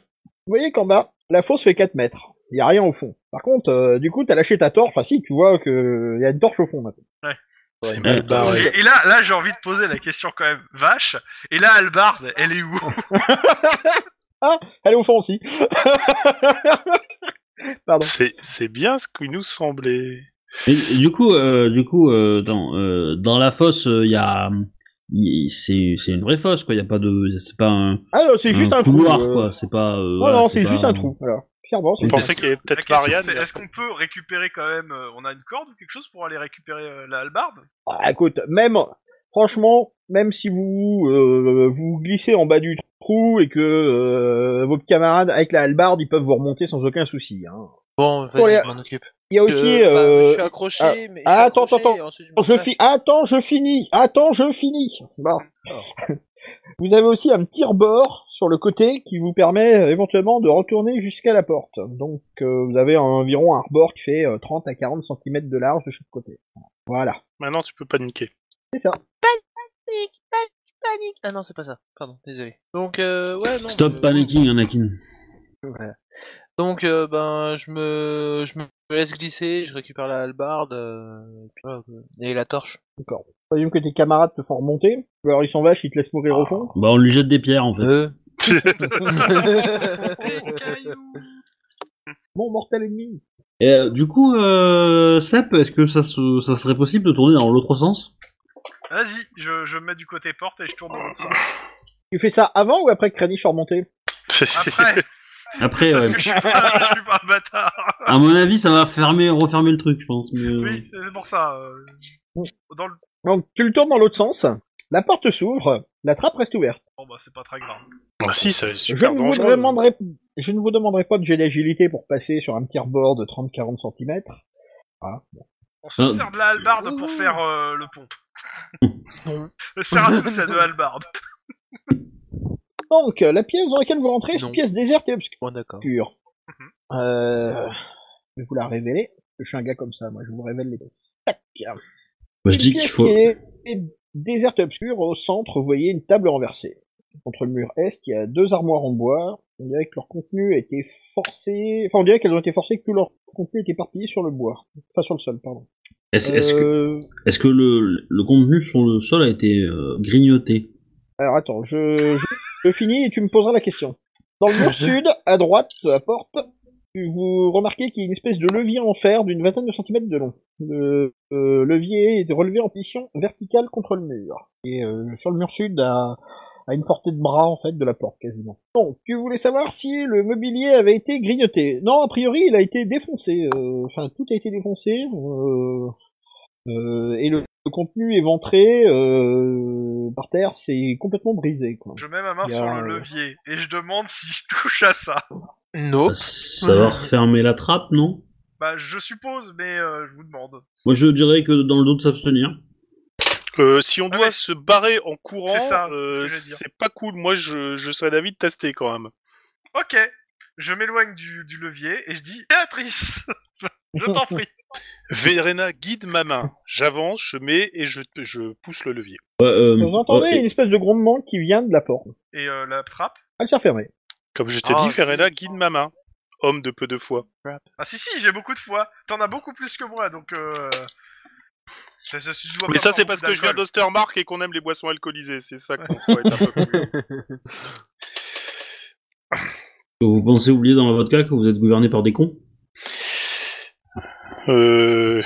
voyez qu'en bas, la fosse fait 4 mètres. Il y a rien au fond. Par contre, euh, du coup, t'as lâché ta torche. Enfin, si, tu vois que y a une torche au fond maintenant. C'est mal Eh ben, barré. Et, et là, là, j'ai envie de poser la question quand même vache. Et là, Albarde, elle est où Elle est au fond aussi. Pardon. C'est c'est bien ce qu'il nous semblait. Et, et du coup, euh, du coup, euh, dans, euh, dans la fosse, il y a, y- c'est, c'est une vraie fosse quoi. Il y a pas de, c'est pas un, Ah non, c'est juste un un trou. couloir euh. quoi. C'est pas. euh, Non, voilà, non, c'est pas- juste un trou. Voilà. Clairement, Je Oui, c'est pensais qu'il y avait peut-être Marianne. c'est mais- est-ce qu'on peut récupérer quand même euh, On a une corde ou quelque chose pour aller récupérer euh, la hallebarde Ah, écoute, même, franchement, même si vous euh, vous glissez en bas du trou et que euh, vos camarades avec la hallebarde, ils peuvent vous remonter sans aucun souci. Hein. Bon, Pour vas-y, les- je m'en occupe. Il y a aussi... Je- bah, euh, je suis accroché, ah, mais. ah, je suis attends, accroché, attends, et ensuite je me je place. fi- Attends, je finis Attends, je finis Bon. Vous avez aussi un petit rebord sur le côté qui vous permet euh, éventuellement de retourner jusqu'à la porte. Donc euh, vous avez environ un rebord qui fait euh, 30 à 40 cm de large de chaque côté. Voilà. Maintenant, tu peux paniquer. C'est ça. Panique, panique, panique. Ah non, c'est pas ça. Pardon, désolé. Donc, euh, ouais, non. Stop euh, panicking, Anakin. Voilà. Donc, euh, ben, je me, je me laisse glisser, je récupère la hallebarde euh, et, puis voilà, quoi. Et la torche. Voyons que tes camarades te font remonter. Alors ils sont vaches, ils te laissent Ah. mourir au fond. Bah, on lui jette des pierres, en fait. Euh. Des cailloux Bon, mortel ennemi. Et, euh, du coup, euh, Sep, est-ce que ça, se- ça serait possible de tourner dans l'autre sens Vas-y, je, je me mets du côté porte et je tourne dans l'autre sens. Tu fais ça avant ou après que Kranich soit remonté Après, Après, parce ouais. que je suis pas, je suis pas un bâtard. à mon avis, ça va fermer, refermer le truc, je pense. Mais, euh, Oui, c'est pour ça. euh, Dans le... Donc tu le tournes dans l'autre sens. La porte s'ouvre. La trappe reste ouverte. Bon bah c'est pas très grave. Ah si, ça va être Je super ne, vous dangereux. demanderai... je ne vous demanderai pas de jet d'agilité pour passer sur un petit rebord de 30-40 cm. On se Ah. sert de la hallebarde pour Ouh. faire euh, le pont. Non. Le sert à tout, c'est de hallebarde. Donc, euh, la pièce dans laquelle vous rentrez, c'est Non. une pièce déserte et obscure. Bon, d'accord. Euh... Je vais vous la révéler. Je suis un gars comme ça, moi, je vous révèle les pièces. Tac bah, je Une dis pièce qu'il faut. qui est- est déserte et obscure. Au centre, vous voyez une table renversée. Contre le mur est, il y a deux armoires en bois. On dirait que leur contenu a été forcé... Enfin, on dirait qu'elles ont été forcées, que tout leur contenu est éparpillé sur le bois. Enfin, sur le sol, pardon. Est-ce est-ce que, Euh, est-ce que le, le contenu sur le sol a été euh, grignoté Alors, attends, je... je... je finis et tu me poseras la question. Dans le mur sud, à droite, à porte, vous remarquez qu'il y a une espèce de levier en fer d'une vingtaine de centimètres de long. Le euh, levier est relevé en position verticale contre le mur. Et euh, sur le mur sud, à, à une portée de bras, en fait, de la porte, quasiment. Donc, tu voulais savoir si le mobilier avait été grignoté. Non, a priori, il a été défoncé. Euh, Enfin, tout a été défoncé. euh, euh, et le, le contenu éventré euh, par terre, c'est complètement brisé. Quoi. Je mets ma main Il y a sur un- le levier et je demande si je touche à ça. Oh. Nope. Ça va refermer la trappe, non Bah je suppose, mais euh, je vous demande. Moi, je dirais que dans le dos de s'abstenir. Euh, si on Ah, doit mais- se barrer en courant, C'est ça, euh, ce que j'allais dire. c'est pas cool. Moi, je, je serais d'avis de tester quand même. Ok, je m'éloigne du, du levier et je dis Béatrice, je t'en prie. Verena guide ma main. J'avance, je mets et je, je pousse le levier. Ouais, euh, Vous entendez ouais, une espèce de grondement qui vient de la porte. Ah, Et euh, la trappe Elle s'est refermée. Comme je t'ai Ah, dit, Verena guide ma main. Homme de peu de foi. Ah si si, j'ai beaucoup de foi. T'en as beaucoup plus que moi, donc. Euh... je- je- je dois Mais ça, faire c'est beaucoup parce que je viens d'alcool. d'Ostermark et qu'on aime les boissons alcoolisées. C'est ça qu'on faut être un peu plus. et- Vous pensez oublier dans votre cas que vous êtes gouverné par des cons Euh,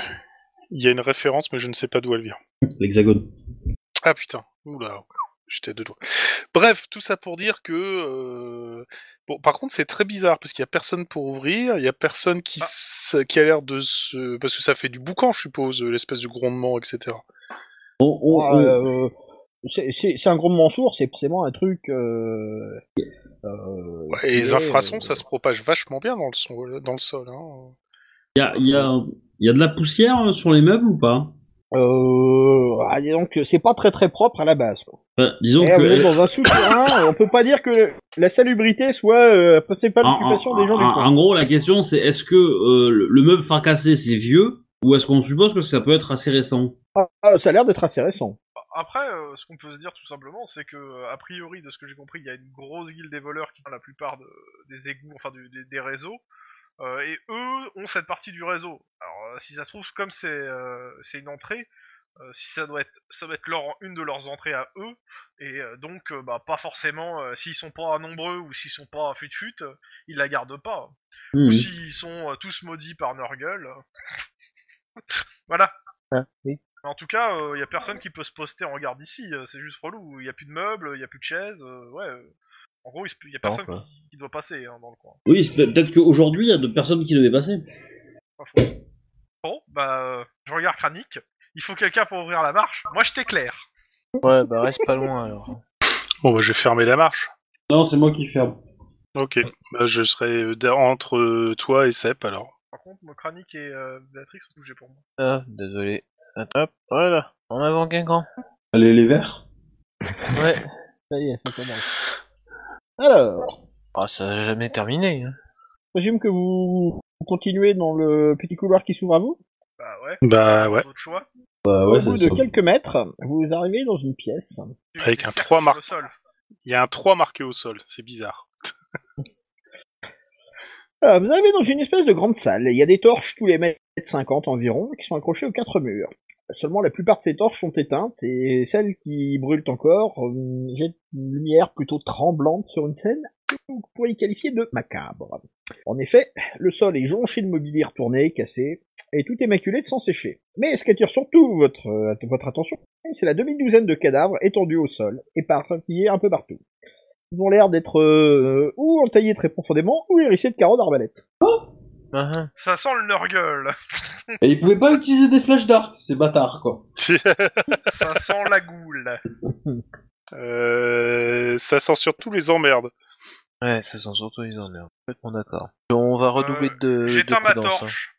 Il y a une référence, mais je ne sais pas d'où elle vient. L'Hexagone. Ah putain, oula, j'étais à deux doigts. Bref, tout ça pour dire que. euh, Bon, par contre, c'est très bizarre parce qu'il y a personne pour ouvrir, il y a personne qui, Ah. s- qui a l'air de se. Parce que ça fait du boucan, je suppose, euh, l'espèce de grondement, etc. On- on- on- Euh, c'est- c'est c'est un grondement sourd, c'est forcément un truc. Euh, euh, Ouais, qui et les est, infrasons, euh, ça se propage vachement bien dans le, son- dans le sol. Hein. Il y a, y, a, y a de la poussière euh, sur les meubles ou pas Euh, ah, dis donc c'est pas très très propre à la base. Quoi. Enfin, Disons Eh, que. euh, on est dans un souterrain, on peut pas dire que la salubrité soit euh, principale en, occupation des gens en- du en- en coin. gros, la question c'est est-ce que euh, le le meuble fracassé c'est vieux ou est-ce qu'on suppose que ça peut être assez récent Ah, ah, ça a l'air d'être assez récent. Après, euh, ce qu'on peut se dire tout simplement, c'est que, euh, a priori, de ce que j'ai compris, il y a une grosse guilde des voleurs qui prend la plupart de- des égouts, enfin du- des, des réseaux, euh, et eux ont cette partie du réseau. Alors, euh, si ça se trouve, comme c'est euh, c'est une entrée, euh, si ça doit être, ça doit être leur, une de leurs entrées à eux, et euh, donc, euh, bah, pas forcément, euh, s'ils sont pas nombreux ou s'ils sont pas fut-fut, euh, ils la gardent pas. Hmm. Mhm. Ou s'ils sont euh, tous maudits par Nurgle. euh. voilà. Ah, oui. En tout cas, il y a personne qui peut se poster en garde ici. euh, c'est juste relou. Il y a plus de meubles, il y a plus de chaises. euh, ouais. euh. En gros, il se peut- il y a personne quoi. qui, qui doit passer hein, dans le coin. Oui, c'est peut- peut-être qu'aujourd'hui, il y a de personnes qui devaient passer. Pas faux. Bon, bah, euh, je regarde Kranik. Il faut quelqu'un pour ouvrir la marche. Moi, je t'éclaire. Ouais, bah reste pas loin alors. Bon, bah, je vais fermer la marche. Non, c'est moi qui ferme. Ok. Bah, je serai euh, d- entre euh, toi et Sep, alors. Par contre, moi, Kranik et euh, Béatrix sont bougés pour moi. Ah, désolé. Attends, hop, voilà. En avant, Guingamp. Allez, les verts Ouais. Ça y est, ça commence. Alors, Ah, ça a jamais terminé. hein. j'imagine que vous vous continuez dans le petit couloir qui s'ouvre à vous. Bah ouais, Bah, ouais. d'autres choix. Bah Au ouais, ça bout me de semble. quelques mètres, vous arrivez dans une pièce. J'ai Avec des un cercles trois sur marques. le sol. Il y a un 3 marqué au sol. C'est bizarre. Euh, vous arrivez dans une espèce de grande salle. Il y a des torches tous les mètres 50 environ qui sont accrochées aux quatre murs. Seulement la plupart de ces torches sont éteintes et celles qui brûlent encore euh, jettent une lumière plutôt tremblante sur une scène que vous pourriez qualifier de macabre. En effet, le sol est jonché de mobilier retourné, cassé, et tout est maculé de sang séché. Mais ce qui attire surtout votre, euh, votre attention, c'est la demi-douzaine de cadavres étendus au sol et éparpillés un peu partout. Ils ont l'air d'être euh, ou entaillés très profondément ou hérissés de carreaux d'arbalète. Ah, ah. Ça sent le nurgle. Et ils pouvaient pas utiliser des flèches d'arc, ces bâtards, quoi. Ça sent la goule. Euh, ça sent surtout les emmerdes. Ouais, ça sent surtout les emmerdes. Complètement d'accord. On va redoubler de. J'éteins de ma prudence, hein. torche.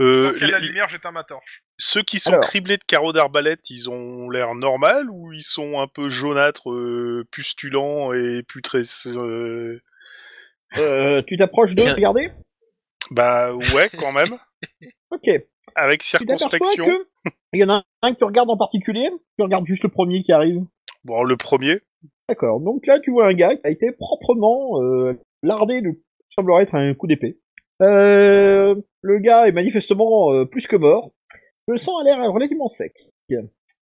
Euh, Tant qu'il y a de la les- lumière, j'éteins ma torche. Ceux qui sont Alors. criblés de carreaux d'arbalète, ils ont l'air normal ou ils sont un peu jaunâtres, euh, pustulents et putresse euh, Euh, tu t'approches d'eux, Tiens. regardez. Bah ouais, quand même. Ok. Avec Tu t'aperçois circonspection. que il y en a un que tu regardes en particulier. Tu regardes juste le premier qui arrive. Bon, le premier. D'accord. Donc là, tu vois un gars qui a été proprement euh, lardé de ce qui semblerait être un coup d'épée. Euh, le gars est manifestement euh, plus que mort. Le sang a l'air relativement sec.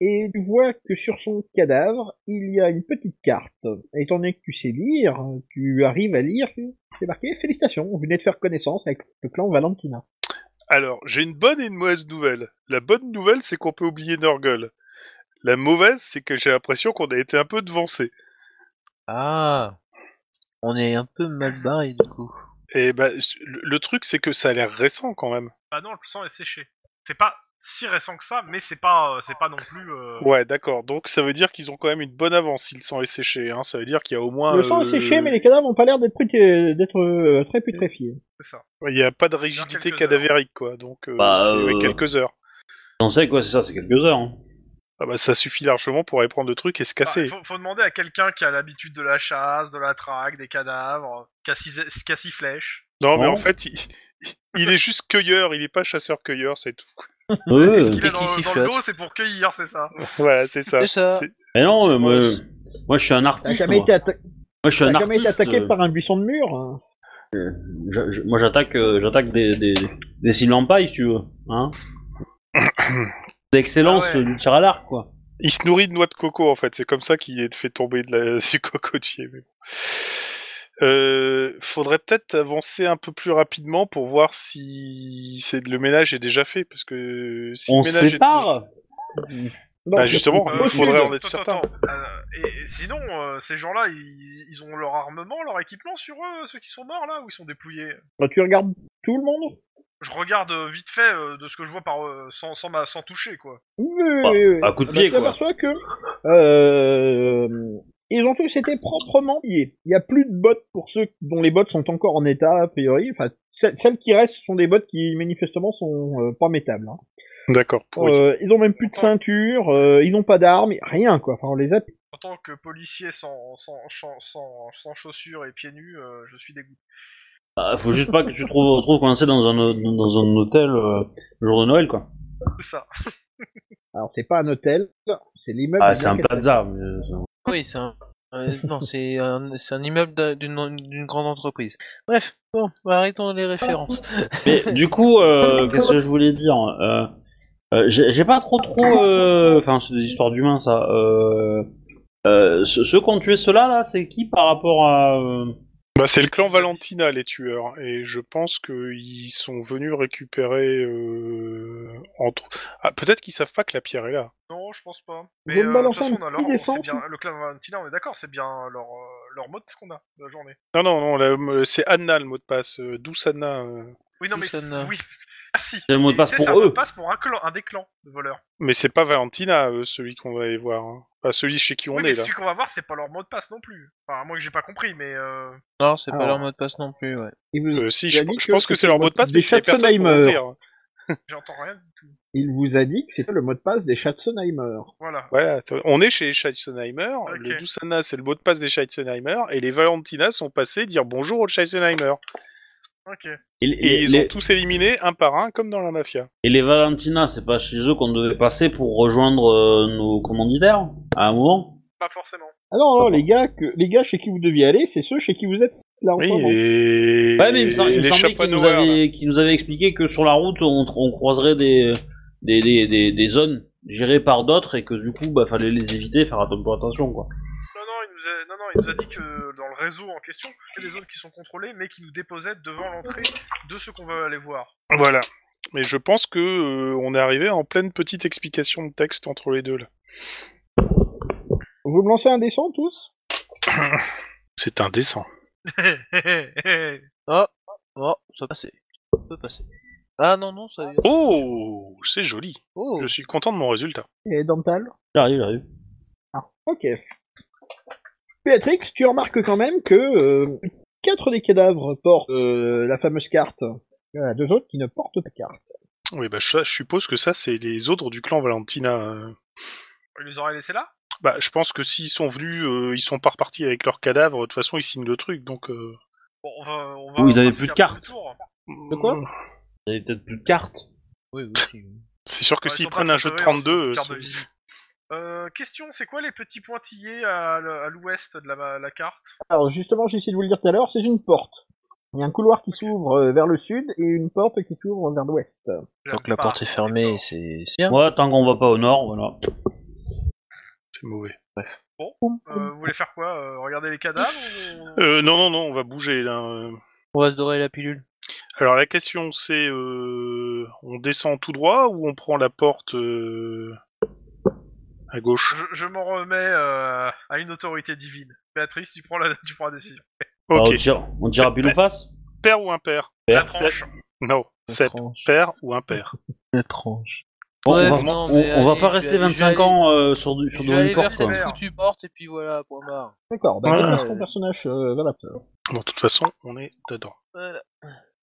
Et tu vois que sur son cadavre, il y a une petite carte. Étant donné que tu sais lire, tu arrives à lire, c'est marqué Félicitations, vous venez de faire connaissance avec le clan Valentina. Alors, j'ai une bonne et une mauvaise nouvelle. La bonne nouvelle, c'est qu'on peut oublier Nurgle. La mauvaise, c'est que j'ai l'impression qu'on a été un peu devancé. Ah. On est un peu mal barré du coup. Et bah, le le truc, c'est que ça a l'air récent quand même. Bah non, le sang est séché. C'est pas si récent que ça, mais c'est pas, euh, c'est pas non plus. euh, Ouais, d'accord. Donc ça veut dire qu'ils ont quand même une bonne avance s'ils sont séchés. Hein. Ça veut dire qu'il y a au Ah, moins. Le sang euh, est séché, mais les cadavres n'ont pas l'air d'être putré- d'être euh, très putréfiés. C'est ça. Il n'y a pas de Dans rigidité quelques cadavérique, quoi. Donc, euh, Bah, c'est euh, avec quelques heures. J'en sais quoi, c'est ça, c'est quelques heures. hein. Ah bah, ça suffit largement pour aller prendre le truc et se Ah, casser. faut, faut demander à quelqu'un qui a l'habitude de la chasse, de la traque, des cadavres, qui a six, qui a six flèches. Non, mais Non. en fait, il, il est juste cueilleur, il n'est pas chasseur-cueilleur, c'est tout. Ouais, ouais. Ce qu'il Et a dans, qui s'y dans le dos, flotte. c'est pour cueillir, c'est ça. voilà, c'est ça. C'est ça. C'est- Mais non, euh, moi, pense. moi, je suis un T'as artiste. jamais, Moi. été, atta- Moi, je suis t'as un jamais été artiste. attaqué euh, par un buisson de mur hein je- je- moi, j'attaque, euh, j'attaque des des des Silent Pie, si tu veux, hein. D'excellence Ah ouais. euh, du tir à l'arc, quoi. Il se nourrit de noix de coco, en fait. C'est comme ça qu'il est fait tomber de la... du cocotier. Mais bon. Euh, faudrait peut-être avancer un peu plus rapidement pour voir si c'est le ménage est déjà fait parce que si On le se ménage est- sépare. Donc, Bah, justement, au il sud, faudrait en être Euh, attends, certain. attends, euh, et, et sinon, euh, ces gens-là, ils, ils ont leur armement, leur équipement sur eux, ceux qui sont morts là, ou ils sont dépouillés quand tu regardes tout le monde Je regarde euh, vite fait euh, de ce que je vois par euh, sans, sans, ma- sans toucher quoi. Oui, oui, Bah, oui, oui. à coup de Bah, pied, Tu quoi. t'aperçois que euh, ils ont tous été proprement liés. Il n'y a plus de bottes pour ceux dont les bottes sont encore en état a priori. Enfin, ce- celles qui restent sont des bottes qui manifestement sont euh, pas métables. hein. D'accord. pourri. Euh, ils ont même plus de ceinture, euh, ils n'ont pas d'armes, rien quoi. Enfin, on les a En tant que policier sans, sans, sans, sans, sans chaussures et pieds nus, euh, je suis dégoûté. Bah, faut juste pas que tu trouves, trouves qu'on essaie dans un o- dans un hôtel euh, le jour de Noël, quoi. C'est ça. Alors c'est pas un hôtel, c'est l'immeuble. Ah, de c'est un Mercatel. plaza. mais, euh, c'est- Oui, c'est un. euh, non, c'est un, c'est un immeuble d'un- d'une d'une grande entreprise. Bref, bon, bah, arrêtons les références. Mais du coup, euh, qu'est-ce que je voulais dire Euh, euh, J'ai j'ai pas trop trop. euh, Enfin, c'est des histoires d'humains, ça. Euh, euh, ceux ceux qui ont tué ceux-là, là, c'est qui par rapport à. euh, Bah, c'est le clan Valentina, les tueurs, et je pense qu'ils sont venus récupérer. euh, entre... Ah, peut-être qu'ils savent pas que la pierre est là. Non, je pense pas. euh, Vous me de toute balancez un façon, on a petit leur- c'est dessin, bien- le clan Valentina, on est d'accord, c'est bien leur, euh, leur mot de passe qu'on a de la journée. Non, non, non, la- euh, c'est Anna le mot de passe. euh, Douce Anna. euh. Oui, non, mais. Personne n'a- Oui, merci. C'est un mot de Et passe c'est- pour c'est un mot eux. de passe pour un, clan, un des clans de voleurs. Mais c'est pas Valentina, euh, celui qu'on va aller voir. hein. Enfin, celui chez qui on oui, mais est, là. celui qu'on va voir, c'est pas leur mot de passe non plus. Enfin, à moins que j'ai pas compris, mais. Euh... Non, c'est Alors. pas leur mot de passe non plus, ouais. Il vous, Euh, si, il je, a dit je que pense que c'est c'était leur le mot de passe, des mais il y a personne pour Schatzenheimer. ouvrir. J'entends rien du tout. il vous a dit que c'était le mot de passe des Schatzenheimer. Voilà. Voilà, t- on est chez Scheisenheimer. Ok. Le Doussana, c'est le mot de passe des Scheisenheimer. Et les Valentina sont passés dire bonjour aux Scheisenheimer. Ok. Et, Et les- ils les- ont tous éliminés, un par un, comme dans la mafia. et les Valentina, c'est pas chez eux qu'on devait passer pour rejoindre euh, nos commanditaires à un moment Pas forcément. Ah non, non, les gars, que, les gars chez qui vous deviez aller, c'est ceux chez qui vous êtes là en Oui, ce moment. et... Ouais, mais il me, sem- il me les semblait chapeaux qu'ils nous, noirs, là. avaient- qu'ils nous avaient expliqué que sur la route, on, on croiserait des, des, des, des, des zones gérées par d'autres et que du coup, bah, fallait les éviter, faire un peu attention, quoi. Non, non, il nous a, non, non, il nous a dit que dans le réseau en question, il y a des zones qui sont contrôlées, mais qui nous déposaient devant l'entrée de ce qu'on va aller voir. Voilà. Mais je pense que euh, on est arrivé en pleine petite explication de texte entre les deux là. Vous me lancez un dessin tous C'est indécent. Eh, J'ai Oh, ça passait. Ça peut passer. Ah non, non, ça. Oh, c'est joli. Oh, Je suis content de mon résultat. Et Dental J'arrive, j'arrive. Ah, ok. Béatrix, tu remarques quand même que euh, quatre des cadavres portent euh, la fameuse carte. Il y en a deux autres qui ne portent pas de carte. Oui, bah ça, je suppose que ça, c'est les ordres du clan Valentina. euh. Ils les auraient laissés là Bah, je pense que s'ils sont venus, euh, ils sont pas repartis avec leurs cadavres. De toute façon, ils signent le truc, donc. euh, Bon, on va, on va Ou ils avaient partir plus de à cartes. ce tour. De quoi Il y avait peut-être plus de cartes. oui, oui, si, oui. C'est sûr que Ouais, ils s'ils sont prennent pas un jeu de très heureux, 32, ils ont une carte euh, de visite. Euh, question, c'est quoi les petits pointillés à, l- à l'ouest de la, la carte Alors justement, j'ai essayé de vous le dire tout à l'heure, c'est une porte. Il y a un couloir qui s'ouvre euh, vers le sud et une porte qui s'ouvre vers l'ouest. Donc la Bah, porte est fermée, c'est c'est bien. Ouais, tant qu'on va pas au nord, voilà. c'est mauvais. euh, vous voulez faire quoi euh, Regarder les cadavres ou- Euh, non, non, non, on va bouger là. euh. On va se dorer la pilule. Alors la question, c'est, euh, on descend tout droit ou on prend la porte euh, à gauche Je, je m'en remets euh, à une autorité divine. Béatrice, tu prends la, tu prends la décision. Bah, Ok. on tire, on tire à pile ou face Pair ou impair La Père. tranche. Non. La Sept. tranche. Pair ou impair La tranche. Bon, Ouais, on va, non, on- mais on va allez, pas je vais rester aller- 25 je vais ans euh, sur, du- sur Je vais dans une aller vers porte. cette quoi. quoi. foutue porte et puis voilà, point barre. D'accord, bah, Voilà. déplace ton personnage euh, vers la porte. Bon, de toute façon, on est dedans.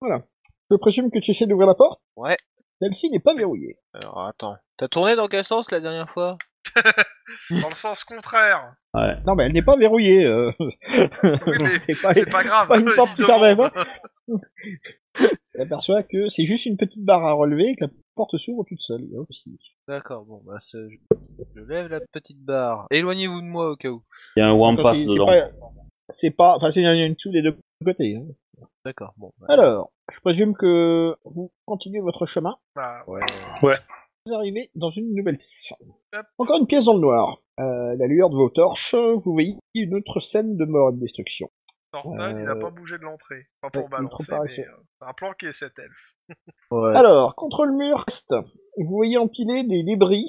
Voilà. Je présume que tu essaies d'ouvrir la porte Ouais. Celle-ci n'est pas verrouillée. Alors attends, t'as tourné dans quel sens la dernière fois Dans le sens contraire. Ouais. Non mais elle n'est pas verrouillée. euh. Oui, mais c'est pas... c'est pas grave. bah, pas une porte qui ferme à la Évidemment. Elle aperçoit que c'est juste une petite barre à relever et que la porte s'ouvre toute seule. Il y a aussi- D'accord, bon bah c'est- je... je lève la petite barre. Éloignez-vous de moi au cas où. Il y a un one Enfin, pass c'est- c'est dedans. pas- C'est pas... Enfin, c'est il y en a une dessous des deux côtés. hein. D'accord, bon. bah, Alors, je présume que vous continuez votre chemin. Bah, Ouais. Vous arrivez dans une nouvelle pièce. Hop. Encore une pièce dans le noir. Euh, la lueur de vos torches, vous voyez une autre scène de mort et de destruction. Thornton, Euh, il a pas bougé de l'entrée. Pas pour ouais, balancer, il me mais euh, c'est un plan qui est cet elfe. Ouais. Alors, contre le mur, est, vous voyez empiler des débris.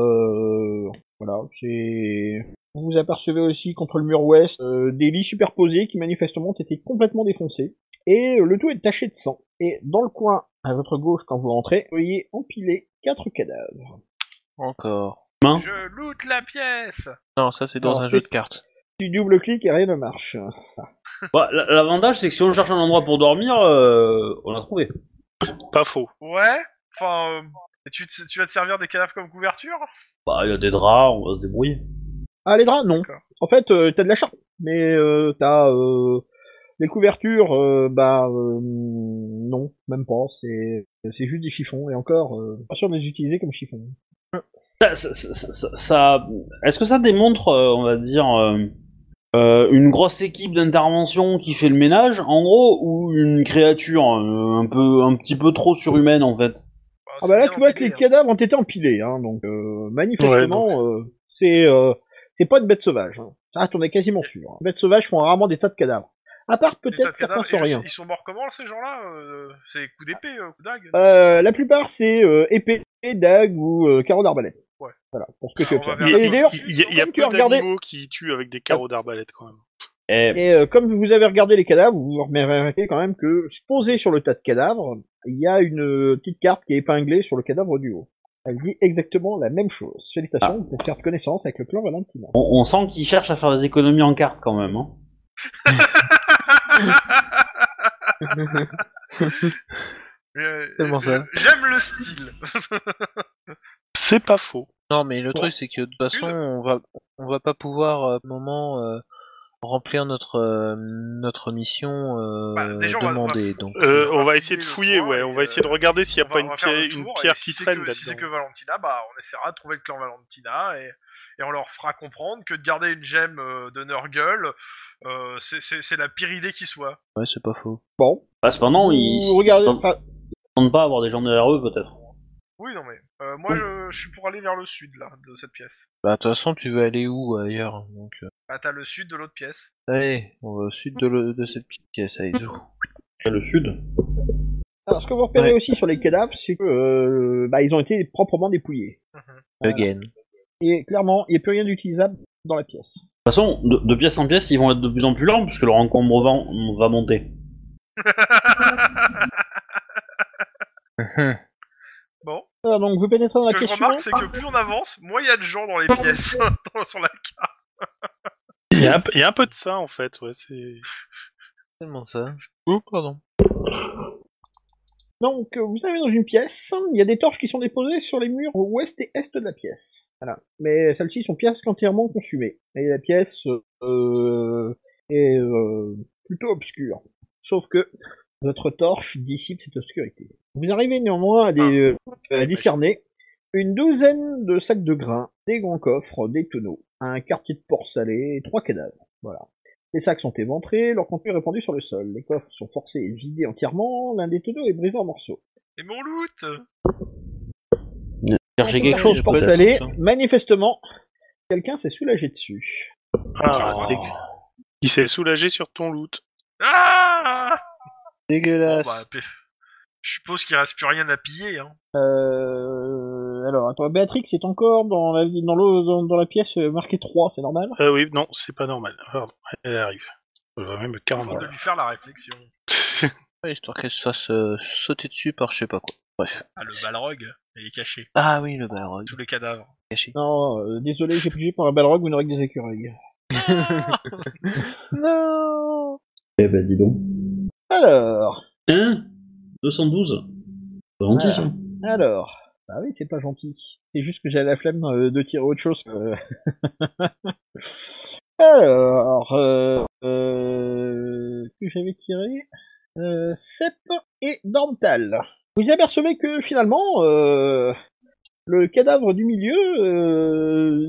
Euh, voilà, c'est... Vous vous apercevez aussi contre le mur ouest euh, des lits superposés qui manifestement étaient complètement défoncés. Et euh, le tout est taché de sang. Et dans le coin, à votre gauche, quand vous rentrez, vous voyez empiler quatre cadavres. Encore. Main. Je loot la pièce Non, ça c'est dans Alors, un jeu qu'est-ce- de cartes. Tu double-cliques et rien ne marche. Bah, l- L'avantage, c'est que si on cherche un endroit pour dormir, euh, on l'a trouvé. Pas faux. Ouais Enfin, euh, et tu, te- tu vas te servir des cadavres comme couverture Bah, il y a des draps, on va se débrouiller. Ah, les draps, non. D'accord. En fait, euh, t'as de la charpe, mais euh, t'as euh, les couvertures, euh, bah euh, non, même pas. C'est c'est juste des chiffons et encore, euh, pas sûr de les utiliser comme chiffons. Ça, ça- ça- ça- ça- Est-ce que ça démontre, euh, on va dire, euh, euh, une grosse équipe d'intervention qui fait le ménage, en gros, ou une créature euh, un peu, un petit peu trop surhumaine, en fait Ah bah là, c'est tu bien vois que les empilé, hein. cadavres ont été empilés, hein, donc euh, manifestement, euh, c'est euh, c'est pas une bête sauvage. Hein. Ah, t'en es quasiment sûr. hein. Les bêtes sauvages font rarement des tas de cadavres. À part Les tas de peut-être certains cadavres, et je- sauriens. Ils sont morts comment ces gens-là Euh, C'est coup d'épée, euh, coup dague Euh, la plupart, c'est euh, épée, dague ou euh, carreau d'arbalète. Ouais. Voilà, pour ce que tu Alors, as. on va Il y a, vers Et d'ailleurs, il y a- il y a comme tu as peu regardé- d'animaux qui tuent avec des carreaux d'arbalète quand même. Eh, Et euh, comme vous avez regardé les cadavres, vous remarquez quand même que posé sur le tas de cadavres, il y a une euh, petite carte qui est épinglée sur le cadavre du haut. Elle dit exactement la même chose. Félicitations, vous pouvez faire connaissance avec le clan Valentina. on, on sent qu'ils cherchent à faire des économies en cartes quand même. Hein. Euh, Tellement ça. euh, J'aime le style. C'est pas faux. Non, mais le truc, c'est que de toute façon, on va, on va pas pouvoir, à un moment, euh, remplir notre, euh, notre mission euh, Bah, déjà, on va- demandée. on va- donc, Euh, on va va essayer de fouiller fouiller, le coin ouais. et, On va euh, essayer de regarder s'il n'y a On pas va une, refaire le pierre- une tour, et pierre si qui c'est traîne que- Si c'est que là-dedans. Valentina, bah on essaiera de trouver le clan Valentina et, et on leur fera comprendre que de garder une gemme euh, de Nurgle, euh, c'est- c'est c'est la pire idée qui soit. ouais, c'est pas faux. Bon, Bah, cependant, ils vous regardez, ils enfin, s'attendent pas à avoir des gens derrière eux peut-être. Oui, non mais euh, moi je, je suis pour aller vers le sud là de cette pièce. Bah, de toute façon, tu veux aller où ailleurs donc, euh, Bah t'as le sud de l'autre pièce. Allez, on va au sud de, le- de cette petite pièce. Allez, zou. Le sud. alors, ce que vous repérez Ouais. aussi sur les cadavres, c'est que euh, bah, ils ont été proprement dépouillés. Again. Et clairement, il n'y a plus rien d'utilisable dans la pièce. De toute façon, de, de pièce en pièce, ils vont être de plus en plus lents puisque leur encombrement va, va monter. Bon, Alors, donc vous pénétrez dans ce la que je pièce remarque suivante. c'est que plus on avance, moins il y a de gens dans les pièces dans- sur la carte. Il y, a un peu- il y a un peu de ça en fait, ouais. C'est Tellement ça. Oh, pardon. Donc, euh, vous arrivez dans une pièce, il y a des torches qui sont déposées sur les murs ouest et est de la pièce. Voilà. Mais celles-ci sont presque entièrement consumées. Et la pièce euh, est euh, plutôt obscure. Sauf que votre torche dissipe cette obscurité. Vous arrivez néanmoins à, des- euh, à discerner une douzaine de sacs de grains, des grands coffres, des tonneaux, un quartier de porc salé, et trois cadavres. Voilà. Les sacs sont éventrés, leur contenu est répandu sur le sol. Les coffres sont forcés et vidés entièrement, l'un des tonneaux est brisé en morceaux. Et mon loot Chercher quelque Ah, chose j'ai pas pour de peut-être. salé. doute, hein. Bah, Manifestement, quelqu'un s'est soulagé dessus. ah, dé- il s'est soulagé sur ton loot. Ah Bon, Dégueulasse. bah, pef. Je suppose qu'il reste plus rien à piller. Hein. Euh... Alors, attends, Béatrix est encore dans la, dans l'eau- dans, dans la pièce euh, marquée 3, c'est normal Ah oui, non, c'est pas normal. Pardon, elle arrive. Elle va même Faut carrément. de lui faire la réflexion. Ouais, bah, histoire qu'elle se fasse euh, sauter dessus par je sais pas quoi. Bref. Ah le balrog, il est caché Ah oui, le barrog. sous les cadavres. Caché. Non, euh, désolé, j'ai pigé pour un balrog ou une règle des écureuils. Non Eh ben dis donc. Alors, Hein 212 Pas gentil Ouais. ça. alors... Bah oui, c'est pas gentil. C'est juste que j'avais la flemme euh, de tirer autre chose. euh. alors, euh... euh, que j'avais tiré... euh, Sep et Dormtal. Vous apercevez que finalement, euh, le cadavre du milieu, euh,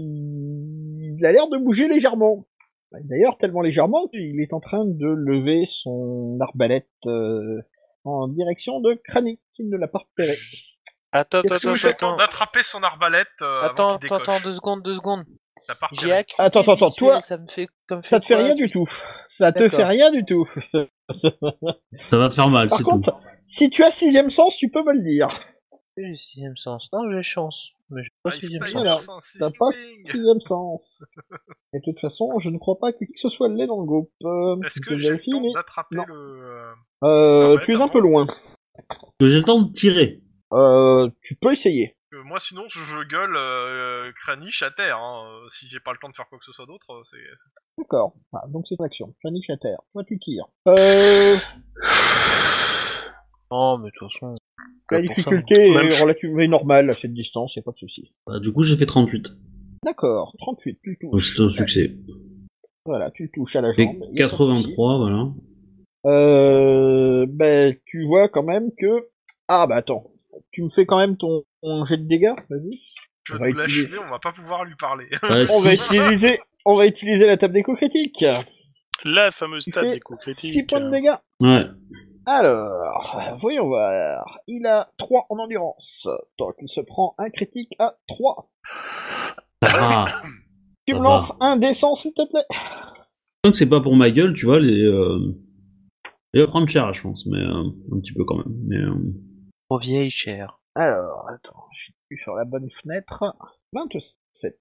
il a l'air de bouger légèrement. D'ailleurs, tellement légèrement qu'il est en train de lever son arbalète euh, en direction de Kranich, qui ne l'a pas repéré. Attends, Qu'est-ce attends, que Sous attends, vous le faites attends. temps d'attraper son arbalète euh, Attends, avant qu'il attends, décoche. attends, deux secondes, deux secondes. Ça part J'ai acquis Attends, attends, attends, visuel, toi- Ça me fait, ça me fait, Ça te fait quoi rien du tout. Ça te D'accord. fait rien du tout. Ça va te faire mal, Par c'est tout. contre, si tu as sixième sens, tu peux me le dire. J'ai le sixième sens. Non, j'ai chance. Mais j'ai pas Ah, le il sixième se sens. alors, passe un six t'as pas- sting. Sixième sens. Et de toute façon, je ne crois pas que qui que ce soit l'est dans le groupe. Euh, Est-ce je que j'ai le vérifie, temps mais- d'attraper non. le... euh, Euh, Ah ouais, tu es un pardon. peu loin. Que j'ai le temps de tirer. Euh, tu peux essayer. que euh, moi sinon je, je gueule euh, Kranich à terre, hein. Euh, si j'ai pas le temps de faire quoi que ce soit d'autre, euh, c'est... D'accord. Ah, donc c'est une action. Panique à terre. Toi tu tires. Euh, Non, mais de toute façon. la pas pour ça. difficulté Même est chose. relativement normale à cette distance, y a pas de souci. Bah, du coup, j'ai fait 38. D'accord. 38, tu le Donc touches. c'est un succès. Voilà, tu le touches à la J'ai jambe. y a pas de souci. 83, voilà. Euh, ben tu vois quand même que. Ah bah attends. Tu me fais quand même ton, ton jet de dégâts, vas-y. Je On vais va nous lâcher, utiliser ça. on va pas pouvoir lui parler. Ouais, On va six. utiliser, on va utiliser la table des coups critiques. La fameuse Tu table fais des coups critiques. 6 points de dégâts. Ouais. Alors, voyons voir. Il a 3 en endurance. Donc il se prend un critique à 3. Ça va. Tu Ça me va. lances un dessin, s'il te plaît. Tant que c'est pas pour ma gueule, tu vois, les. Euh... Il va prendre cher, je pense, mais euh, un petit peu quand même. Mais, euh, Trop vieille, chère. Alors, attends, je suis sur la bonne fenêtre. 27.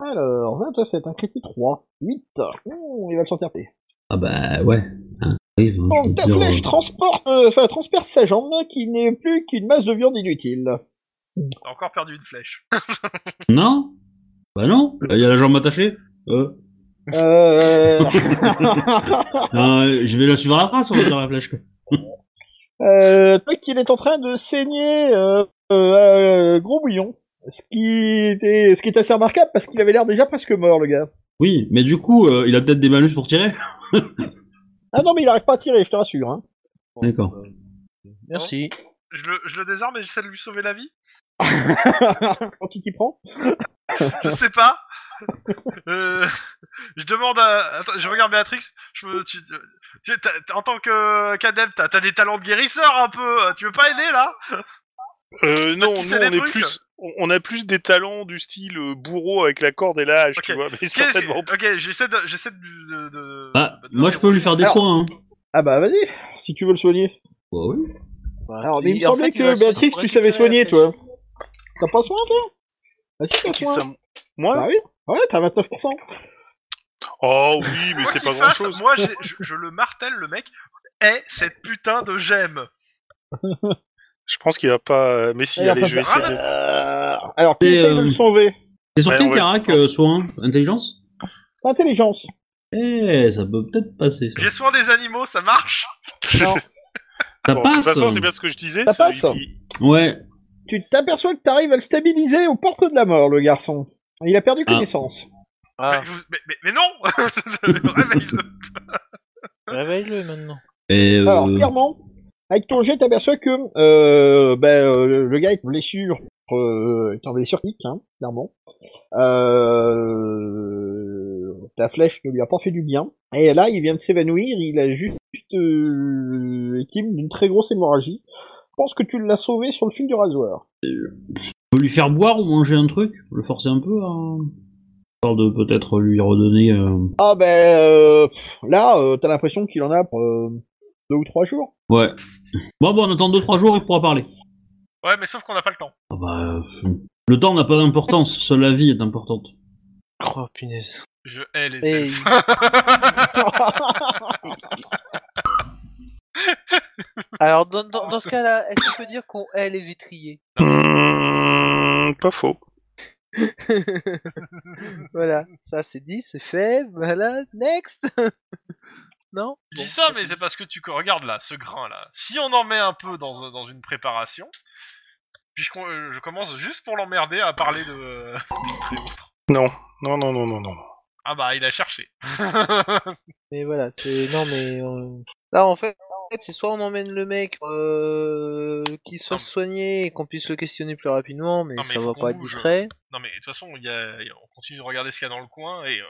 Alors, 27, un critique 3. 8. Ouh, il va le sentir taper. Ah bah ouais. hein, arrive, hein, je Donc veux Oh, ta dire, flèche euh, transporte, euh, enfin, transperce sa jambe qui n'est plus qu'une masse de viande inutile. T'as encore perdu une flèche. euh, Non Bah non Il y a la jambe attachée euh. Euh... Euh, Je vais la suivre à la trace, on va dire la flèche. quoi. euh, toi qu'il est en train de saigner euh, euh, euh, gros bouillon. Ce qui, était, ce qui est assez remarquable parce qu'il avait l'air déjà presque mort le gars. Oui, mais du coup, euh, il a peut-être des malus pour tirer Ah non mais il arrive pas à tirer, je te rassure. Hein. D'accord. euh, Merci. Je le, je le désarme et j'essaie de lui sauver la vie Quand tu t'y prends Je sais pas. Euh, je demande à. Attends, je regarde Béatrix. Je me, tu, tu- tu- t'as- t'as- en tant que qu'adepte, t'as t'as des talents de guérisseur un peu. Tu veux pas aider là Euh, non, Ah, tu nous, sais on, des est trucs euh. plus, on on a plus des talents du style euh, bourreau avec la corde et la hache, tu Ok. vois, mais Ok, certainement pas. Ok, j'essaie de. J'essaie de, de, de- Bah, de- moi je peux lui faire des Alors- soins. Hein. Ah bah vas-y, si tu veux le soigner. Bah oui. Alors mais il me en semblait fait, il va que se soigner Béatrix pour tu savais récupérer soigner la toi. T'as pas soin toi Bah si t'as Qui soin. ça, Moi Bah oui, ouais t'as 29%. Oh oui, mais Quoi c'est qu'il pas grand fasse, chose. Moi, j'ai- je, je le martèle, le mec. Eh, cette putain de gemme. Je pense qu'il va pas. euh, Mais si, Il va allez, pas je vais faire- essayer. de- Euh, Alors qui Et, essaye de euh, le sauver C'est sur Ouais, on quel va essayer. carac, euh, soin Intelligence Intelligence. Eh, ça peut peut-être passer. ça. J'ai soin des animaux, ça marche Ça Bon, de toute passe euh. façon, c'est bien ce que je disais. Ça c'est- passe. il- Ouais. Tu t'aperçois que t'arrives à le stabiliser aux portes de la mort, le garçon. Il a perdu Ah. connaissance. Ah, mais, vous- mais- mais- mais non Réveille-le. réveille-le maintenant. Et, euh, Alors, clairement, avec ton jet, t'aperçois que euh, ben, euh, le- le gars est en blessure, euh, est en blessure kick, hein, clairement. Euh, ta flèche ne lui a pas fait du bien. Et là, il vient de s'évanouir, il a juste euh, équipe d'une très grosse hémorragie. Je pense que tu l'as sauvé sur le fil du rasoir. on peut lui faire boire ou manger un truc Le forcer un peu à... Histoire de peut-être lui redonner... euh, Ah ben, euh, pff, là, euh, t'as l'impression qu'il en a pour euh, deux ou trois jours. Ouais. Bon, bon, on attend 2-3 jours, il pourra parler. Ouais, mais sauf qu'on n'a pas le temps. Ah bah, euh, le temps n'a pas d'importance, seule la vie est importante. Oh punaise. Je hais les Et elfes. Alors, dans, dans, dans ce cas-là, est-ce qu'on peut dire qu'on hait les vitriers Hmm, Pas faux. Voilà, ça c'est dit, c'est fait, voilà, next Non Je Bon. dis ça, mais c'est parce que tu regardes là, ce grain là. Si on en met un peu dans, dans une préparation, puis je, com- euh, je commence juste pour l'emmerder à parler de. de l'autre. Non, non, non, non, non, non. ah bah, il a cherché. Mais voilà, c'est. Non, mais. euh, Là, en fait, en fait, c'est soit on emmène le mec euh, qu'il soit Non, mais- soigné et qu'on puisse le questionner plus rapidement, mais, Non, mais ça faut va qu'on pas être bouge. discret. Non mais de toute façon, il y a- il y a- on continue de regarder ce qu'il y a dans le coin et. euh,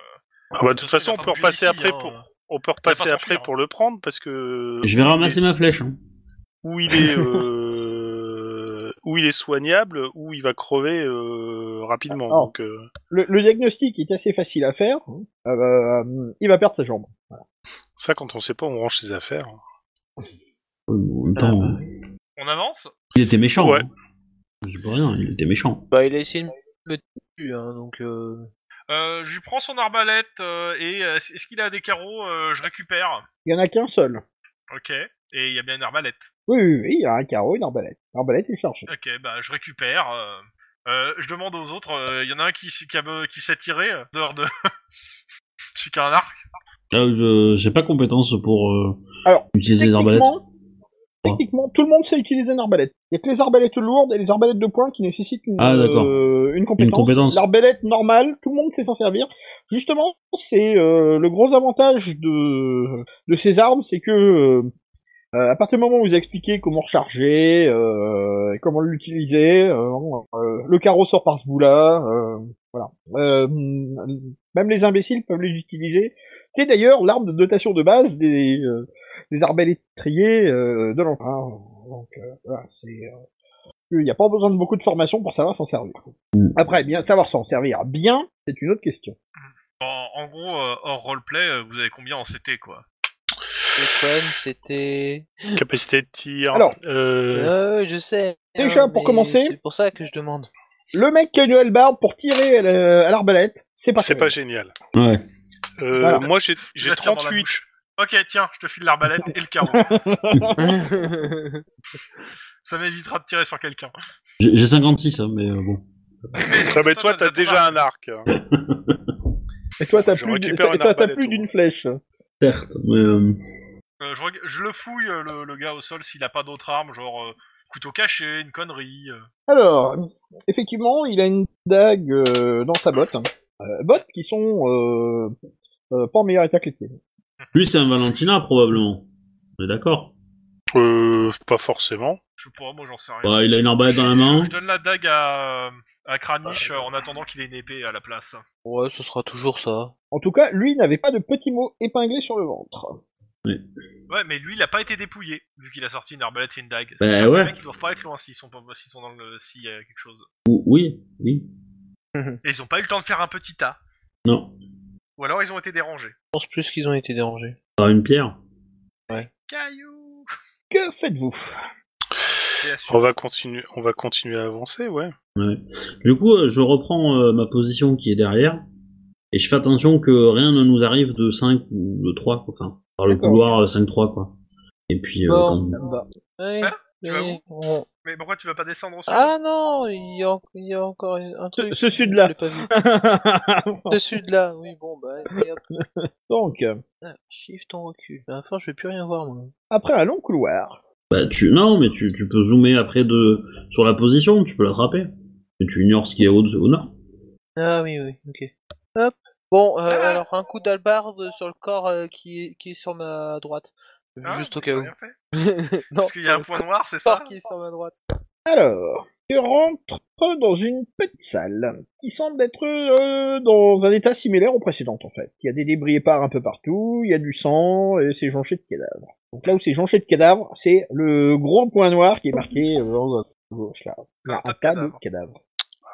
Ah bah, de toute façon, il on va peut pas bouger repasser d'ici, après hein. pour. On peut Il va repasser pas après s'enfuir. pour le prendre parce que. euh, Je vais ramasser il est- ma flèche. hein. Où il est. euh, Où il est soignable, où il va crever euh, rapidement. Alors. Donc, euh, le, le diagnostic est assez facile à faire. Euh, euh, il va perdre sa jambe. ça, quand on sait pas, on range ses affaires. Ouais, mais Euh, en même temps, Ah On avance il était méchant. bah. Ouais. hein. Je peux rien, il était méchant. Bah, il a essayé de me tuer, hein, donc. Euh... Euh, Je lui prends son arbalète euh, et euh, est-ce qu'il a des carreaux euh, Je récupère. Il y en a qu'un seul. Ok. Et il y a bien une arbalète. Oui, oui, oui, il y a un carreau, une arbalète. L'arbalète est chargée. Ok, bah je récupère. euh, euh, je demande aux autres. euh, Il y en a un qui, qui, a- qui s'est tiré euh, dehors de. Je suis qu'un arc. Ah, je j'ai pas compétence pour euh, Alors, utiliser les arbalètes. Techniquement, techniquement, tout le monde sait utiliser une arbalète. Il y a que les arbalètes lourdes et les arbalètes de poing qui nécessitent une, Ah, d'accord. euh, une compétence. Une compétence. L'arbalète normale, tout le monde sait s'en servir. Justement, c'est euh, le gros avantage de, de ces armes, c'est que euh, euh, à partir du moment où vous expliquez comment recharger, euh, et comment l'utiliser, euh, euh, le carreau sort par ce bout-là, euh, voilà. Euh, même les imbéciles peuvent les utiliser. C'est d'ailleurs l'arme de dotation de base des, euh, des arbalétriers euh, de l'Empire. Donc euh, voilà, c'est. euh, Il n'y a pas besoin de beaucoup de formation pour savoir s'en servir. Après, bien savoir s'en servir bien, c'est une autre question. En, en gros, euh, hors roleplay, euh, vous avez combien en CT quoi Le problème, c'était. Capacité de tir. Alors. euh, Euh, je sais. Déjà, pour mais commencer- C'est pour ça que je demande. Le mec qui a une hallebarde pour tirer euh, à la- à l'arbalète, C'est pas C'est pas terrible. génial. Ouais. Euh, Voilà. Moi, j'ai Je j'ai la tire dans la 38. bouche. Ok, tiens, je te file l'arbalète et le carreau. Ça m'évitera de tirer sur quelqu'un. J'ai j'ai 56, hein, mais euh, bon. Ah, mais toi, t'as déjà un arc. hein. Et toi, t'as Je plus, d- récupère t'as- une t'as- t'as arbalète, plus au d'une flèche. Certes, mais... euh, Euh, je, reg- je le fouille, euh, le, le gars au sol, s'il a pas d'autre arme, genre euh, couteau caché, une connerie. euh. Alors, effectivement, il a une dague euh, dans sa botte. Euh, bottes qui sont euh, euh, pas en meilleur état que les tiennes. Lui, c'est un Valentina, probablement. On est d'accord Euh, pas forcément. Je sais pas, moi j'en sais rien. Bah, Il a une arbalète dans la Je- main. Je, donne la dague à, à Kranich euh, en attendant qu'il ait une épée à la place. ouais, ce sera toujours ça. En tout cas, lui n'avait pas de petits mots épinglés sur le ventre. Ouais, mais lui, il a pas été dépouillé, vu qu'il a sorti une arbalète et une dague. Bah, C'est-à-dire que ouais. Les mecs, ils doivent pas être loin s'ils sont, pas- s'ils sont dans le. s'il y a quelque chose. Ou- Oui, oui. Et ils ont pas eu le temps de faire un petit tas. Non, Ou alors ils ont été dérangés. Je pense plus qu'ils ont été dérangés. par une pierre. Caillou Que faites-vous C'est à On suivre. va continuer. On va continuer à avancer, ouais. Ouais. Du coup, euh, je reprends euh, ma position qui est derrière. Et je fais attention que rien ne nous arrive de 5 ou de 3, quoi. Enfin, par le D'accord. couloir euh, 5-3, quoi. Et puis... euh, Bon. quand- Bah, Ouais, Hein Tu vas ouais, on- Mais pourquoi tu vas pas descendre au sol Ah non, il y a, il y a encore un ce- truc. Ce Je sud-là. l'ai pas vu. Ce sud-là, oui, bon, bah, merde. Donc, euh, Ah, Shift ton recul. Mais Enfin, je vais plus rien voir, moi. après un long couloir, Bah, tu... Non, mais tu, tu peux zoomer après de... sur la position, tu peux l'attraper. Et tu ignores ce qu'il y a au, au nord. Ah oui, oui, ok. Hop. Bon, euh, Ah. alors, un coup d'albarde sur le corps euh, qui, est, qui est sur ma droite. Hein Juste T'as au cas où. rien fait non, Parce qu'il y a sur un le point noir, c'est ça corps qui est sur ma droite. Alors, tu rentres dans une petite salle qui semble être euh, dans un état similaire au précédent en fait. Il y a des débris épars un peu partout, il y a du sang et c'est jonché de cadavres. Donc là où c'est jonché de cadavres, c'est le gros point noir qui est marqué euh, en haut à gauche là. Il y a Un tas Bah, un de tas de cadavres. cadavres.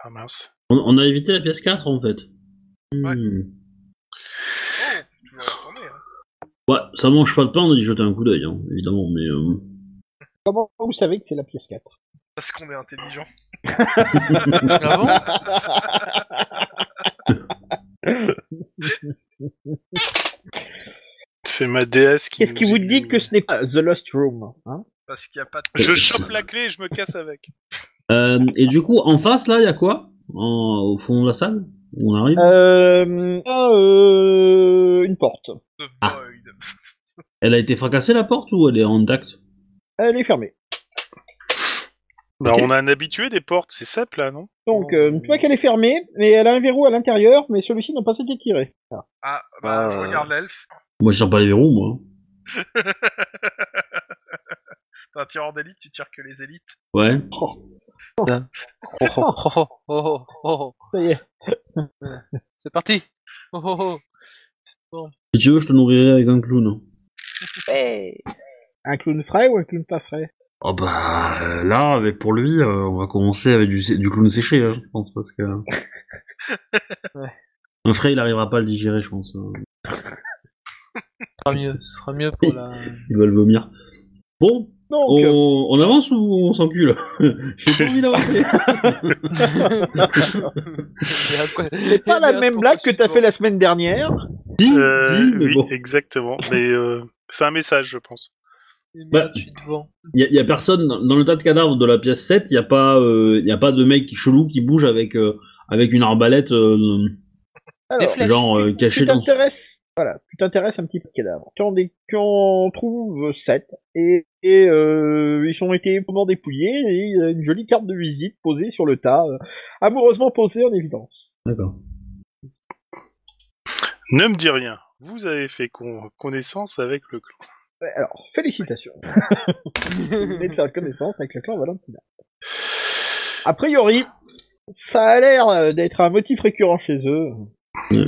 Ah mince. On, on a évité la pièce 4, en fait. Ouais. Hmm. Oh, tu vas retourner. hein. Ouais, ça mange pas de pain d'y jeter un coup d'œil, hein, évidemment, mais... euh, Comment vous savez que c'est la pièce 4 Parce qu'on est intelligent. Ah bon C'est ma déesse qui. Qu'est-ce qui nous vous dit illumine. que ce n'est pas The Lost Room hein Parce qu'il y a pas de. Je chope la clé et je me casse avec. Euh, et du coup, en face, là, il y a quoi En- Au fond de la salle où On arrive euh, ah, euh, Une porte. The Ah. Void. Elle a été fracassée, la porte, ou elle est intacte Elle est fermée. Bah, Ok. on a un habitué des portes, c'est Sep là, non Donc, euh, tu vois qu'elle est fermée, mais elle a un verrou à l'intérieur, mais celui-ci n'a pas été tiré. Ah. Ah, bah, je Euh. regarde l'elfe. Moi, je sors pas les verrous, moi. T'es un tireur d'élite, tu tires que les élites. Ouais. Oh, oh, oh, oh, oh, oh. Ça y est. C'est parti oh, oh, oh. Si tu veux, je te nourrirai avec un clown. Hey Un clown frais ou un clown pas frais Oh bah, euh, là, avec pour lui, euh, on va commencer avec du, sé- du clown séché, hein, je pense, parce que... Un frais, il arrivera pas à le digérer, je pense. hein. Ce sera mieux, ce sera mieux pour la... Il va le vomir. Bon, Donc, euh, on, on avance ou on s'encule J'ai pas envie d'avancer. c'est pas la même blague que t'as fait la semaine dernière. si, Euh, si, mais oui, bon. exactement. Mais euh, c'est un message, je pense. Bah. Je suis devant. Il y, a personne dans- dans le tas de cadavres de la pièce 7, il y a pas euh, y a pas de mec chelou qui bouge avec euh, avec une arbalète euh, Des Alors, flèches. genre euh, cachée tu dans t'intéresses, voilà, tu t'intéresses un petit peu aux cadavres. Tu en, dé- tu en trouves sept et, et, euh, ils ont été pendant dépouillés et il y a une jolie carte de visite posée sur le tas, euh, amoureusement posée en évidence. D'accord. Ne me dis rien. Vous avez fait con- connaissance avec le clan. Ouais, Alors, félicitations. et de faire connaissance avec le clan Valentina. A priori, ça a l'air euh, d'être un motif récurrent chez eux. Ils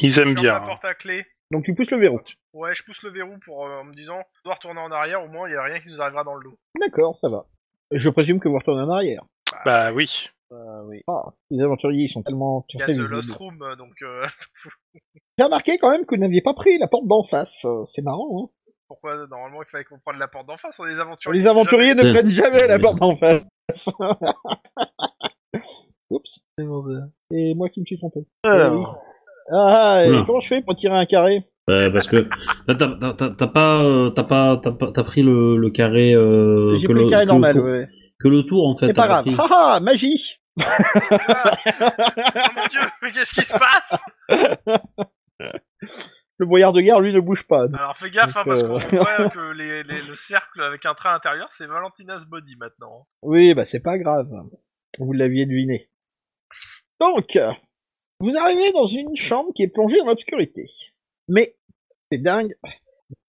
Je aiment ferme bien. la hein. porte à clé. Donc tu pousses le verrou. Ouais, je pousse le verrou pour euh, en me disant, on doit retourner en arrière, au moins il y a rien qui nous arrivera dans le lot. D'accord, ça va. Je présume que vous retournez en arrière. Bah oui. Ah, les aventuriers, ils sont tellement... Euh, Il y a The Lost Room, euh, donc euh, J'ai remarqué quand même que vous n'aviez pas pris la porte d'en face. Euh, C'est marrant, hein pourquoi normalement il fallait qu'on prenne la porte d'en face On est des aventuriers. Les aventuriers ne Jamais. prennent jamais la porte d'en face. Oups. C'est mauvais. Et moi qui me suis trompé. Alors. Eh oui. Ah, et Oula. comment je fais pour tirer un carré Euh, parce que là, t'as- t'as t'as- t'as pas, euh, t'as pas, t'as pas, t'as pris le, le carré, euh, J'ai que pris le carré que- normal, que, ouais. que le tour en fait. C'est pas t'as grave. pris. Ah ah, magie Oh mon dieu, mais qu'est-ce qui se passe Le boyard de guerre, lui, ne bouge pas. Alors fais gaffe, hein, Donc, parce euh, qu'on voit que les, les- le cercle avec un train intérieur, c'est Valentina's body maintenant. Oui, bah c'est pas grave. Vous l'aviez deviné. Donc, euh, vous arrivez dans une chambre qui est plongée dans l'obscurité. Mais, c'est dingue,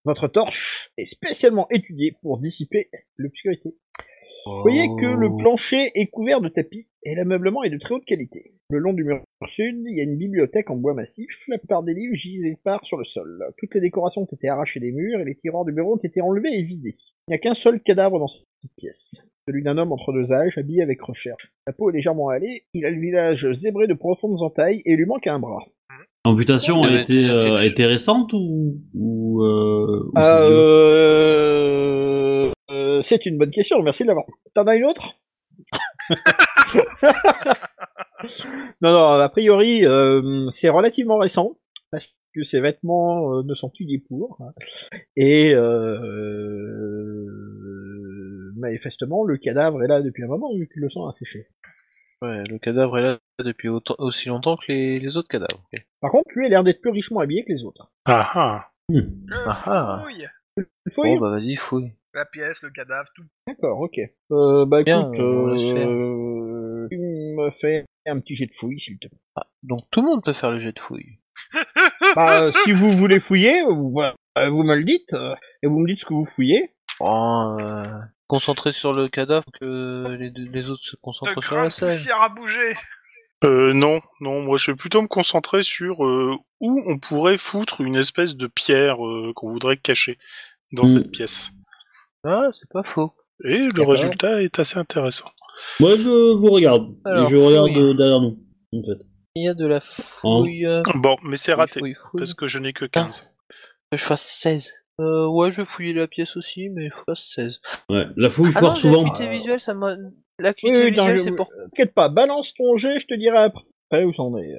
votre torche est spécialement étudiée pour dissiper l'obscurité. Ah, Vous voyez que Oh. le plancher est couvert de tapis et l'ameublement est de très haute qualité. Le long du mur sud, il y a une bibliothèque en bois massif. La plupart des livres gisent épars sur le sol. Toutes les décorations ont été arrachées des murs et les tiroirs du bureau ont été enlevés et vidés. Il n'y a qu'un seul cadavre dans cette pièce celui d'un homme entre deux âges, habillé avec recherche. La peau est légèrement hallée, il a le visage zébré de profondes entailles et il lui manque un bras. L'amputation Ouais, a mais été, c'est- euh, a été récente ou, ou, euh, ou Ah, c'est vieux euh, euh, c'est une bonne question, merci de l'avoir. T'en as une autre Non, non, a priori, euh, c'est relativement récent, parce que ses vêtements euh, ne sont plus des pour. hein. Et euh, manifestement, le cadavre est là depuis un moment, vu que le sang a séché. Ouais, le cadavre est là depuis autant- aussi longtemps que les, les autres cadavres. ok. Par contre, lui a l'air d'être plus richement habillé que les autres. Ah ah. Hmm. Le Ah ah. fouille Il faut y Bon, bah vas-y, fouille. La pièce, le cadavre, tout. D'accord, ok. Euh, bah Bien, écoute, on le sait. euh, tu me fais un petit jet de fouille, s'il te plaît. Donc tout le monde peut faire le jet de fouille. bah, euh, si vous voulez fouiller, vous, euh, vous me le dites, euh, et vous me dites ce que vous fouillez. Oh, euh, concentré sur le cadavre que les, deux- les autres se Te concentrent sur crains la de scène. poussière à bouger. Euh, non, non, moi je vais plutôt me concentrer sur euh, où on pourrait foutre une espèce de pierre euh, qu'on voudrait cacher dans Mm. cette pièce. Ah, c'est pas faux. Et Eh ben. le D'accord. résultat est assez intéressant. Moi, je vous regarde. Alors, Et je regarde fouille. euh, derrière nous, en fait. Hein Il y a de la fouille. euh, Bon, mais c'est raté, fouille, fouille, parce que je n'ai que Ah. 15. Que je fasse 16. Euh, ouais, je vais fouiller la pièce aussi, mais il faut fasse 16. Ouais. La fouille Ah non, fort souvent. L'acuité visuelle, ça m'a. Oui, L'acuité oui, non, visuelle, je- c'est pour T'inquiète pas, balance ton jet, je te dirai après où t'en es.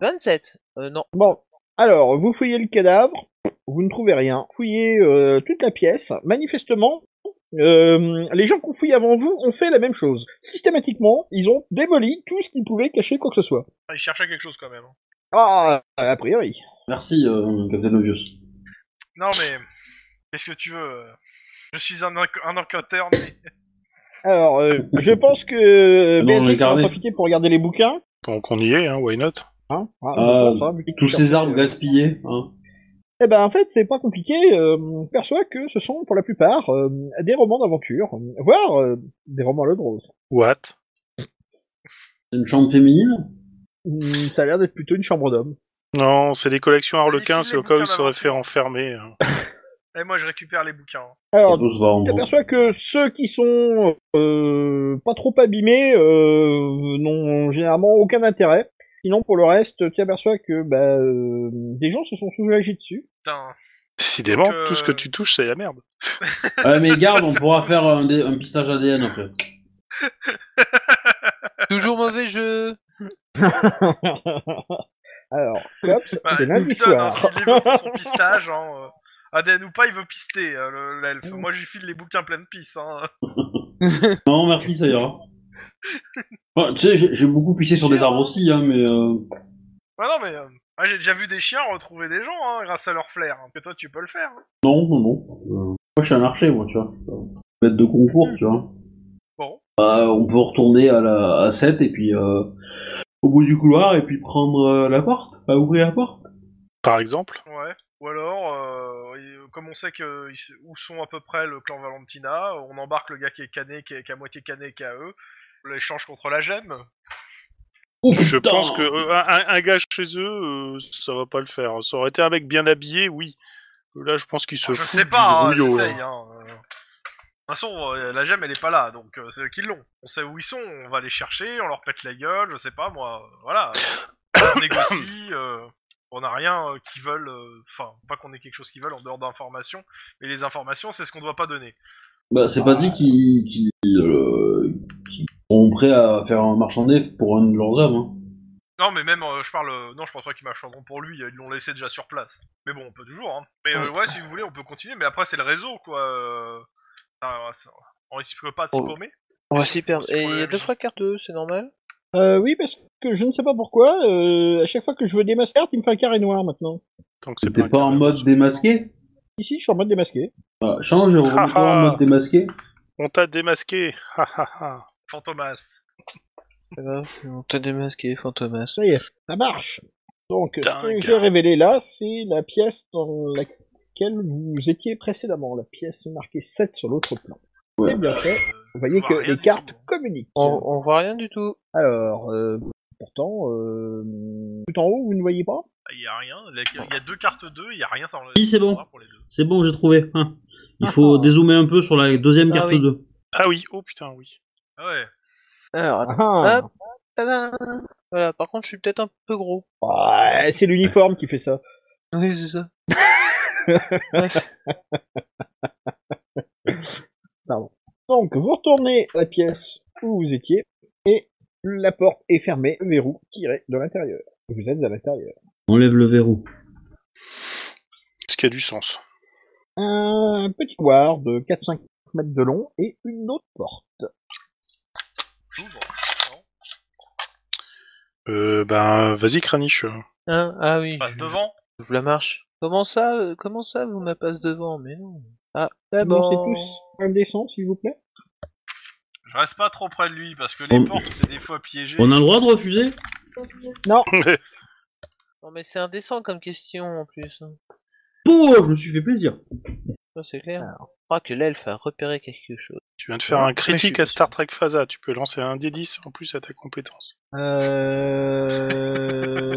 27. Euh, non. Bon, alors, vous fouillez le cadavre, vous ne trouvez rien. Fouillez euh, toute la pièce. Manifestement, euh, les gens qu'on fouille avant vous ont fait la même chose. Systématiquement, ils ont démoli tout ce qui pouvait cacher quoi que ce soit. Ah, il cherchait quelque chose quand même. Ah, a priori. Merci, euh, Captain Obvious. Non mais, qu'est-ce que tu veux Je suis un, enc- un enquêteur, mais... Alors, euh, je pense que euh, Ah non, on est Béatrix va en carré. profiter pour regarder les bouquins. Donc on y est, hein, why not Hein Ah, Ah, pour ça, vu que- Tous ces arbres gaspillés, hein. Eh ben, en fait, c'est pas compliqué. euh, on perçoit que ce sont, pour la plupart, euh, des romans d'aventure, euh, voire euh, des romans à l'eau de rose. What C'est une chambre féminine Hum, ça a l'air d'être plutôt une chambre d'homme. Non, c'est des collections Harlequin, Allez, file c'est les au cas où bouquins il serait d'aventure. fait enfermer. hein. Et Eh, moi je récupère les bouquins. hein. Alors, On se voir en tu aperçois que ceux qui sont euh, pas trop abîmés euh, n'ont généralement aucun intérêt. Sinon, pour le reste, tu aperçois que bah, euh, des gens se sont soulagés dessus. Putain. hein. Décidément, Donc, euh, tout ce que tu touches, c'est la merde. Ouais, mais garde, on pourra faire un, dé- un pistage ADN après. Toujours mauvais jeu. Alors, Cops, Bah, c'est il lundi nous donne, hein, soir. s'il est bon pour son pistage, hein, euh, ADN ou pas, il veut pister, euh, le- l'elfe. Mm. Moi, je lui file les bouquins pleins de pisse, hein. Non, merci, ça ira. Enfin, tu sais, j'ai j'ai beaucoup pissé sur des arbres aussi, hein, mais... Euh... Ouais, non, mais... euh, moi, j'ai déjà vu des chiens retrouver des gens, hein, grâce à leur flair. hein, Que toi, tu peux le faire. hein. Non, non, non. Euh, Moi, je suis un archer, moi, tu vois. Euh, Bête de concours, tu vois. Bon. Bah, on peut retourner à la à 7 et puis... euh, Au bout du couloir et puis prendre euh, la porte, à ouvrir la porte. Par exemple, Ouais. Ou alors, euh, il- comme on sait que ils- où sont à peu près le clan Valentina, on embarque le gars qui est cané, qui est, qui est à moitié cané, qui est à eux. On l'échange contre la gemme. Oh, je putain pense que euh, un, un gars chez eux, euh, ça va pas le faire. Ça aurait été un mec bien habillé, oui. Là, je pense qu'il se je fout sais du pas, hein, brouillot, j'essaye, hein. hein, euh. De toute façon, euh, la gemme, elle est pas là, donc euh, c'est eux qui l'ont. On sait où ils sont, on va les chercher, on leur pète la gueule, je sais pas, moi. euh, Voilà. on négocie, euh, on a rien euh, qu'ils veulent... euh, Enfin, pas qu'on ait quelque chose qu'ils veulent en dehors d'informations, mais les informations, c'est ce qu'on doit pas donner. Bah, c'est pas dit qu'ils qu'ils, euh, qu'ils seront prêts à faire un marchandé pour un de leurs hommes. hein. Non, mais même, euh, je parle. euh, non, je pense pas qu'ils marchanderont pour lui, ils l'ont laissé déjà sur place. Mais bon, on peut toujours, hein. Mais euh, ouais, si vous voulez, on peut continuer, mais après, c'est le réseau, quoi. euh. Ah, ouais, ça- on risque pas de se Oh. paumer. On va s'y perdre. Et il y a Ouais, deux je- trois cartes de c'est normal Euh, oui, parce que je ne sais pas pourquoi, euh, à chaque fois que je veux démasquer, il me fait un carré noir maintenant. Tant que c'est C'était pas en mode démasqué Ici, je suis en mode démasqué. Voilà, Change et remets Ah, ah. en mode démasqué. On t'a démasqué. Ha, ha, ha. Fantomas. Ça va, On t'a démasqué, Fantomas. Ça y est, ça marche. Donc, ce Dingue. que j'ai révélé là, c'est la pièce dans laquelle vous étiez précédemment, la pièce marquée 7 sur l'autre plan. Ouais. C'est bien fait. Vous voyez Je vois que rien les du cartes tout. communiquent. On, on voit rien du tout. Alors, euh, pourtant, euh, tout en haut, vous ne voyez pas Ah, Il y a rien. Il y a- il y a deux cartes 2, il y a rien sans le. Ah, Si, c'est bon. Pour les deux. C'est bon, j'ai trouvé. hein. Il Ah. faut dézoomer un peu sur la deuxième Ah carte oui. 2. Ah oui, oh putain, oui. Ah ouais. Alors, attends. Ah, Hop, tadam. Voilà, par contre, je suis peut-être un peu gros. Ouais, c'est l'uniforme qui fait ça. Oui, c'est ça. Bref. Donc, vous retournez à la pièce où vous étiez, et la porte est fermée, le verrou tiré de l'intérieur. Vous êtes à l'intérieur. Enlève le verrou. Ce qui a du sens. Un petit couloir de 4-5 mètres de long et une autre porte. J'ouvre. Non. Euh, ben, vas-y, Kranich. Hein, ah oui, Je passe je- devant. j'ouvre la marche. Comment ça, euh, comment ça, vous me la passez devant Mais non. Ah, Bon, d'abord. c'est tous indécent, s'il vous plaît. Je reste pas trop près de lui parce que les On- portes, c'est des fois piégé. On a le droit de refuser Non, mais c'est indécent comme question en plus. hein. Bon, oh, je me suis fait plaisir. Ça, c'est clair. Je crois que l'elfe a repéré quelque chose. Tu viens de faire Ouais, un critique mais à je suis Star Trek Phasa. Tu peux lancer un D10 en plus à ta compétence.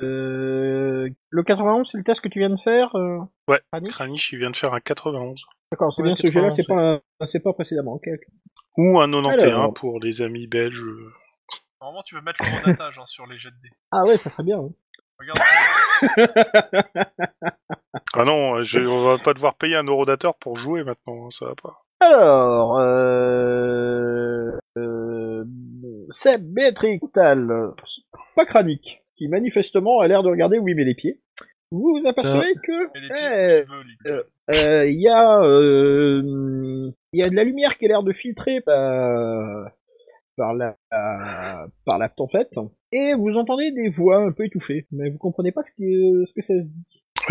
Euh... euh, Le 91, c'est le test que tu viens de faire euh, Ouais, Kranich Kranich, il vient de faire un 91. D'accord, c'est Ouais, bien ce jeu-là, 91, c'est pas, un- c'est pas précédemment. ok, ok. Ou un 91 Alors. pour les amis belges. euh, Normalement, tu peux mettre le mandatage hein, sur les jets de dés. Ah ouais, ça serait bien. hein. Regarde. c'est- Ah non, je- on va pas devoir payer un eurodateur pour jouer maintenant, hein, ça va pas. Alors, euh... euh, c'est Béatrix Tal, pas cranique, qui manifestement a l'air de regarder où il met les pieds. Vous vous apercevez que Et les eh, pieds, si tu veux, lui. euh, il y a euh, il y a de la lumière qui a l'air de filtrer par par la par la tempête et vous entendez des voix un peu étouffées mais vous comprenez pas ce que ce que ça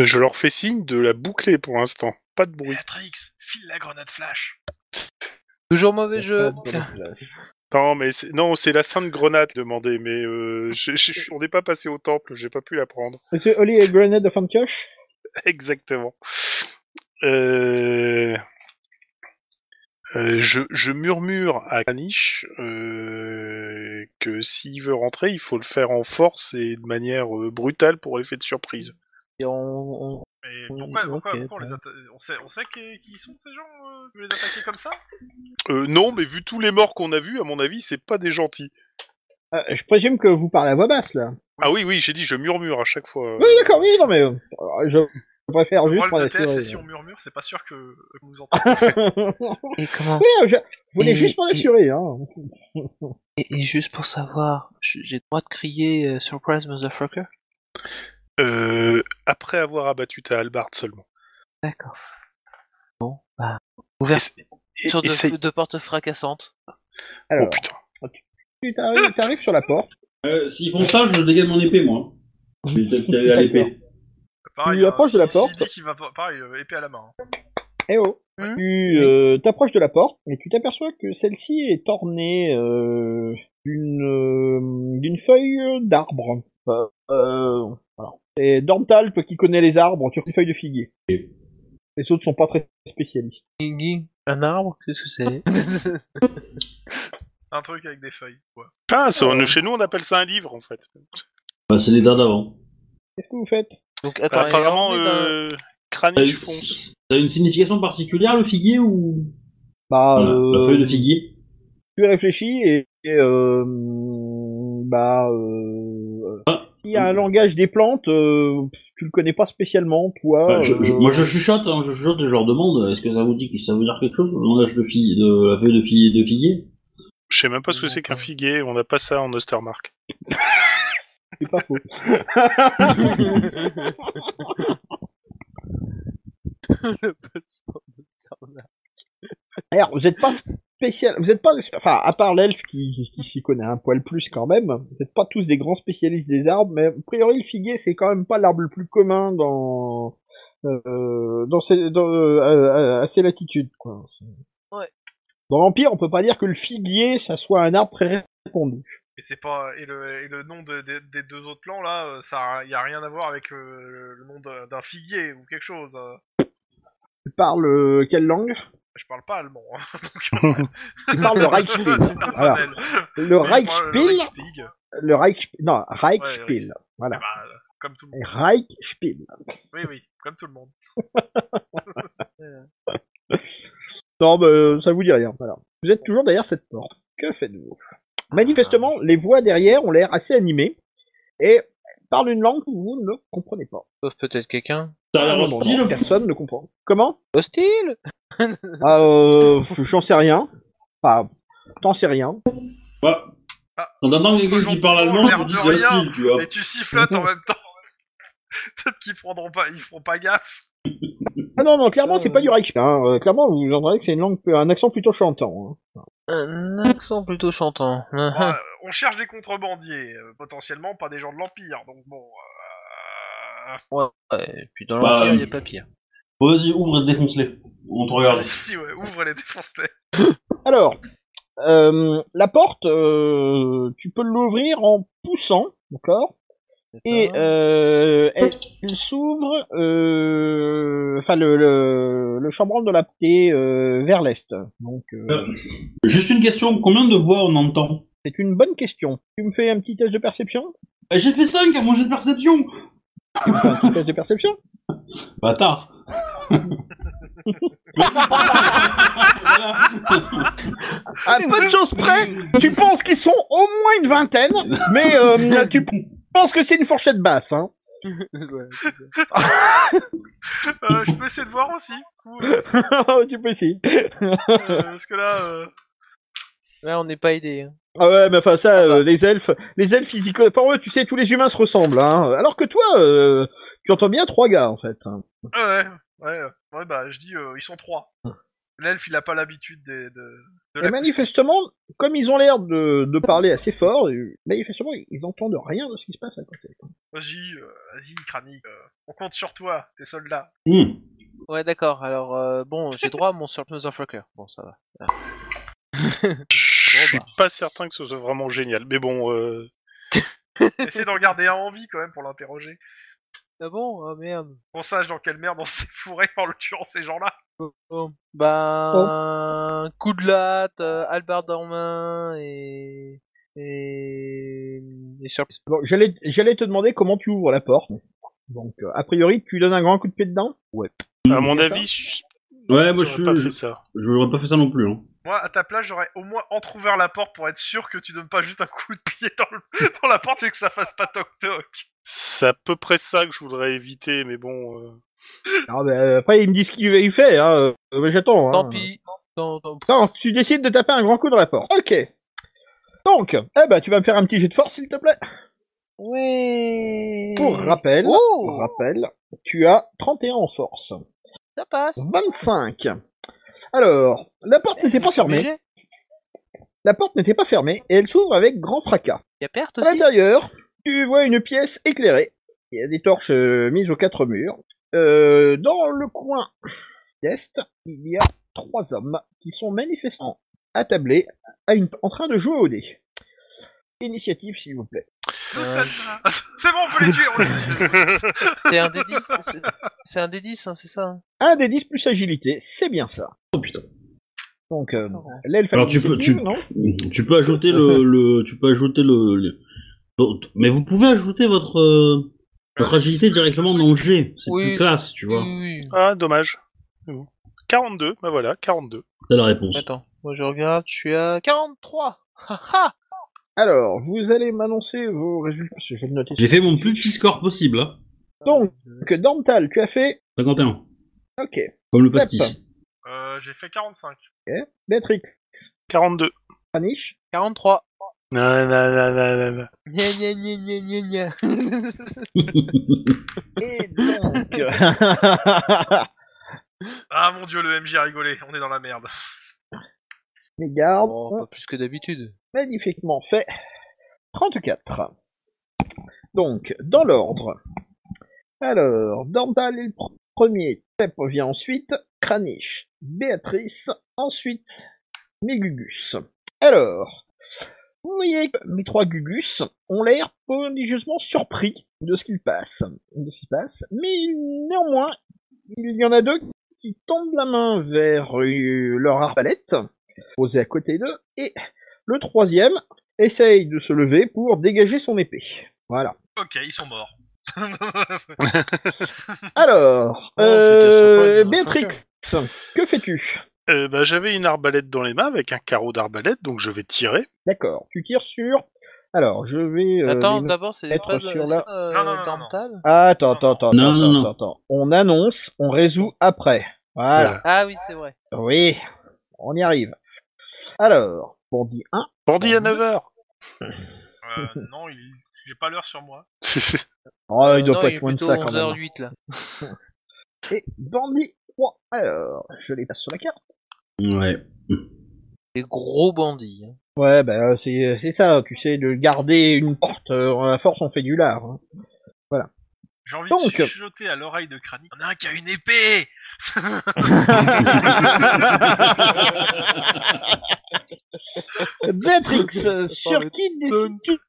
Euh, Je leur fais signe de la boucler pour l'instant. Pas de bruit. Matrix, file la grenade flash. Toujours mauvais jeu. Non, mais c'est- non, c'est la sainte grenade demandée, mais euh, je- je- je- on n'est pas passé au temple, j'ai pas pu la prendre. Monsieur Oli et Grenade de Fantioche Exactement. Euh, euh, je, je murmure à Kranich euh, que s'il veut rentrer, il faut le faire en force et de manière euh, brutale pour l'effet de surprise. Et on- on- Mais Mm, pourquoi, pourquoi, ok, pourquoi on les atta- On sait, on sait qui, qui sont ces gens euh, Tu veux les attaquer comme ça Euh, non, mais vu tous les morts qu'on a vus, à mon avis, c'est pas des gentils. Euh, je présume que vous parlez à voix basse là. Ah oui, oui, j'ai dit, je murmure à chaque fois. Oui, d'accord, oui, non mais euh, je préfère Le juste rôle prendre la de TS, c'est assurer. si on murmure, c'est pas sûr que qu'on nous entende. Et comment Oui, euh, je je voulais Et- juste m'en et- Oh, assurer. Hein. et, et juste pour savoir, j- j'ai le droit de crier euh, Surprise Motherfucker Euh, après avoir abattu ta hallebarde seulement. D'accord. Bon, bah. Ouvert Et- sur essaye- de, de portes fracassantes. Oh Alors, putain. tu t'arrives t'arrives sur la porte, Euh, S'ils font ça, je dégaine mon épée, moi. Je vais peut-être y aller à l'épée. Pareil, hein, Il approche de la si- s'il porte. dit qu'il va pas- pareil, euh, épée à la main. hein. eh oh, Hmm tu euh, t'approches de la porte et tu t'aperçois que celle-ci est ornée euh, d'une euh, d'une feuille d'arbre. Euh, euh, voilà. C'est Dorntalp qui connaît les arbres, tu une feuille de figuier. Les autres sont pas très spécialistes. Guigui, Un arbre Qu'est-ce que c'est Un truc avec des feuilles. quoi. Ah, ça, Euh, on- chez nous, on appelle ça un livre, en fait. Bah, c'est l'état d'avant. Qu'est-ce que vous faites Donc attends, elle est Apparemment, ornée d'un- euh, Ça Kranich fonce. ça a une signification particulière, le figuier, ou... Bah, Voilà, Ah, La euh, feuille de figuier tu réfléchis et, et, euh, bah euh, Ah. s'il y a un langage des plantes, euh, pff, tu le connais pas spécialement, toi. Oh, Bah, je- je- euh, moi je chuchote, hein, je chuchote et je leur demande euh, est-ce que ça vous dit que ça veut dire quelque chose le langage de, fi- de la feuille de, fi- de figuier Je sais même pas ce que c'est qu'un figuier, on n'a pas ça en Ostermark. Oh, C'est pas faux. Le poisson de Bernard. D'ailleurs, vous n'êtes pas spécial, vous n'êtes pas, enfin, à part l'elfe qui, qui s'y connaît un poil plus quand même, vous n'êtes pas tous des grands spécialistes des arbres, mais a priori le figuier c'est quand même pas l'arbre le plus commun dans euh, dans, ces, dans euh, à- à ces latitudes quoi. C'est- Ouais. Dans l'empire, on peut pas dire que le figuier ça soit un arbre très répandu. Et c'est pas et le, et le nom de- de- des deux autres plans là, euh, ça y a rien à voir avec euh, le, le nom de- d'un figuier ou quelque chose. euh. Tu parles euh, quelle langue Je parle pas allemand. hein, Tu parles le Reichspiel. personnel. Voilà. Le Oui, moi, le Reichspiel, Reichspiel. le Reich, non, Ouais, Reichspiel. Ah Voilà. bah, comme tout le monde. Reichspiel. Oui, oui, comme tout le monde. Non, mais euh, ça vous dit rien. Voilà. Vous êtes toujours derrière cette porte. Que faites-vous Manifestement, les voix derrière ont l'air assez animées et parlent une langue que vous ne comprenez pas. Sauf Oh, peut-être quelqu'un. Ça a l'air Non, non, non, hostile. personne ne comprend. Comment Hostile Ah, euh, j'en sais rien. Enfin, t'en sais rien. Ouais. Ah. En entendant quelqu'un qui parle allemand, Merde tu dis de c'est rien. hostile, tu Oh. vois. Et tu sifflotes en même temps. Peut-être qu'ils prendront pas, ils feront pas gaffe. Ah non, non, clairement, c'est pas du Reich. hein. Euh, clairement, vous entendez que c'est une langue, un accent plutôt chantant. hein. Un accent plutôt chantant. Ouais, Ah, on cherche des contrebandiers, euh, potentiellement pas des gens de l'empire. Donc bon, euh, Ouais, ouais, et puis dans Bah, l'empire, il y a euh, pas pire. Bon, vas-y, ouvre et défonce-les. On te Ah, regarde. si ouais, ouvre les défonce-les. hein. Alors, euh, la porte, euh, tu peux l'ouvrir en poussant, d'accord Et euh, elle, il s'ouvre, euh, enfin le, le, le chambranle de la paix euh, vers l'est. Donc euh, Euh. Juste une question, combien de voix on entend c'est une bonne question. Tu me fais un petit test de perception Eh, J'ai fait 5 à mon jet de perception Un petit test de perception Bâtard Voilà. À peu Ah, de choses près, tu penses qu'ils sont au moins une vingtaine, mais euh, tu penses que c'est une fourchette basse. Hein. Euh, je peux essayer de voir aussi. du coup, tu peux essayer. euh, parce que là, euh, Là, on n'est pas aidé. hein. Ah ouais, mais enfin ça, euh, les elfes, les elfes ils y conna- Par eux, tu sais, tous les humains se ressemblent. Hein. Alors que toi, euh, tu entends bien trois gars en fait. hein. ouais, ouais, ouais, bah je dis, euh, ils sont trois. L'elfe, il a pas l'habitude des- de. de Et la- manifestement, comme ils ont l'air de, de parler assez fort, euh, manifestement, ils entendent rien de ce qui se passe à côté. Vas-y, euh, vas-y, Kranik, euh, on compte sur toi, tes soldats. Hmm. Ouais, d'accord. Alors, euh, bon, j'ai droit à mon Salt Motherfucker. Bon, ça va. Je suis bah. pas certain que ce soit vraiment génial, mais bon, euh, Essaye d'en garder un en vie quand même pour l'interroger. Ah bon Ah merde. Qu'on sache dans quelle merde on s'est fourré en le tuant ces gens-là. Bon. Ben. Coup de latte, euh, Albert Dormain et. Et. et Sharp- Bon, j'allais j'allais te demander comment tu ouvres la porte. Donc, euh, a priori, tu donnes un grand coup de pied dedans. à mon c'est ça avis, je- Ouais, moi j'aurais pas je, fait je, ça. je n'aurais pas fait ça non plus. Hein. Moi, à ta place, j'aurais au moins entrouvert la porte pour être sûr que tu donnes pas juste un coup de pied dans, le- dans la porte et que ça fasse pas toc-toc. C'est à peu près ça que je voudrais éviter, mais bon. euh, Alors, ben, euh, après, ils me disent ce qu'il il fait. Hein. euh, mais j'attends. hein. Tant pis. Tant- tant- Non, tu décides de taper un grand coup dans la porte. Ok. Donc, eh ben, tu vas me faire un petit jet de force, s'il te plaît. Ouais. Pour rappel, pour Mmh. Oh rappel, tu as 31 en force. Ça passe. 25. Alors, la porte n'était pas fermée. Il La porte n'était pas fermée et elle s'ouvre avec grand fracas. y a perte À aussi. l'intérieur, tu vois une pièce éclairée. Il y a des torches euh, mises aux quatre murs. Euh, dans le coin est, il y a trois hommes qui sont manifestement attablés à une- en train de jouer au dé. Initiative, s'il vous plaît. Deux Euh. soldats. C'est bon, on peut les tuer. on les tue. C'est un des 10. c'est- C'est un des 10, hein, c'est ça. hein. Un des 10 plus agilité, c'est bien ça. Oh putain. Donc, euh, Oh. l'elfe a Alors, tu peux- l'initiative, tu- non Tu peux ajouter le, le tu peux ajouter le, le- bon, mais vous pouvez ajouter votre euh, votre agilité directement dans le G. C'est Oui. Mm. plus classe, tu vois. Oui, oui, Ah, dommage. Mais bon. 42, bah voilà, 42. T'as la oui. réponse. Attends, moi je regarde, je suis à 43. Ha ha Alors, vous allez m'annoncer vos résultats. Je vais le noter. J'ai fait mon plus petit score possible, hein. Donc, Dormtal, tu as fait... 51. Ok. Comme le pastis. Euh, J'ai fait 45. Béatrix, 42. Anish 43. Non, non, non, non, non, non. Gna gna gna gna gna gna. Et donc Ah mon dieu, le MJ a rigolé, on est dans la merde. Les gardes Oh, pas plus que d'habitude. magnifiquement fait. 34. Donc, dans l'ordre. Alors, Dorndal est le pr- premier, Tep vient ensuite, Kranich, Béatrice, ensuite mes Gugus. Alors, vous voyez que mes trois Gugus ont l'air prodigieusement surpris de ce qu'il passe, de ce qui passe, mais néanmoins, il y en a deux qui tendent la main vers euh, leur arbalète, posée à côté d'eux, et le troisième essaye de se lever pour dégager son épée. Voilà. Ok, ils sont morts. Euh, Alors, Oh, c'était sympa, ils euh, ont Béatrix, que fais-tu Euh, bah, j'avais une arbalète dans les mains avec un carreau d'arbalète, donc je vais tirer. D'accord, tu tires sur... Alors, je vais... euh, Attends, les- d'abord, c'est être pas de sur ça, la- euh, Non, non, non, Dormtal Attends, attends, attends, Non, attends, non, non. attends, attends. On annonce, on résout après. Voilà. Ah oui, c'est vrai. Oui, on y arrive. Alors, bandit 1, Bandit à 9h Euh, non, il... j'ai pas l'heure sur moi. oh, Euh, il doit non, pas être moins de plutôt ça quand même. 11h08 là. Et bandit 3, alors, je les passe sur la carte. Ouais. Des gros bandits. hein. Ouais, bah c'est c'est ça, tu sais, de garder une porte, euh, à force on fait du lard. hein. J'ai envie Donc. de chuchoter à l'oreille de Kranich. On a un qui a une épée Béatrix, euh, sur qui décides-tu de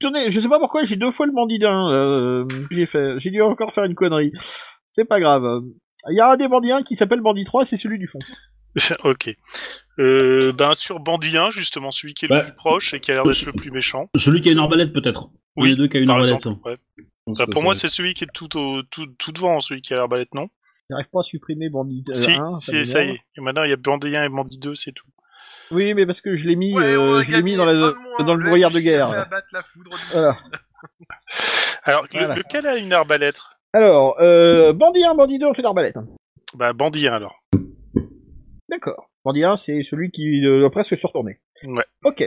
tourner Je sais pas pourquoi j'ai deux fois le bandit d'un. euh, j'ai fait, j'ai dû encore faire une connerie. C'est pas grave. Il y a un des bandits 1 qui s'appelle bandit 3, c'est celui du fond. ok. Euh, ben, sur Bandit 1, justement, celui qui est le Bah. plus proche et qui a l'air d'être le plus méchant. Celui qui a une arbalète, peut-être. Oui, Oui, les deux qui a une par arbalète. exemple, hein. ouais. Je pense Bah, que pour moi, c'est celui qui est tout, au, tout, tout devant, hein, celui qui a l'arbalète, non J'arrive pas à supprimer bandit euh, Si, 1. si, m'énerve. ça y est. Et maintenant, il y a Bandit 1 et Bandit 2, c'est tout. Oui, mais parce que je l'ai mis, Ouais, on euh, a je l'ai mis gagné, dans, la- un de moins, dans le brouillard de MJ a guerre. fait abattre la foudre du- Voilà. Alors, le- Voilà. lequel a une arbalète Alors, euh, bandit 1, bandit 2, on fait l'arbalète. Bah, Bandit 1, alors. D'accord. Bandit 1, c'est celui qui euh, doit presque se retourner. Ouais. Ok.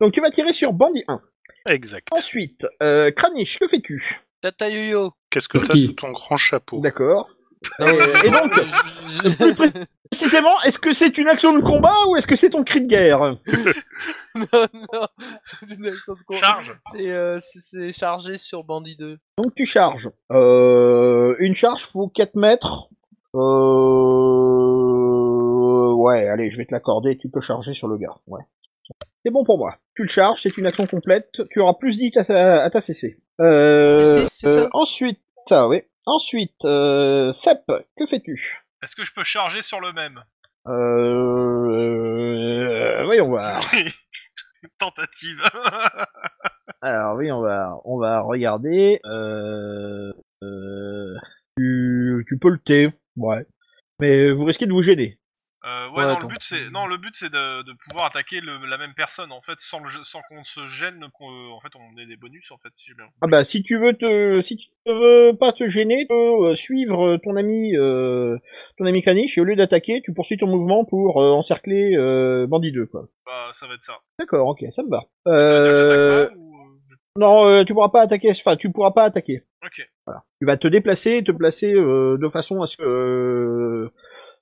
Donc tu vas tirer sur bandit 1. Exact. Ensuite, euh, Kranich, que fais-tu Tata yo-yo. Qu'est-ce que Pour t'as qui sous ton grand chapeau D'accord. Non, mais- et donc, Euh, Précisément, est-ce que c'est une action de combat ou est-ce que c'est ton cri de guerre Non, non, c'est une action de con. Charge C'est euh, c'est- c'est chargé sur Bandit 2. Donc tu charges. Euh, une charge faut 4 mètres. Euh... Ouais, allez, je vais te l'accorder, tu peux charger sur le gars. Ouais. C'est bon pour moi. Tu le charges, c'est une action complète, tu auras plus 10 à ta, à ta CC. Euh, Plus 10, c'est euh, ça ensuite, ça oui. Ensuite, euh, Sep, que fais-tu Est-ce que je peux charger sur le même euh... Voyons voir. Tentative. Alors oui, on va, on va regarder. Euh, euh, tu, tu peux le thé, ouais. Mais vous risquez de vous gêner. Euh, ouais, Ouais, non, donc- le but c'est non le but c'est de, de pouvoir attaquer le- la même personne en fait sans le jeu- sans qu'on se gêne qu'on- en fait on ait des bonus en fait si j'ai bien compris. Ah bah si tu veux te, si tu ne veux pas te gêner, tu peux euh, suivre euh, ton ami, euh, ton ami Caniche et au lieu d'attaquer, tu poursuis ton mouvement pour euh, encercler euh, Bandit 2 quoi. bah ça va être ça. D'accord, ok, ça me va. Ça veut dire que Euh, j'attaque pas, ou, euh, non, euh, tu pourras pas attaquer. Enfin, tu pourras pas attaquer. Ok. tu vas te déplacer et te placer euh, de façon à ce que euh,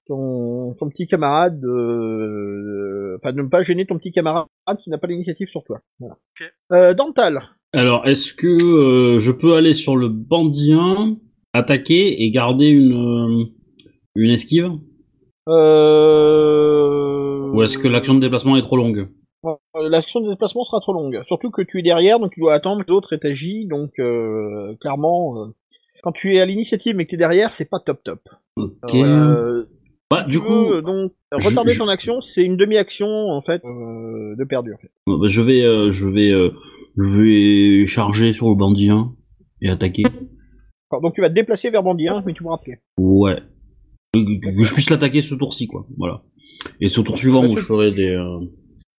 ton, ton petit camarade, euh, enfin ne pas gêner ton petit camarade qui n'a pas l'initiative sur toi. Voilà. Ok. Euh, Dental, Alors, est-ce que euh, je peux aller sur le bandit 1, attaquer et garder une, euh, une esquive euh... Ou est-ce que l'action de déplacement est trop longue Euh, L'action de déplacement sera trop longue. Surtout que tu es derrière, donc tu dois attendre que l'autre ait agi. Donc euh, clairement, euh, quand tu es à l'initiative mais que tu es derrière, c'est pas top top. Ok. Euh, Bah, du tu coup, veux, euh, donc je- retarder je- ton action, c'est une demi-action en fait euh, de perdu. En fait. Bon, bah, je vais, euh, je vais, euh, je vais charger sur le bandit 1 et attaquer. D'accord, Donc tu vas te déplacer vers Bandit 1, mais tu me rappelles. Ouais. Que, que- que je puisse l'attaquer ce tour-ci, quoi. Voilà. Et ce tour suivant Bah, où ce- je ferai des. euh,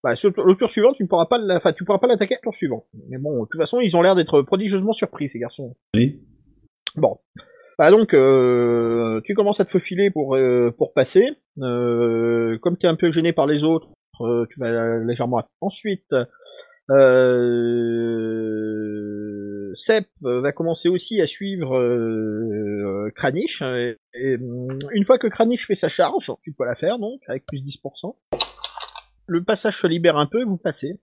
Bah, ce- le tour suivant, tu ne pourras pas la- enfin, tu pourras pas l'attaquer le tour suivant. Mais bon, de toute façon, ils ont l'air d'être prodigieusement surpris, ces garçons. Oui. Bon. Bah donc, euh, tu commences à te faufiler pour, euh, pour passer. Euh, comme tu es un peu gêné par les autres, euh, tu vas euh, légèrement. à- Ensuite, euh, Sep euh, va commencer aussi à suivre euh, euh, Kranich. euh, et, hum, une fois que Kranich fait sa charge, tu peux la faire donc avec plus 10%. Le passage se libère un peu, vous passez.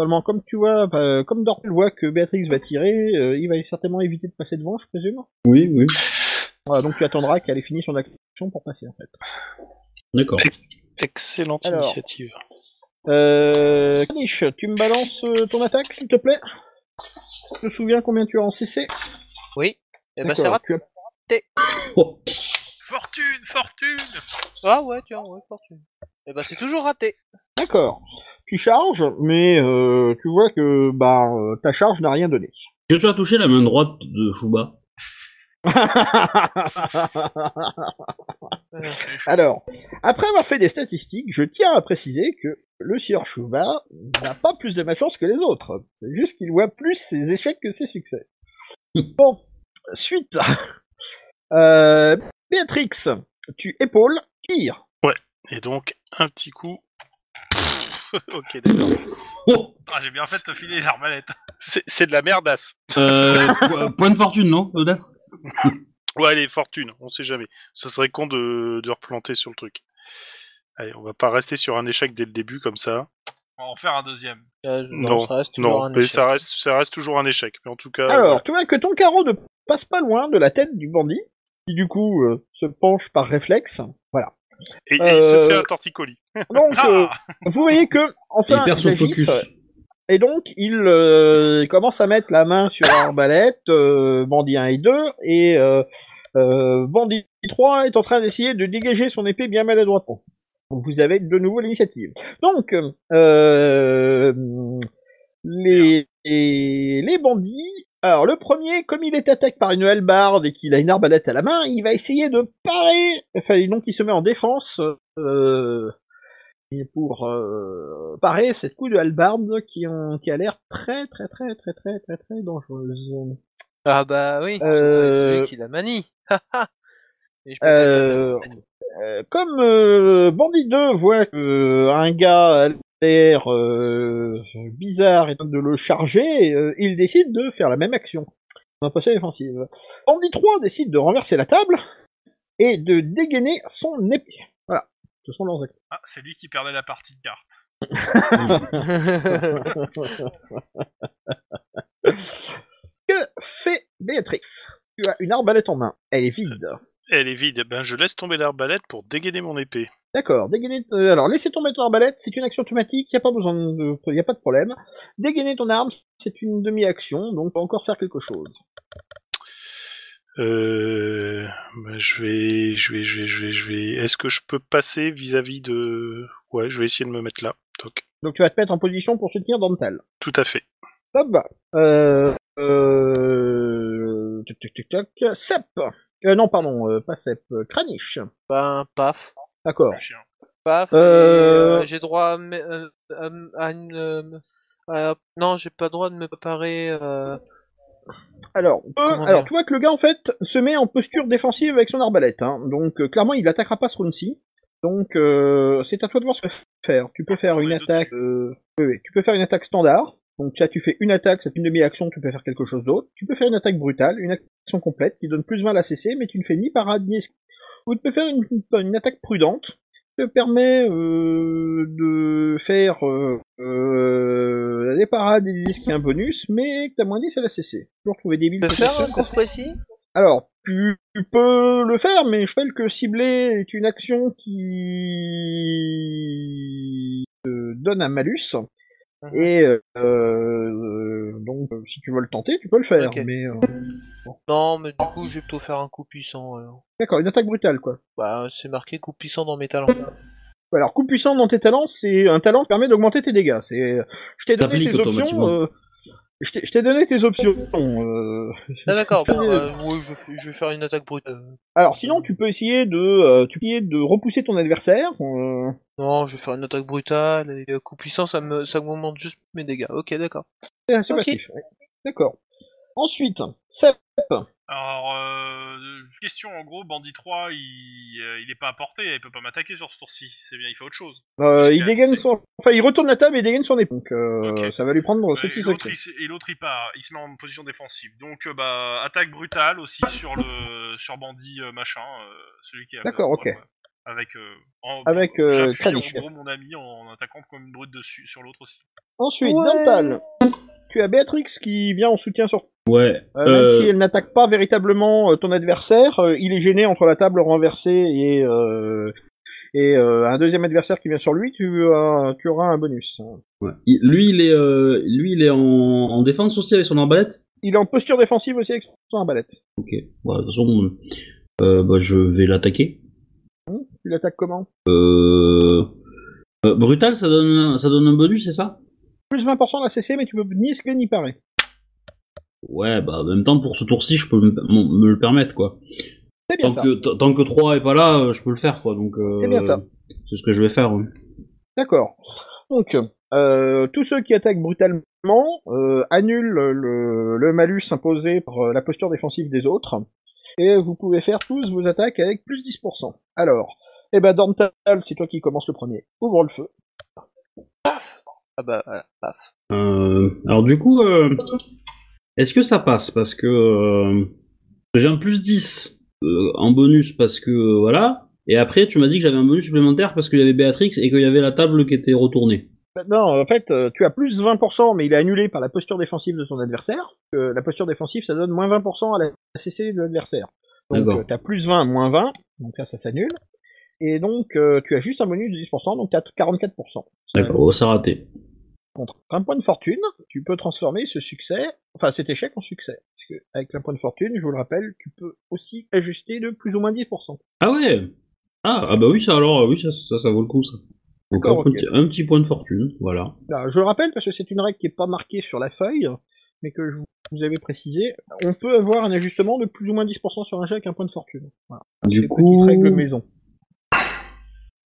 Seulement, comme tu vois, euh, comme Dorpel voit que Béatrix va tirer, euh, il va certainement éviter de passer devant, je présume. Oui, oui. Voilà, donc tu attendras qu'elle ait fini son action pour passer en fait. D'accord. Excellente Alors. initiative. Euh, Kanish, tu me balances euh, ton attaque, s'il te plaît Je te souviens combien tu as en CC Oui. Et bah D'accord, ça rate. tu as- Fortune, fortune Ah ouais, tiens, ouais, fortune. Et bah c'est toujours raté. D'accord. Tu charges, mais euh, tu vois que bah euh, ta charge n'a rien donné. Est-ce que tu as touché la main droite de Chouba Alors, après avoir fait des statistiques, je tiens à préciser que le Sieur Chouba n'a pas plus de malchance que les autres. C'est juste qu'il voit plus ses échecs que ses succès. Bon, suite. Euh, Béatrix, tu épaules, tire. Et donc, un petit coup. ok, d'accord. Oh Putain, Ah, j'ai bien fait de te filer l'arbalète. C'est c'est de la merdasse. euh, po- Point de fortune, non Peut-être Ouais, allez, fortune, on sait jamais. Ce serait con de, de replanter sur le truc. Allez, on va pas rester sur un échec dès le début comme ça. On va en faire un deuxième. Euh, Non, ça reste toujours Non, un mais échec. ça reste, ça reste toujours un échec. Mais en tout cas, Alors, tu vois que ton carreau ne passe pas loin de la tête du bandit, qui du coup euh, se penche par réflexe. Voilà. et, et il se euh, fait un torticolis. Donc, euh, Ah vous voyez que, Il enfin, perd il son agisse, focus. et donc il euh, commence à mettre la main sur l'arbalète, euh, bandit 1 et 2, et euh, euh, bandit 3 est en train d'essayer de dégager son épée bien maladroitement. Donc, Vous avez de nouveau l'initiative. Donc, euh, les, les, les bandits. Alors, le premier, comme il est attaqué par une hallebarde et qu'il a une arbalète à la main, il va essayer de parer. Enfin, donc, il se met en défense euh, et pour euh, parer cette coup de hallebarde qui, ont, qui a l'air très, très, très, très, très, très, très dangereuse. Ah bah oui, Euh, c'est celui qui la manie. Et je peux Euh, pas la manie. Euh, comme euh, Bandit 2 voit que euh, un gars a l'air euh, bizarre et tente de le charger, euh, il décide de faire la même action. On a passé à l'offensive. Bandit 3 décide de renverser la table et de dégainer son épée. Voilà, ce sont leurs actions. Ah, c'est lui qui perdait la partie de carte. euh, Que fait Béatrix Tu as une arbalète en main, elle est vide. Elle est vide. Ben, je laisse tomber l'arbalète pour dégainer mon épée. D'accord, dégainer. euh, alors, laisser tomber ton arbalète, c'est une action automatique, il a pas besoin de. y a pas de problème. Dégainer ton arme, c'est une demi-action, donc on peut encore faire quelque chose. Euh, ben, je vais, je vais, je vais, je vais, je vais. Est-ce que je peux passer vis-à-vis de Ouais, je vais essayer de me mettre là. Donc, Donc, tu vas te mettre en position pour soutenir Dantal. tout à fait. Ça va. Euh. Euh. Tac, tac, tac, tac. Sep Euh, Non, pardon, euh, pas Sep, euh, Kranich. Ben, paf, D'accord. Le chien. paf. et, Euh, euh, j'ai droit à, me- euh, euh, à une. euh, euh, non, j'ai pas droit de me préparer. Euh... Alors, euh, Comment alors, dire tu vois que le gars, en fait, se met en posture défensive avec son arbalète. Hein. Donc, euh, clairement, il attaquera pas ce round-ci. Donc, euh, c'est à toi de voir ce que tu peux faire. Tu peux faire Oui, une de suite. attaque... euh, oui, oui, tu peux faire une attaque standard. Donc, ça, tu fais une attaque, c'est une demi-action, tu peux faire quelque chose d'autre. Tu peux faire une attaque brutale, une action complète, qui donne plus 20 à la CC, mais tu ne fais ni parade, ni... esquive. Ou tu peux faire une, une attaque prudente, qui te permet euh, de faire euh, euh, des parades et des esquives un bonus, mais que t'as moins 10 à la CC. Toujours trouver des billes Je peux faire un potentielles. cours précis Alors, tu, tu peux le faire, mais je rappelle que cibler est une action qui te donne un malus. Mhm. Et euh, euh, donc, euh, si tu veux le tenter, tu peux le faire. Ok. Mais euh, Non, mais du coup, je vais plutôt faire un coup puissant. alors. d'accord, une attaque brutale, quoi. Bah, c'est marqué coup puissant dans mes talents. Alors, coup puissant dans tes talents, c'est un talent qui permet d'augmenter tes dégâts. C'est, je t'ai donné T'appliques tes options. automatiquement. euh, je t'ai- je t'ai donné tes options. euh, Ah, d'accord, bon, euh, oui, je, fais- je vais faire une attaque brutale. Alors, sinon, tu peux essayer de, euh, tu peux essayer de repousser ton adversaire. euh, Non, je vais faire une attaque brutale. Et euh, coup puissant, ça me ça augmente juste mes dégâts. Ok, d'accord. C'est assez Ok. euh, passif, ouais. D'accord. Ensuite, Sep, Alors, euh, question en gros, Bandit 3, il, euh, il est pas à portée, il peut pas m'attaquer sur ce tour-ci. C'est bien, il fait autre chose. Euh, il Ok, dégaine c'est- son. Enfin, il retourne la table et dégaine son éponge. Euh, Ok. Ça va lui prendre ce Euh, et petit l'autre, secret. il se- et l'autre, il part, il se met en position défensive. Donc, euh, bah, attaque brutale aussi sur le sur Bandit euh, machin, euh, celui qui est à D'accord, côté de ok. moi, ouais. Avec, euh, en- Avec, euh, j'appuie Kranich. en gros mon ami en attaquant comme une brute dessus, sur l'autre aussi. Ensuite, Ouais. Dental. Tu as Béatrix qui vient en soutien sur. Ouais. Euh, même Euh, si elle n'attaque pas véritablement euh, ton adversaire, euh, il est gêné entre la table renversée et, euh, et euh, un deuxième adversaire qui vient sur lui, tu, as- tu auras un bonus. ouais. Il- lui, il est, euh, lui, il est en, en défense aussi avec son arbalète. Il est en posture défensive aussi avec son arbalète. Ok. Bah, Ouais, de toute façon, euh, bah, je vais l'attaquer. Tu l'attaques comment Euh... euh, brutal, ça donne, un- ça donne un bonus, c'est ça Plus 20% d'ACC, mais tu peux ni esquiver ni parer. Ouais, bah en même temps, pour ce tour-ci, je peux me, me- me le permettre, quoi. C'est bien Tant ça. que, tant- tant que 3 est pas là, euh, je peux le faire, quoi. Donc, euh, C'est bien ça. C'est ce que je vais faire. hein. ouais. D'accord. Donc, euh, tous ceux qui attaquent brutalement euh, annulent le, le malus imposé par euh, la posture défensive des autres. Et vous pouvez faire tous vos attaques avec plus 10%. Alors, eh ben, Dorntal, c'est toi qui commence le premier. Ouvre le feu. Ah bah voilà, paf. Euh, alors du coup, euh, est-ce que ça passe Parce que euh, j'ai un plus 10 euh, en bonus parce que euh, voilà. Et après, tu m'as dit que j'avais un bonus supplémentaire parce qu'il y avait Béatrix et qu'il y avait la table qui était retournée. Maintenant, en fait, euh, tu as plus 20%, mais il est annulé par la posture défensive de son adversaire. Euh, la posture défensive, ça donne moins 20% à la CC de l'adversaire. Donc, D'accord. euh, t'as plus 20, moins 20. Donc là, ça s'annule. Et donc, euh, tu as juste un bonus de 10%, donc t'as 44%. D'accord, oh, ça a raté. contre un point de fortune, tu peux transformer ce succès, enfin cet échec en succès. Parce que avec un point de fortune, je vous le rappelle, tu peux aussi ajuster de plus ou moins 10%. Ah ouais ah, ah bah oui, ça alors, ah oui, ça, ça, ça vaut le coup ça. Donc un, D'accord, ok. petit, un petit point de fortune, voilà. Là, je le rappelle parce que c'est une règle qui n'est pas marquée sur la feuille, mais que je vous- vous avais précisé. On peut avoir un ajustement de plus ou moins 10% sur un jet avec un point de fortune. Voilà. C'est Du une coup, petite règle maison.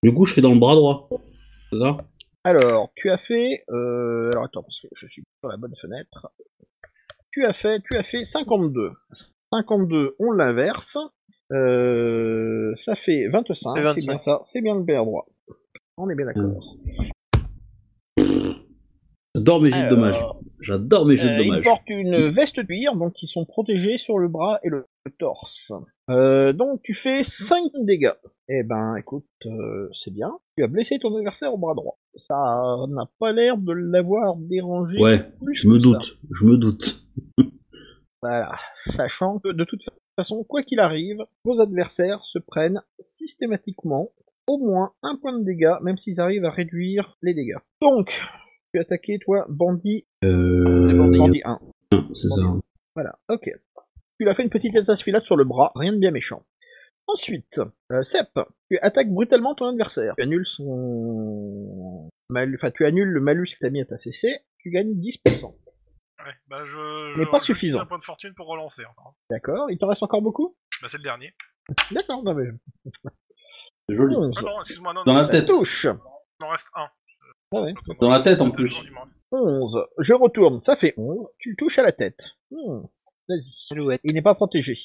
du coup, je fais dans le bras droit. C'est ça Alors, tu as fait, euh, alors attends parce que je suis sur la bonne fenêtre. Tu as fait, tu as fait 52. 52, on l'inverse. Euh, ça fait 25, Ça fait c'est bien ça, c'est bien le BR droit. On est bien d'accord. J'adore mes jets de Alors, dommages. J'adore mes jets Euh, de il dommages. porte Mm. une veste de cuir, donc ils sont protégés sur le bras et le torse. Euh, donc tu fais 5 dégâts. Eh ben écoute, euh, c'est bien. Tu as blessé ton adversaire au bras droit. Ça n'a pas l'air de l'avoir dérangé. Ouais, plus je me que ça. doute, je me doute. Voilà. Sachant que de toute façon, quoi qu'il arrive, vos adversaires se prennent systématiquement au moins un point de dégâts, même s'ils arrivent à réduire les dégâts. Donc, tu as attaqué, toi, bandit, Euh... bandit 1. C'est ça. Voilà, ok. Tu l'as fait une petite attache-filade sur le bras, rien de bien méchant. Ensuite, euh, Sep, tu attaques brutalement ton adversaire. Tu annules son... mal- Enfin, tu annules le malus que t'as mis à ta CC, tu gagnes 10%. Ouais, bah je, Mais je- pas je utilise suffisant. un point de fortune pour relancer. hein. D'accord Il t'en reste encore beaucoup Bah c'est le dernier. D'accord, non mais... C'est joli. 11. Ah non, excuse-moi, non, Dans non, la ça- tête. Touche Il en reste un. Ah ouais. Dans la tête, en plus. 11. Je retourne, ça fait 11. Tu le touches à la tête. Hmm, Vas-y. Silhouette. Il n'est pas protégé.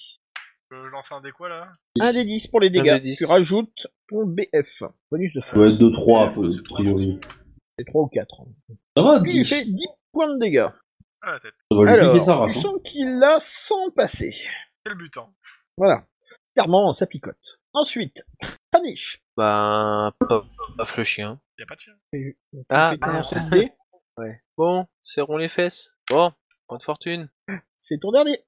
Je lance un dé quoi là Un des 10 pour les dégâts. des dix. Tu rajoutes ton BF. Bonus de force. doit être Ah, 2-3, a priori. C'est 3 ou 4. Ça va, Lui, il 10 fait 10 points de dégâts. À Ah, la tête. Ça va lui Alors, piquer sa race. tu hein. sens qu'il l'a sans passer. C'est le but, hein. Voilà. Clairement, ça picote. Ensuite, Paniche. Bah paf, paf le chien. Y a pas de chien. Ah, Tu fais ton merde. set dé. Bon, serrons les fesses. Bon, point de fortune. C'est ton dernier.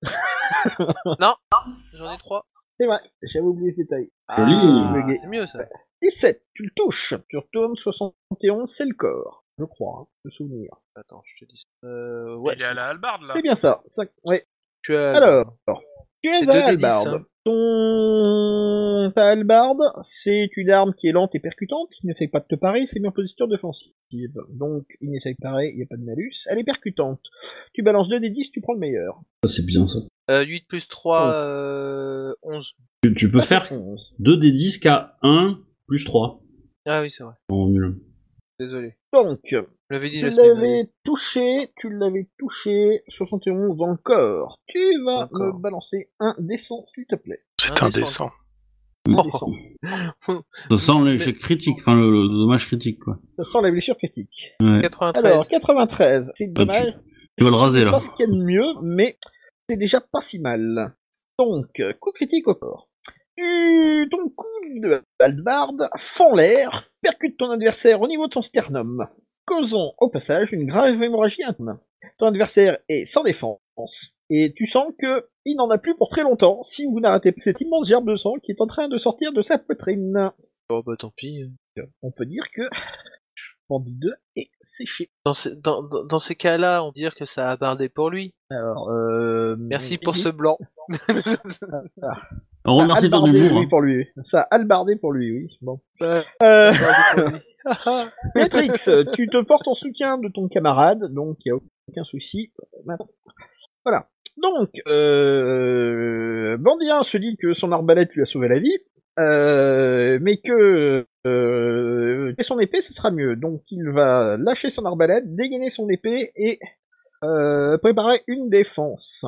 J'en ai trois. C'est vrai, j'avais oublié ce détail. Joli. Ah, Le gay. c'est mieux ça. 17, tu le touches. Tu retournes 71, c'est le corps. Je crois, hein, de souvenir. Attends, je te dis. ça. Euh, ouais, Il est à la halbarde là. C'est bien ça. ça... Ouais, tu as... Alors, tu C'est es deux un des dix, halbarde. hein. Ton ta halbarde, c'est une arme qui est lente et percutante, qui n'essaye pas de te parer, c'est bien en position défensive. Donc, il n'essaye de parer, il n'y a pas de malus. Elle est percutante. Tu balances 2 des 10, tu prends le meilleur. Ça, Ah, C'est bien ça. Euh, 8 plus Oh. 3, euh, 11. Tu, tu Ah, peux faire 11. 2 des 10 à 1 plus 3. Ah oui, c'est vrai. En nul. Désolé. Donc, Je l'avais dit Tu la semaine dernière. l'avais touché, tu l'avais touché, 71 dans le corps. Tu vas Encore. me balancer un dessin, s'il te plaît. C'est Indécent. indécent. Oh. Un dessin. Ça sent l'échec critique, enfin le, le dommage critique quoi. Ça sent la blessure critique. 93. Alors, 93, c'est dommage. Tu vas le raser C'est là. pas ce qu'il y a de mieux, mais c'est déjà pas si mal. Donc, coup critique au corps. Tu- Ton coup de hallebarde fend l'air, percute ton adversaire au niveau de son sternum, causant au passage une grave hémorragie interne. Ton adversaire est sans défense, et tu sens que il n'en a plus pour très longtemps si vous n'arrêtez pas cette immense gerbe de sang qui est en train de sortir de sa poitrine. Oh bah tant pis. On peut dire que Bandit 2 est séché. Dans, ce- dans, dans, dans ces cas-là, on peut dire que ça a bardé pour lui. Alors, euh, Merci pour ce blanc. On remercie ton Albardé, humour. oui, hein. pour lui. Ça, albardé pour lui, oui. Bon. Ouais. Euh, Ah, Matrix, euh, tu te portes en soutien de ton camarade, donc il n'y a aucun souci. Voilà. Donc, euh, Bandien se dit que son arbalète lui a sauvé la vie, euh, mais que euh, et son épée, ce sera mieux. Donc, il va lâcher son arbalète, dégainer son épée et euh, préparer une défense.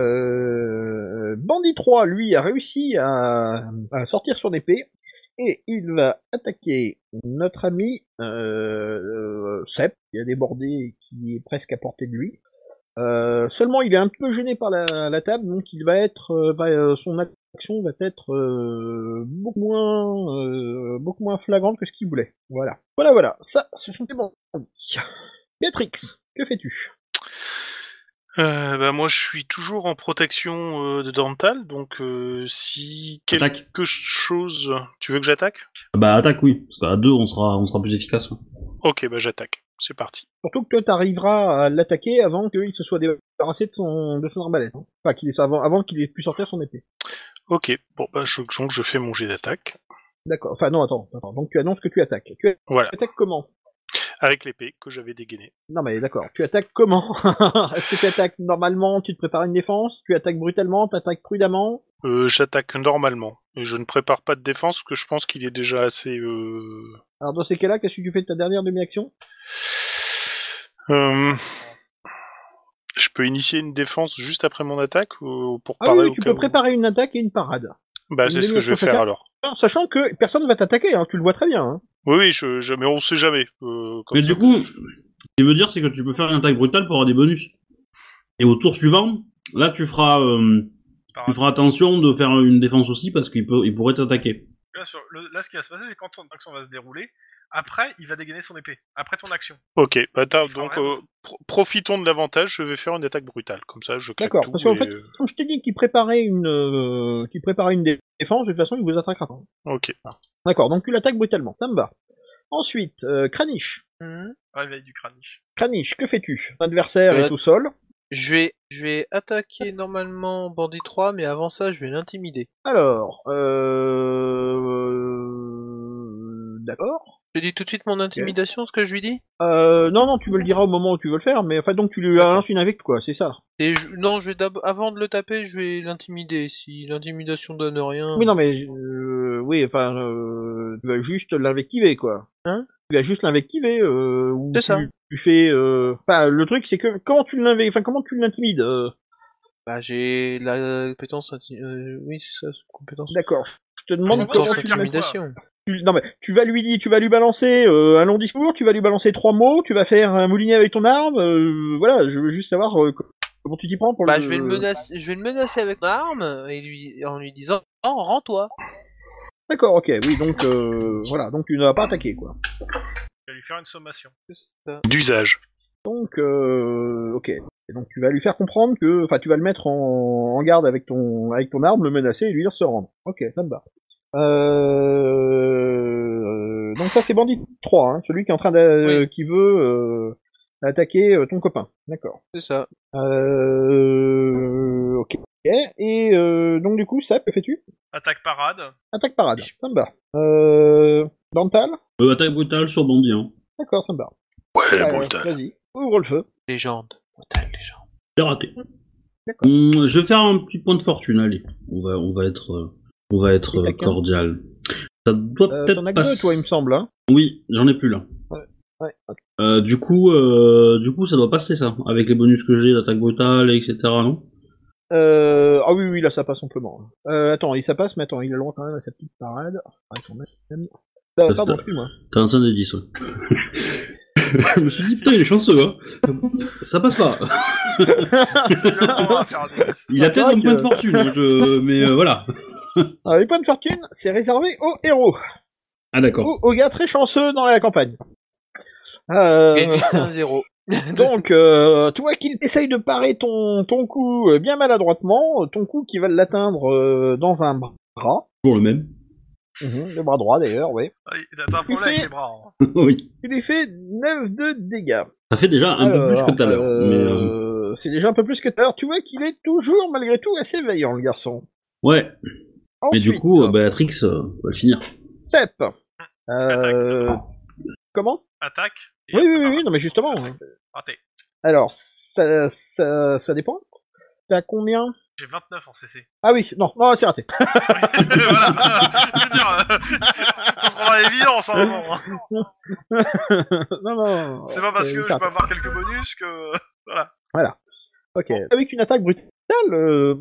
Euh, Bandit 3, lui, a réussi à, à sortir son épée et il va attaquer notre ami euh, euh, Sepp, qui a débordé et qui est presque à portée de lui. Euh, seulement, il est un peu gêné par la, la table, donc il va être, euh, va, euh, son action va être euh, beaucoup moins, euh, beaucoup moins flagrante que ce qu'il voulait. Voilà, voilà, voilà. Ça, ce sont des bandits. Béatrix, que fais-tu Euh, bah moi je suis toujours en protection euh, de Dental, donc euh, si quelque Attaque. chose... Tu veux que j'attaque Bah attaque oui, parce qu'à deux on sera on sera plus efficace. ouais. Ok bah j'attaque, c'est parti. Surtout que toi, t'arriveras à l'attaquer avant qu'il se soit débarrassé de son, de son arbalète. hein. Enfin, qu'il ait, avant, avant qu'il ait pu sortir son épée. Ok, bon bah je, donc je fais mon jet d'attaque, D'accord. Enfin, non, attends, attends. Donc, tu annonces que tu attaques. Tu voilà, attaques comment avec l'épée que j'avais dégainée. Non mais d'accord, tu attaques comment Est-ce que tu attaques normalement, tu te prépares une défense, tu attaques brutalement, tu attaques prudemment Euh, J'attaque normalement, et je ne prépare pas de défense parce que je pense qu'il est déjà assez... Euh... Alors dans ces cas-là, qu'est-ce que tu fais de ta dernière demi-action euh, Je peux initier une défense juste après mon attaque ou pour Ah parer oui, au tu cas peux où préparer une attaque et une parade. Bah c'est ce que je vais Faut faire faire. alors. Alors, Sachant que personne ne va t'attaquer, hein, tu le vois très bien. hein. Oui, oui, je, je- mais on sait jamais. euh, comme Mais ça, du coup, ce qui veut dire c'est que tu peux faire une attaque brutale pour avoir des bonus. Et au tour suivant, là tu feras euh, tu feras attention de faire une défense aussi parce qu'il peut il pourrait t'attaquer. Là, sur le- là, ce qui va se passer, c'est quand ton action va se dérouler, après, il va dégainer son épée. Après ton action. Ok, bah t'as- fera donc rien euh, pro- profitons de l'avantage, je vais faire une attaque brutale, comme ça je claque D'accord, tout parce qu'en et, fait- euh, Comme je t'ai dit qu'il préparait une euh, qu'il préparait une dé- défense, de toute façon, il vous attaquera pas. Ok. D'accord, donc tu l'attaques brutalement, ça me va. Ensuite, euh, Kranich. hmm. Réveil du craniche. Kranich, que fais-tu Ton adversaire Euh, est au sol. Je vais, je vais attaquer normalement Bandit 3, mais avant ça, je vais l'intimider. Alors, euh... euh, D'accord. Je dis tout de suite mon intimidation, ce que je lui dis Euh, non, non, tu me le diras au moment où tu veux le faire, mais enfin, donc tu lui D'accord. lances une avec, quoi, c'est ça. Et je- Non, je vais d'ab- avant de le taper, je vais l'intimider. Si l'intimidation donne rien. Oui, non, mais, euh, oui, enfin, euh, tu vas juste l'invectiver, quoi. Hein Tu vas juste l'invectiver, euh, ou C'est tu, ça. tu fais, euh, enfin, le truc, c'est que, comment tu l'invectives, enfin, comment tu l'intimides, euh, Bah, j'ai la compétence. inti- euh, oui, c'est ça, c'est compétence. d'accord. Je te demande Comment tu comment Compétence tu l'intimides. intimidation. Tu- Non mais tu vas lui dire, tu vas lui balancer euh, un long discours, tu vas lui balancer trois mots, tu vas faire un moulinet avec ton arme, euh, voilà, je veux juste savoir euh, comment tu t'y prends pour Bah, le... je vais le menacer, je vais le menacer avec mon arme et lui, en lui disant, oh, rends-toi. D'accord, ok, oui, donc euh, voilà, donc tu ne vas pas attaquer quoi. Il va lui faire une sommation. C'est ça. d'usage. Donc, euh, ok. Et donc tu vas lui faire comprendre que, enfin, tu vas le mettre en, en garde avec ton avec ton arme, le menacer et lui dire se rendre. Ok, ça me va. Euh, donc ça c'est bandit 3, hein, celui qui est en train de, Oui. qui veut euh, attaquer euh, ton copain. D'accord. C'est ça. Euh, ok. Et euh, donc du coup, ça, que fais-tu Attaque parade. Attaque parade. Ça me va. Euh, dental. Euh, attaque brutale sur bandit. Hein. D'accord, ça me va. Ouais, Euh, brutal. Vas-y. Ouvre le feu. Légende. Brutale légende. C'est raté. D'accord. Hum, je vais faire un petit point de fortune. Allez, on va on va être euh, on va être Et euh, taquin. cordial. Ça doit Euh, peut-être T'en as que pas. deux, toi, il me semble. Hein Oui, j'en ai plus là. ouais, ok. Euh, du coup, euh, du coup, ça doit passer ça, avec les bonus que j'ai d'attaque brutale, etc. Non Euh, ah oui, oui, là ça passe amplement. Euh, attends, il ça passe, mais attends, il a le droit quand même à sa petite parade. Ah, quand même. Ah, Parce pardon, que- excuse-moi. T'as un 5 des 10. ouais. Je me suis dit putain, il est chanceux, hein. Ça passe pas. Finalement, on va faire des- Il a Ah, peut-être c'est vrai un point que- de fortune, je- mais euh, voilà. Ah, les points de fortune, c'est réservé aux héros, Ah d'accord. ou aux gars très chanceux dans la campagne. Euh, Gagner 5-0. donc, euh, toi qui essaye de parer ton, ton coup euh, bien maladroitement, euh, ton coup qui va l'atteindre euh, dans un bras, Toujours le même. Mhm, le bras droit d'ailleurs, oui. Ah, il- T'as un problème avec les bras. hein. oui. Tu lui fais 9 de dégâts. Ça fait déjà un peu plus que tout à l'heure. Alors, mais, euh, euh, C'est déjà un peu plus que tout à l'heure. Tu vois qu'il est toujours, malgré tout, assez veillant, le garçon. Ouais. Mais Ensuite, du coup, euh, Béatrix euh, va le finir. Step. Euh, Comment Attaque. et- oui, oui, oui, oui, non, mais justement. ouais. Raté. Alors, ça, ça, ça dépend. T'as combien J'ai 29 en CC. Ah oui, non, non, c'est raté. voilà. Je veux dire, euh, on se rend à l'évidence. hein, à un moment, hein. non, non. C'est pas parce que euh, je ça peux avoir quelques bonus que. euh, Ok. Avec une attaque brutale, euh,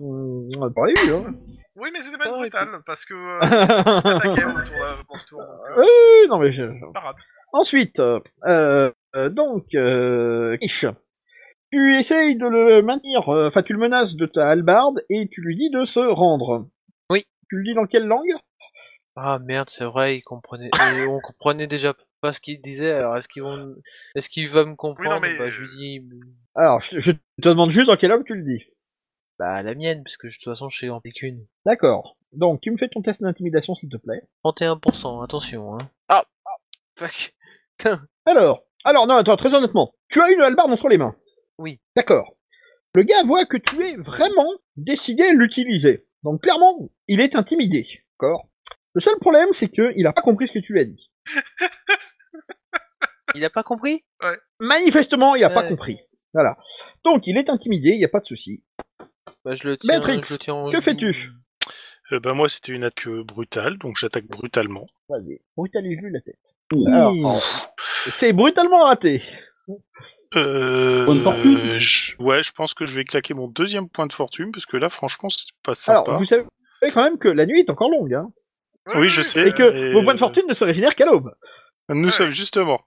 on a pas eu. Hein. Oui, mais c'était pas Ah, brutal parce que. Euh, attaqué au tour là, dans ce tour. donc, euh, Euh, non, mais je- je- pas grave. Ensuite, euh, euh, donc, euh, Kish, tu essayes de le maintenir, euh, enfin tu le menaces de ta hallebarde et tu lui dis de se rendre. Oui. Tu lui dis dans quelle langue Ah merde, c'est vrai, il comprenait. et on comprenait déjà pas ce qu'il disait. Alors est-ce qu'ils vont, est-ce qu'il va me comprendre mais- Bah je lui dis Alors, je, je te demande juste dans quelle langue tu le dis. bah la mienne, parce que je- de toute façon je suis en qu'une. D'accord. Donc, tu me fais ton test d'intimidation, s'il te plaît. 31%, attention. Hein. Ah, ah, fuck. Alors, alors non, attends, très honnêtement, tu as une hallebarde entre les mains. Oui. D'accord. Le gars voit que tu es vraiment décidé à l'utiliser. Donc clairement, il est intimidé. D'accord. Le seul problème, c'est que il a pas compris ce que tu lui as dit. Il a pas compris Manifestement, il a pas Ouais. compris. Voilà. Donc il est intimidé, il n'y a pas de souci. Bah je le tiens. Matrix, je le tiens en que joue. fais-tu Euh, ben, moi, c'était une attaque euh, brutale, donc j'attaque brutalement. Vas-y, brutalise-lui la tête. Ouh. Alors, oh, c'est brutalement raté. Euh, Point de fortune je- Ouais, je pense que je vais claquer mon deuxième point de fortune, parce que là, franchement, c'est pas sympa. Alors, vous savez quand même que la nuit est encore longue, hein, Oui, je sais. et que Et, vos points de euh, fortune ne se régénèrent qu'à l'aube. Nous sommes justement.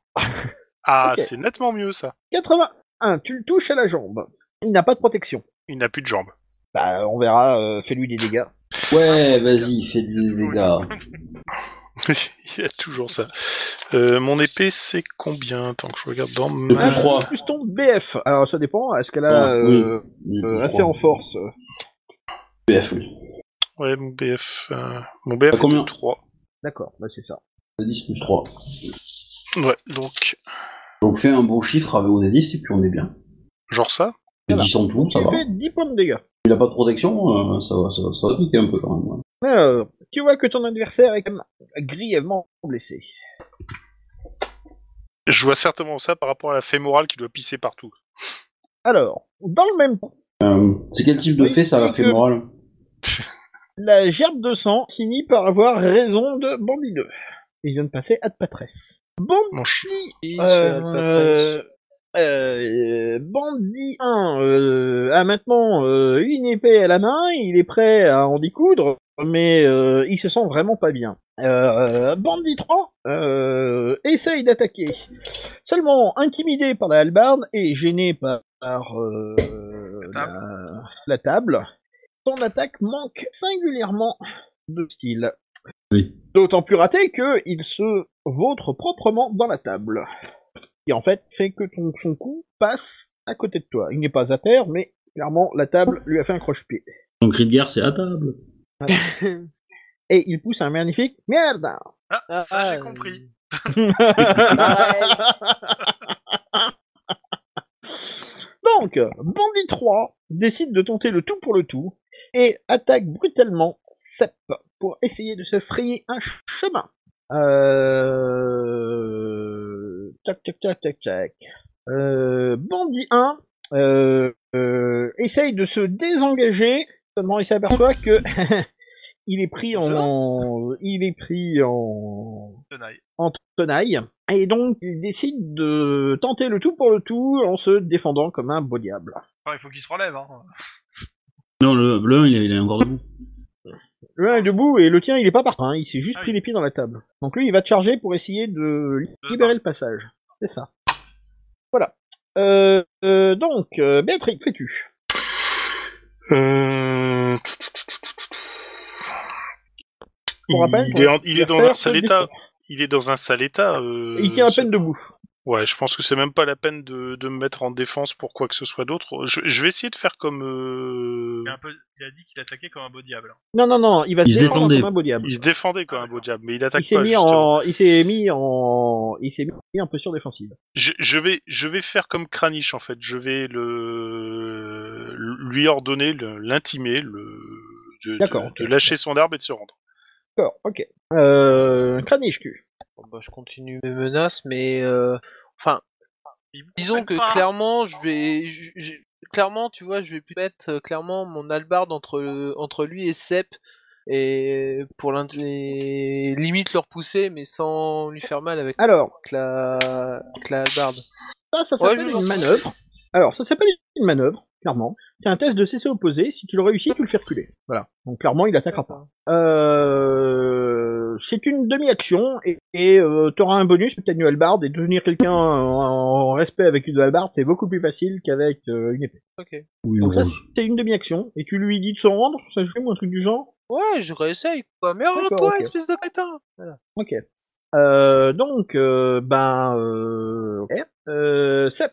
Ah, Ok. c'est nettement mieux ça. 81, tu le touches à la jambe. Il n'a pas de protection. Il n'a plus de jambes. Bah, on verra, euh, fais-lui des dégâts. Ouais, vas-y, fais des dégâts. Il y a toujours ça. Euh, mon épée, c'est combien Tant que je regarde dans De ma. plus 3. Ah, plus ton BF. Alors ça dépend, est-ce qu'elle a Ah, euh, oui. euh, assez en force euh. BF, oui. Ouais, mon BF. euh, Mon Bah, BF, est combien de 3. D'accord, bah c'est ça. De 10 plus 3. Ouais, donc, Donc fais un bon chiffre avec au 10 et puis on est bien. genre ça. J'ai Voilà. 10 en tout, ça Tu va. fais 10 points de dégâts. Il a pas de protection, euh, ça, va, ça, va, ça va piquer un peu quand même. ouais. Euh, tu vois que ton adversaire est quand même grièvement blessé. Je vois certainement ça par rapport à la fémorale qui doit pisser partout. Alors, dans le même temps, Euh, c'est quel type de Oui, fait ça la c'est que- fémorale la gerbe de sang finit par avoir raison de Bandit 2. Il vient de passer à de Patresse. Bandit, Mon ch- Il, euh, euh, euh, euh, Bandit 1 euh, a maintenant euh, une épée à la main, il est prêt à en découdre, mais euh, il se sent vraiment pas bien. Euh, Bandit 3 euh, essaye d'attaquer, seulement intimidé par la hallebarde et gêné par, par, euh, La la, la table. Son attaque manque singulièrement de style. Oui. D'autant plus raté que il se vautre proprement dans la table. Et en fait, fait que ton, son coup passe à côté de toi. Il n'est pas à terre, mais clairement, la table lui a fait un croche-pied. Son cri de guerre, c'est à table. Et il pousse un magnifique merde Ah, Ah, ça, j'ai ah, compris. Donc, Bandit 3 décide de tenter le tout pour le tout et attaque brutalement Sep pour essayer de se frayer un ch- chemin. Euh... Tac, tac, tac, tac, tac. Euh, Bandit 1 euh, euh, essaye de se désengager, seulement il s'aperçoit que il est pris en, il est pris en Tenaille. en tenaille Et donc, il décide de tenter le tout pour le tout en se défendant comme un beau diable. Enfin, il faut qu'il se relève, hein. Non, le bleu, il, est- il est encore debout. Le un est debout et le tien, il est pas par terre, hein, il s'est juste Ah pris les pieds dans la table. Donc lui, il va te charger pour essayer de libérer le passage. C'est ça. Voilà. Euh, euh, donc, euh, Béatrix, fais-tu Euh... Pour rappel, il est, en- il est dans Faire un sale se état. Il est dans un sale état. euh, Il tient à c'est- peine debout. Ouais, je pense que c'est même pas la peine de, de me mettre en défense pour quoi que ce soit d'autre. Je, je vais essayer de faire comme. euh, Il a, un peu- il a dit qu'il attaquait comme un beau diable. hein. Non, non, non, il va Il se se défendre défendait. comme un beau diable. Il se défendait quand même, beau diable, mais il Il attaque s'est pas. mis justement. en, il s'est mis en, il s'est mis en posture défensive. Je, je vais, je vais faire comme Kranich en fait. Je vais le lui ordonner, le- l'intimer, le de, de- D'accord, de lâcher son arbre et de se rendre. D'accord, ok. Euh, Kranich, tu. Bon, bah, je continue mes menaces, mais euh, enfin, Il vous disons que comprenne pas. clairement, je vais, je- je- clairement, tu vois, je vais mettre euh, clairement mon albarde entre entre lui et Sep et pour l'un et limite le repousser, mais sans lui faire mal avec Alors, la avec la hallebarde. ça, ça Ouais, s'appelle je vous une entends. manœuvre. Alors, ça s'appelle une manœuvre, clairement. C'est un test de cessez opposé. Si tu le réussis, tu le fais reculer. Voilà. Donc clairement, il attaquera pas. Euh, c'est une demi-action et tu t'auras un bonus, peut-être une hallebarde, et devenir quelqu'un en, en respect avec une hallebarde, c'est beaucoup plus facile qu'avec euh, une épée. Ok. Oui, Donc Ah, ça, c'est une demi-action, et tu lui dis de se rendre, ça se fait ou un truc du genre Ouais, je réessaye quoi. Mais D'accord, rends-toi, ok. espèce de crétin. Voilà. Ok. Euh, donc, euh, ben... Euh, ok. euh, Sep,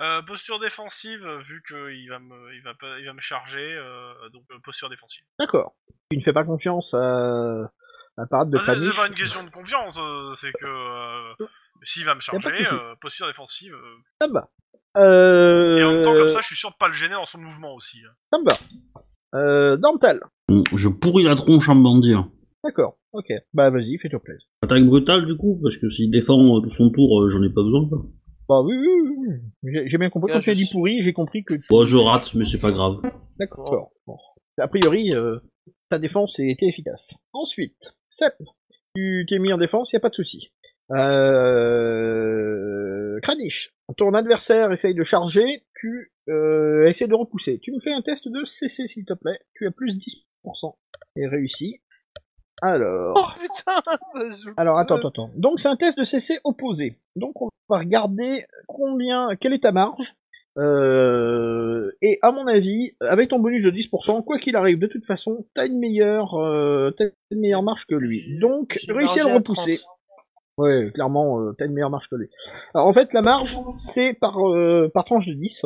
Euh, posture défensive, euh, vu qu'il va me, il va, pas- il va me charger, euh, donc euh, posture défensive. d'accord. Tu ne fais pas confiance à la parade de Ah, c'est c'est Kranich. pas une question de confiance, euh, c'est que euh, s'il va me pas de charger, souci. euh, posture défensive. euh, Ça me va. Euh, Et en même temps, comme ça, je suis sûr de pas le gêner dans son mouvement aussi. hein. ça me va. Euh, Dental. Je pourris la tronche en bandit. hein. D'accord, ok. Bah vas-y, fais-toi plaisir. Attaque brutale, du coup, parce que s'il défend euh, tout son tour, euh, j'en ai pas besoin. quoi. Bah oui, oui, oui, oui. J'ai- J'ai bien compris. Bien, Quand tu as je dit suis- pourri, j'ai compris que... Bon, je rate, mais c'est pas grave. D'accord. Bon. A priori, euh, ta défense a été efficace. Ensuite, Sep, tu t'es mis en défense, y a pas de souci. Euh... Kranich, ton adversaire essaye de charger, tu euh, essaies de repousser. Tu me fais un test de CC, s'il te plaît. Tu as plus 10% et réussi. Alors... Oh putain. ça joue. Alors attends, attends, attends. Donc c'est un test de CC opposé. Donc on va regarder combien, quelle est ta marge. Euh, et à mon avis, avec ton bonus de 10%, quoi qu'il arrive, de toute façon, t'as une meilleure, euh, t'as une meilleure marge que lui. Donc J'ai réussis à margé le repousser. 30. Ouais, clairement, euh, t'as une meilleure marge que lui. Alors en fait, la marge, c'est par euh, par tranche de 10.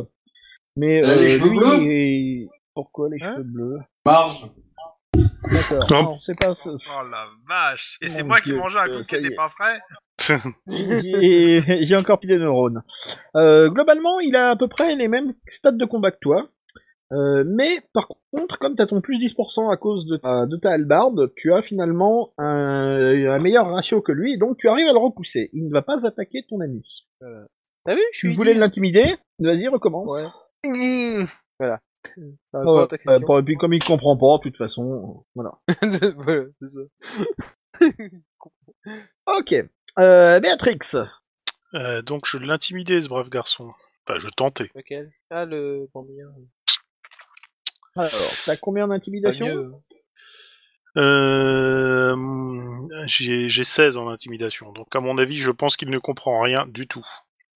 Mais euh, Elle a Euh, les cheveux lui, bleus il- pourquoi les Hein cheveux bleus Marge. D'accord. Non. Non, c'est pas. ce- Oh la vache Et c'est Mon moi qui Dieu, mangeais un euh, coup qui ça y était est. pas frais J'ai j'ai encore plus de neurones. Euh, globalement, il a à peu près les mêmes stats de combat que toi. Euh, mais par contre, comme t'as ton plus 10% à cause de ta, de ta hallebarde, tu as finalement un, un meilleur ratio que lui, donc tu arrives à le repousser. Il ne va pas attaquer ton ami. T'as vu, je Tu suis. voulais utile. l'intimider Vas-y, recommence. Ouais. Mmh. Voilà. Ça Ah répond ouais, à ta bah, question. bon, et puis comme il comprend pas, de toute façon, voilà. voilà, c'est ça. Ok. Euh, Béatrix. Euh, donc je l'intimidais ce brave garçon. Enfin, je tentais. Lequel Ah, le bandit. Alors, t'as combien d'intimidation hein. Euh, j'ai j'ai 16 en intimidation, donc à mon avis, je pense qu'il ne comprend rien du tout.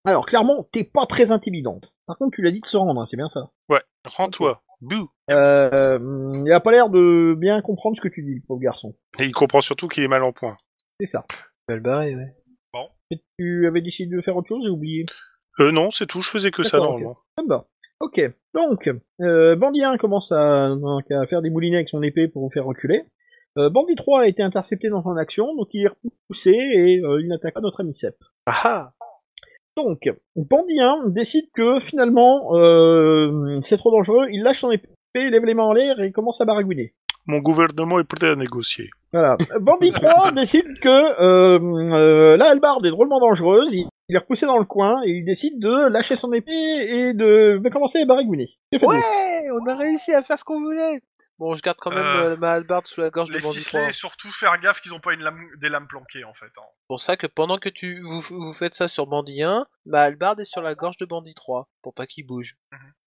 Alors, clairement, t'es pas très intimidante. Par contre, tu l'as dit de se rendre, hein, c'est bien ça. Ouais, rends-toi. Bouh. Euh, il a pas l'air de bien comprendre ce que tu dis, le pauvre garçon. Et il comprend surtout qu'il est mal en point. C'est ça. Mal barré, ouais. Et tu avais décidé de faire autre chose et oublié. Euh, non, c'est tout. Je faisais que ça D'accord, normalement. Ah bah. Ok. Donc, euh, Bandit 1 commence à, donc, à faire des moulinets avec son épée pour vous faire reculer. Euh, Bandit 3 a été intercepté dans son action, donc il est repoussé et euh, il n'attaque pas notre ami Sep. Ah Donc, Bandit 1 décide que finalement, euh, c'est trop dangereux, il lâche son épée, lève les mains en l'air et commence à baragouiner. Mon gouvernement est prêt à négocier. Voilà. Bandit 3 décide que euh, euh, la hallebarde est drôlement dangereuse, il, il est repoussé dans le coin et il décide de lâcher son épée et de, de commencer à baragouiner. Que faites-vous Ouais On a réussi à faire ce qu'on voulait Bon, je garde quand même Euh, euh, ma hallebarde sous la gorge de Les Bandit ficelés, 3. et surtout faire gaffe qu'ils ont pas une lame- des lames planquées en fait. hein. C'est pour ça que pendant que tu vous, vous faites ça sur Bandit 1, ma hallebarde est sur la gorge de Bandit 3, pour pas qu'il bouge.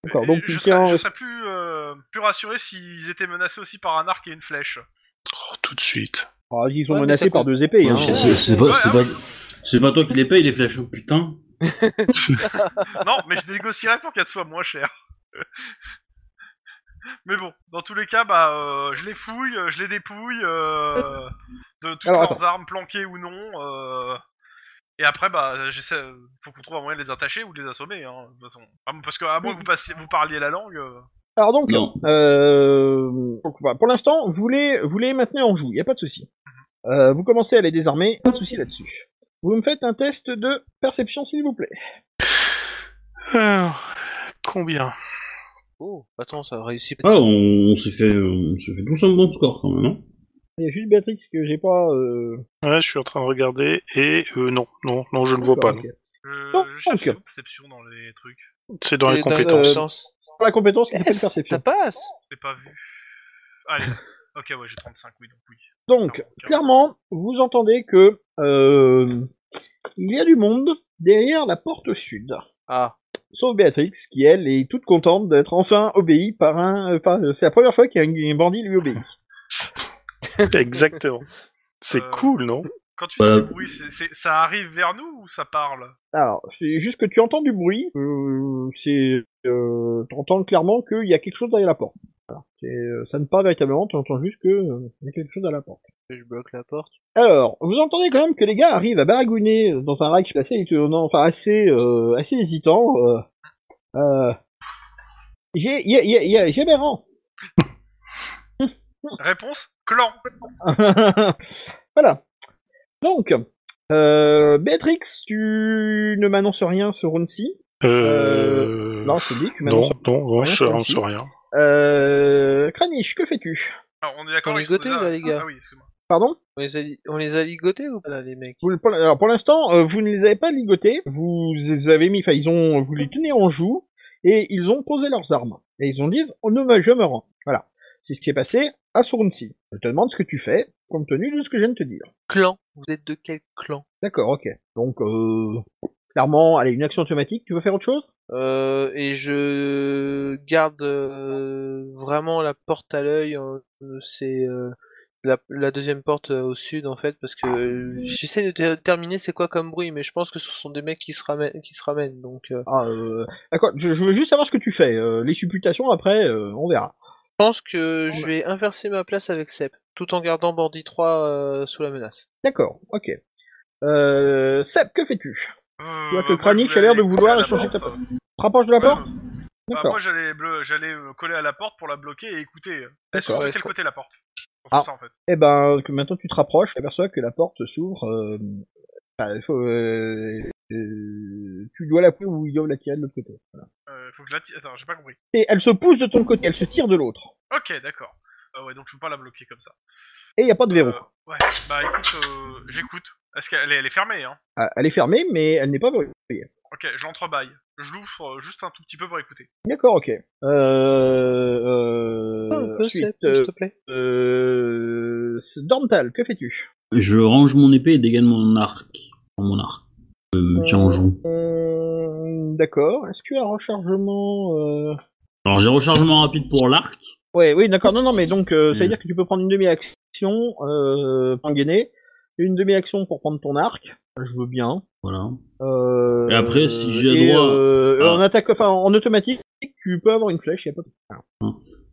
D'accord, Et donc je quelqu'un- serais, je serais plus, euh, plus rassuré s'ils étaient menacés aussi par un arc et une flèche. Oh, tout de suite. Ah, ils sont Ouais, mais menacés ça par compte. deux épées. hein. C'est c'est- c'est pas, c'est pas, c'est pas toi qui les paye les flèches, hein, putain. non, mais je négocierais pour qu'elles soient moins chères. mais bon, dans tous les cas, bah, euh, je les fouille, euh, je les dépouille euh, de toutes Alors, leurs armes, planquées ou non. euh, et après, bah, j'essaie, faut qu'on trouve un moyen de les attacher ou de les assommer. Hein, de toute façon. Ah, Parce que à moins que vous, passiez, vous parliez la langue. euh, Alors donc, Non. euh, donc, voilà, pour l'instant, vous les, vous les maintenez en joue, il a pas de souci. Euh, vous commencez à les désarmer, pas de souci là-dessus. Vous me faites un test de perception, s'il vous plaît. Alors, combien Oh, attends, ça réussit Oh, Ah, on, on s'est fait, on s'est fait tous un bon score quand même, hein. Il y a juste Béatrix que j'ai pas. Euh... Ouais, je suis en train de regarder et euh, non, non, non, je ne vois pas. d'accord, non. ok. je- Oh, je cherche ok. la perception dans les trucs. C'est dans les Et dans- compétences. euh, Pour la compétence qui s'appelle S, Ça perception. passe C'est pas vu. Allez. Ok, ouais, j'ai 35, oui, donc oui. Donc, clairement, vous entendez que euh, il y a du monde derrière la porte sud. Ah, Sauf Béatrix, qui elle est toute contente d'être enfin obéie par un. euh, par- C'est la première fois qu'un un bandit lui obéit. Exactement. C'est Euh, cool, non Quand tu Bah, dis bruit, c'est, c'est- ça arrive vers nous ou ça parle Alors, c'est juste que tu entends du bruit, euh, c'est, euh, t'entends clairement qu'il y a quelque chose derrière la porte. Voilà. C'est, euh, ça ne parle véritablement, tu entends juste que euh, il y a quelque chose à la porte. je bloque la porte. Alors, vous entendez quand même que les gars arrivent à baragouiner dans un rack assez, étonnant, enfin assez, euh, assez hésitant. Euh, euh, j'ai, il y a, il y a- il y a- j'ai Béran. Réponse Clan voilà. Donc, euh, Béatrix, tu ne m'annonces rien ce round-ci. euh... Non, je te le dis, tu non, m'annonces non, non, Ouais, je c'est ne gentil. sais rien. Euh... Kranich, que fais-tu Alors, on est d'accord On est ils sont gotés, là, les gars. Ah oui, excuse-moi. Pardon On les a, li- on les a ligotés ou pas, là, les mecs Vous le- pour- Alors pour l'instant, euh, vous ne les avez pas ligotés, vous les avez mis, enfin ils ont, vous les tenez en joue, et ils ont posé leurs armes. Et ils ont dit, on ne va jamais rendre. Voilà. C'est ce qui s'est passé à Sourunsi. Je te demande ce que tu fais, compte tenu de ce que je viens de te dire. Clan Vous êtes de quel clan D'accord, ok. Donc, euh, clairement, allez, une action automatique, tu veux faire autre chose Euh, et je garde euh, vraiment la porte à l'œil. hein, c'est euh, la, la deuxième porte euh, au sud en fait, parce que euh, j'essaie de déterminer c'est quoi comme bruit, mais je pense que ce sont des mecs qui se ramènent, qui se ramènent. Donc, euh, ah, euh, D'accord, je, je veux juste savoir ce que tu fais. Euh, les supputations, après, euh, on verra. je pense que je vais inverser ma place avec Sep, tout en gardant Bandit 3 euh, sous la menace. D'accord, ok. Euh, Seb, que fais-tu Euh, Tu vois que bah, moi, je Kranich voulais a l'air de aller vouloir coller à la échanger ta porte. Te rapproches de la Ouais, porte bah, D'accord. moi, j'allais, bleu- j'allais me coller à la porte pour la bloquer et écouter. Elle D'accord. s'ouvre de Ouais, quel quoi. côté la porte Pour Ah. ça, en fait. Eh ben, que maintenant tu te rapproches, tu aperçois que la porte s'ouvre. euh, enfin, il faut, euh, euh, tu dois la pousser ou il doit la tirer de l'autre côté. Euh, faut que je la ti- Attends, j'ai pas compris. Et elle se pousse de ton côté, elle se tire de l'autre. Ok, d'accord. Ah ouais, donc je peux pas la bloquer comme ça. Et il n'y a pas de verrou. Euh, ouais, bah écoute, euh, j'écoute. Est-ce qu'elle est, elle est fermée, hein Ah, Elle est fermée, mais elle n'est pas verrouillée. Ok, je l'entrebaille. Je l'ouvre euh, juste un tout petit peu pour écouter. D'accord, ok. Euh, euh, Un peu, Sep, ensuite, s'il euh, te plaît. euh, Dorntal, que fais-tu Je range mon épée et dégaine mon arc. Enfin, Mon arc. Je me Euh, tiens en joue. Hum, D'accord. Est-ce qu'il y a un rechargement euh, Alors j'ai rechargement rapide pour l'arc. Ouais, oui, d'accord. Non, non, mais donc, euh, ça veut Hmm. dire que tu peux prendre une demi-action euh, pour gainer, une demi-action pour prendre ton arc. Je veux bien. Voilà. Euh, Et après, si j'ai et, droit- euh, Ah. en attaque, enfin, en automatique, tu peux avoir une flèche. Y a pas... de-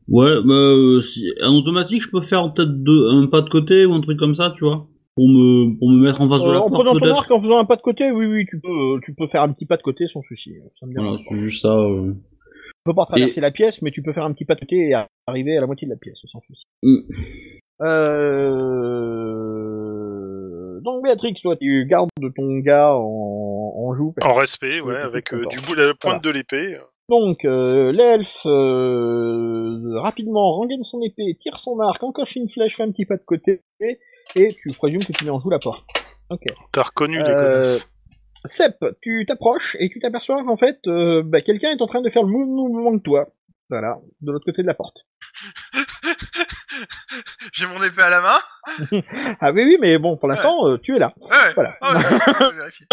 Ouais, bah, euh, si, en automatique, je peux faire peut-être deux- un pas de côté ou un truc comme ça, tu vois, pour me, pour me mettre en face de Euh, la en porte prenant ton peut-être. arc, en faisant un pas de côté, oui, oui, tu peux, euh, tu peux faire un petit pas de côté sans souci. hein. Ça me Voilà, dérange pas. c'est juste ça. euh. Tu peux pas traverser la pièce, mais tu peux faire un petit pas de côté et arriver à la moitié de la pièce sans souci. Mm. Euh... Donc Béatrix, toi, tu gardes ton gars en, en joue. En respect, ouais, Oui, avec euh, d'accord. du bout la pointe Voilà. de l'épée. Donc, euh, l'elfe, euh, rapidement, rengaine son épée, tire son arc, encoche une flèche, fait un petit pas de côté, et tu présumes que tu mets en joue la porte. T'as reconnu les Euh, connasses. Sep, tu t'approches, et tu t'aperçois qu'en fait, euh, bah, quelqu'un est en train de faire le mou- mou- mouvement de toi. Voilà, de l'autre côté de la porte. J'ai mon épée à la main. Ah oui, oui, mais bon, pour l'instant, euh, tu es là. Ouais, ouais. Voilà. Ah ouais, je vais vérifier.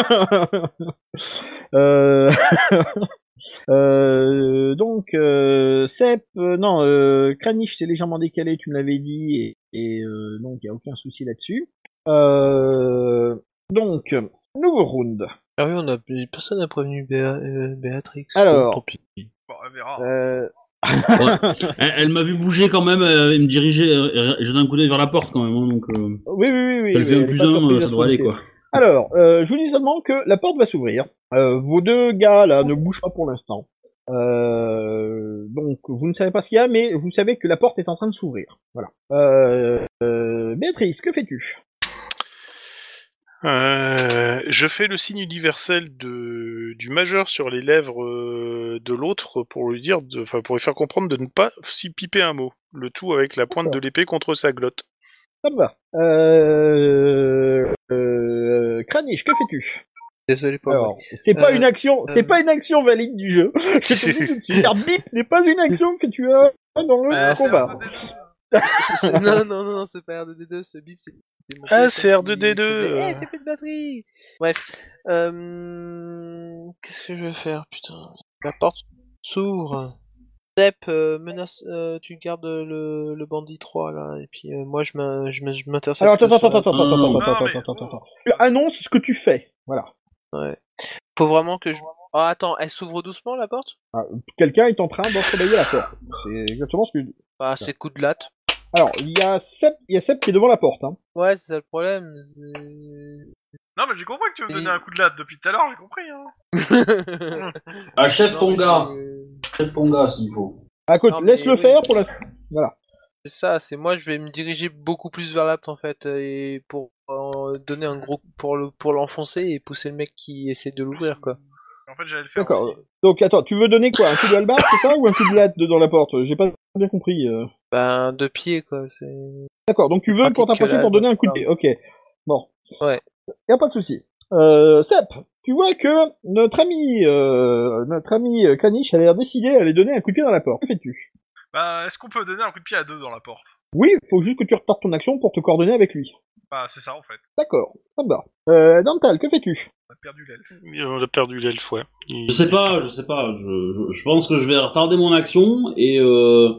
Euh... euh, donc, euh, Sep, euh, non, euh, Kranich, t'es légèrement décalé, tu me l'avais dit, et, et, euh, donc il n'y a aucun souci là-dessus. Euh, donc, nouveau round. Ah oui, on a... personne n'a prévenu Béa- euh, Béatrix. Alors. Tant pis. Bon, on verra. Euh, Elle, elle m'a vu bouger quand même euh, et me diriger, euh, et jeter un coup d'œil vers la porte quand même, hein, donc euh, oui, oui, oui, oui. ça le oui, fait elle un est plus pas un, surprise euh, à ça ce doit aller moment-ci. quoi. Alors, euh, je vous dis seulement que la porte va s'ouvrir. Euh, vos deux gars là ne bougent pas pour l'instant. Euh, donc vous ne savez pas ce qu'il y a, mais vous savez que la porte est en train de s'ouvrir. Voilà. Euh, euh, Béatrice, que fais-tu Euh, je fais le signe universel de, du majeur sur les lèvres euh, de l'autre pour lui dire, de- enfin pour lui faire comprendre de ne pas s'y piper un mot. Le tout avec la pointe de l'épée contre sa glotte. Ça me va. Euh, euh, Kranich, que fais-tu Désolé pour moi. Alors, c'est pas Euh, une action, c'est euh, pas une action valide du jeu. Je te dis tout de suite, l'arbitre n'est pas une action que tu as dans le Euh, c'est combat. R2D2. non, non, non, non, c'est pas R2D2, ce bip, c'est. c'est mon Ah, téléphone c'est R2D2. qui faisait, Eh, j'ai plus de batterie Bref. Euh... Qu'est-ce que je vais faire, putain La porte s'ouvre. Step, euh, menace, euh, tu gardes le, le bandit 3 là, et puis euh, moi je m'in- je m'in- je m'intercepte. Alors attends, sur attends, la- attends, Non, attends, attends, non, attends, non, attends, mais- attends, attends. Tu annonces ce que tu fais. Voilà. Faut vraiment que je. Ah, attends, elle s'ouvre doucement la porte quelqu'un est en train d'entrebâiller la porte. C'est exactement ce que. Bah, c'est coup de latte. Alors, il y a Sep, il y a Sep qui est devant la porte. Hein. Ouais, c'est ça le problème. c'est- Non, mais j'ai compris que tu veux me donner un coup de latte depuis tout à l'heure, j'ai compris. Hein. Achève ton Non, mais gars. c'est- Achève ton gars s'il faut. À côté, Non, mais laisse-le oui. faire pour la. C'est ça, c'est moi je vais me diriger beaucoup plus vers l'apte en fait et pour euh, donner un gros pour le pour l'enfoncer et pousser le mec qui essaie de l'ouvrir quoi. En fait, j'allais le faire. D'accord. aussi. Donc, attends, tu veux donner quoi Un coup de hallebarde, c'est ça, ou un coup de latte dans la porte J'ai pas bien compris. euh. Ben de pied quoi, c'est D'accord. Donc, tu veux Pratique pour que t'approcher la pour donner un coup de pied. hallebarde. Ok. Bon. Ouais. Y a pas de souci. Euh, Sep, tu vois que notre ami, euh, notre ami euh, Kranich a l'air décidé à aller donner un coup de pied dans la porte. Que fais-tu Bah, est-ce qu'on peut donner un coup de pied à deux dans la porte Oui, faut juste que tu retardes ton action pour te coordonner avec lui. Bah, c'est ça en fait. D'accord. Ça me va. Euh, Dantal, que fais-tu On a perdu l'elfe. On a perdu l'elfe, ouais. Il- Je sais pas, je sais pas. Je, je, je pense que je vais retarder mon action et euh,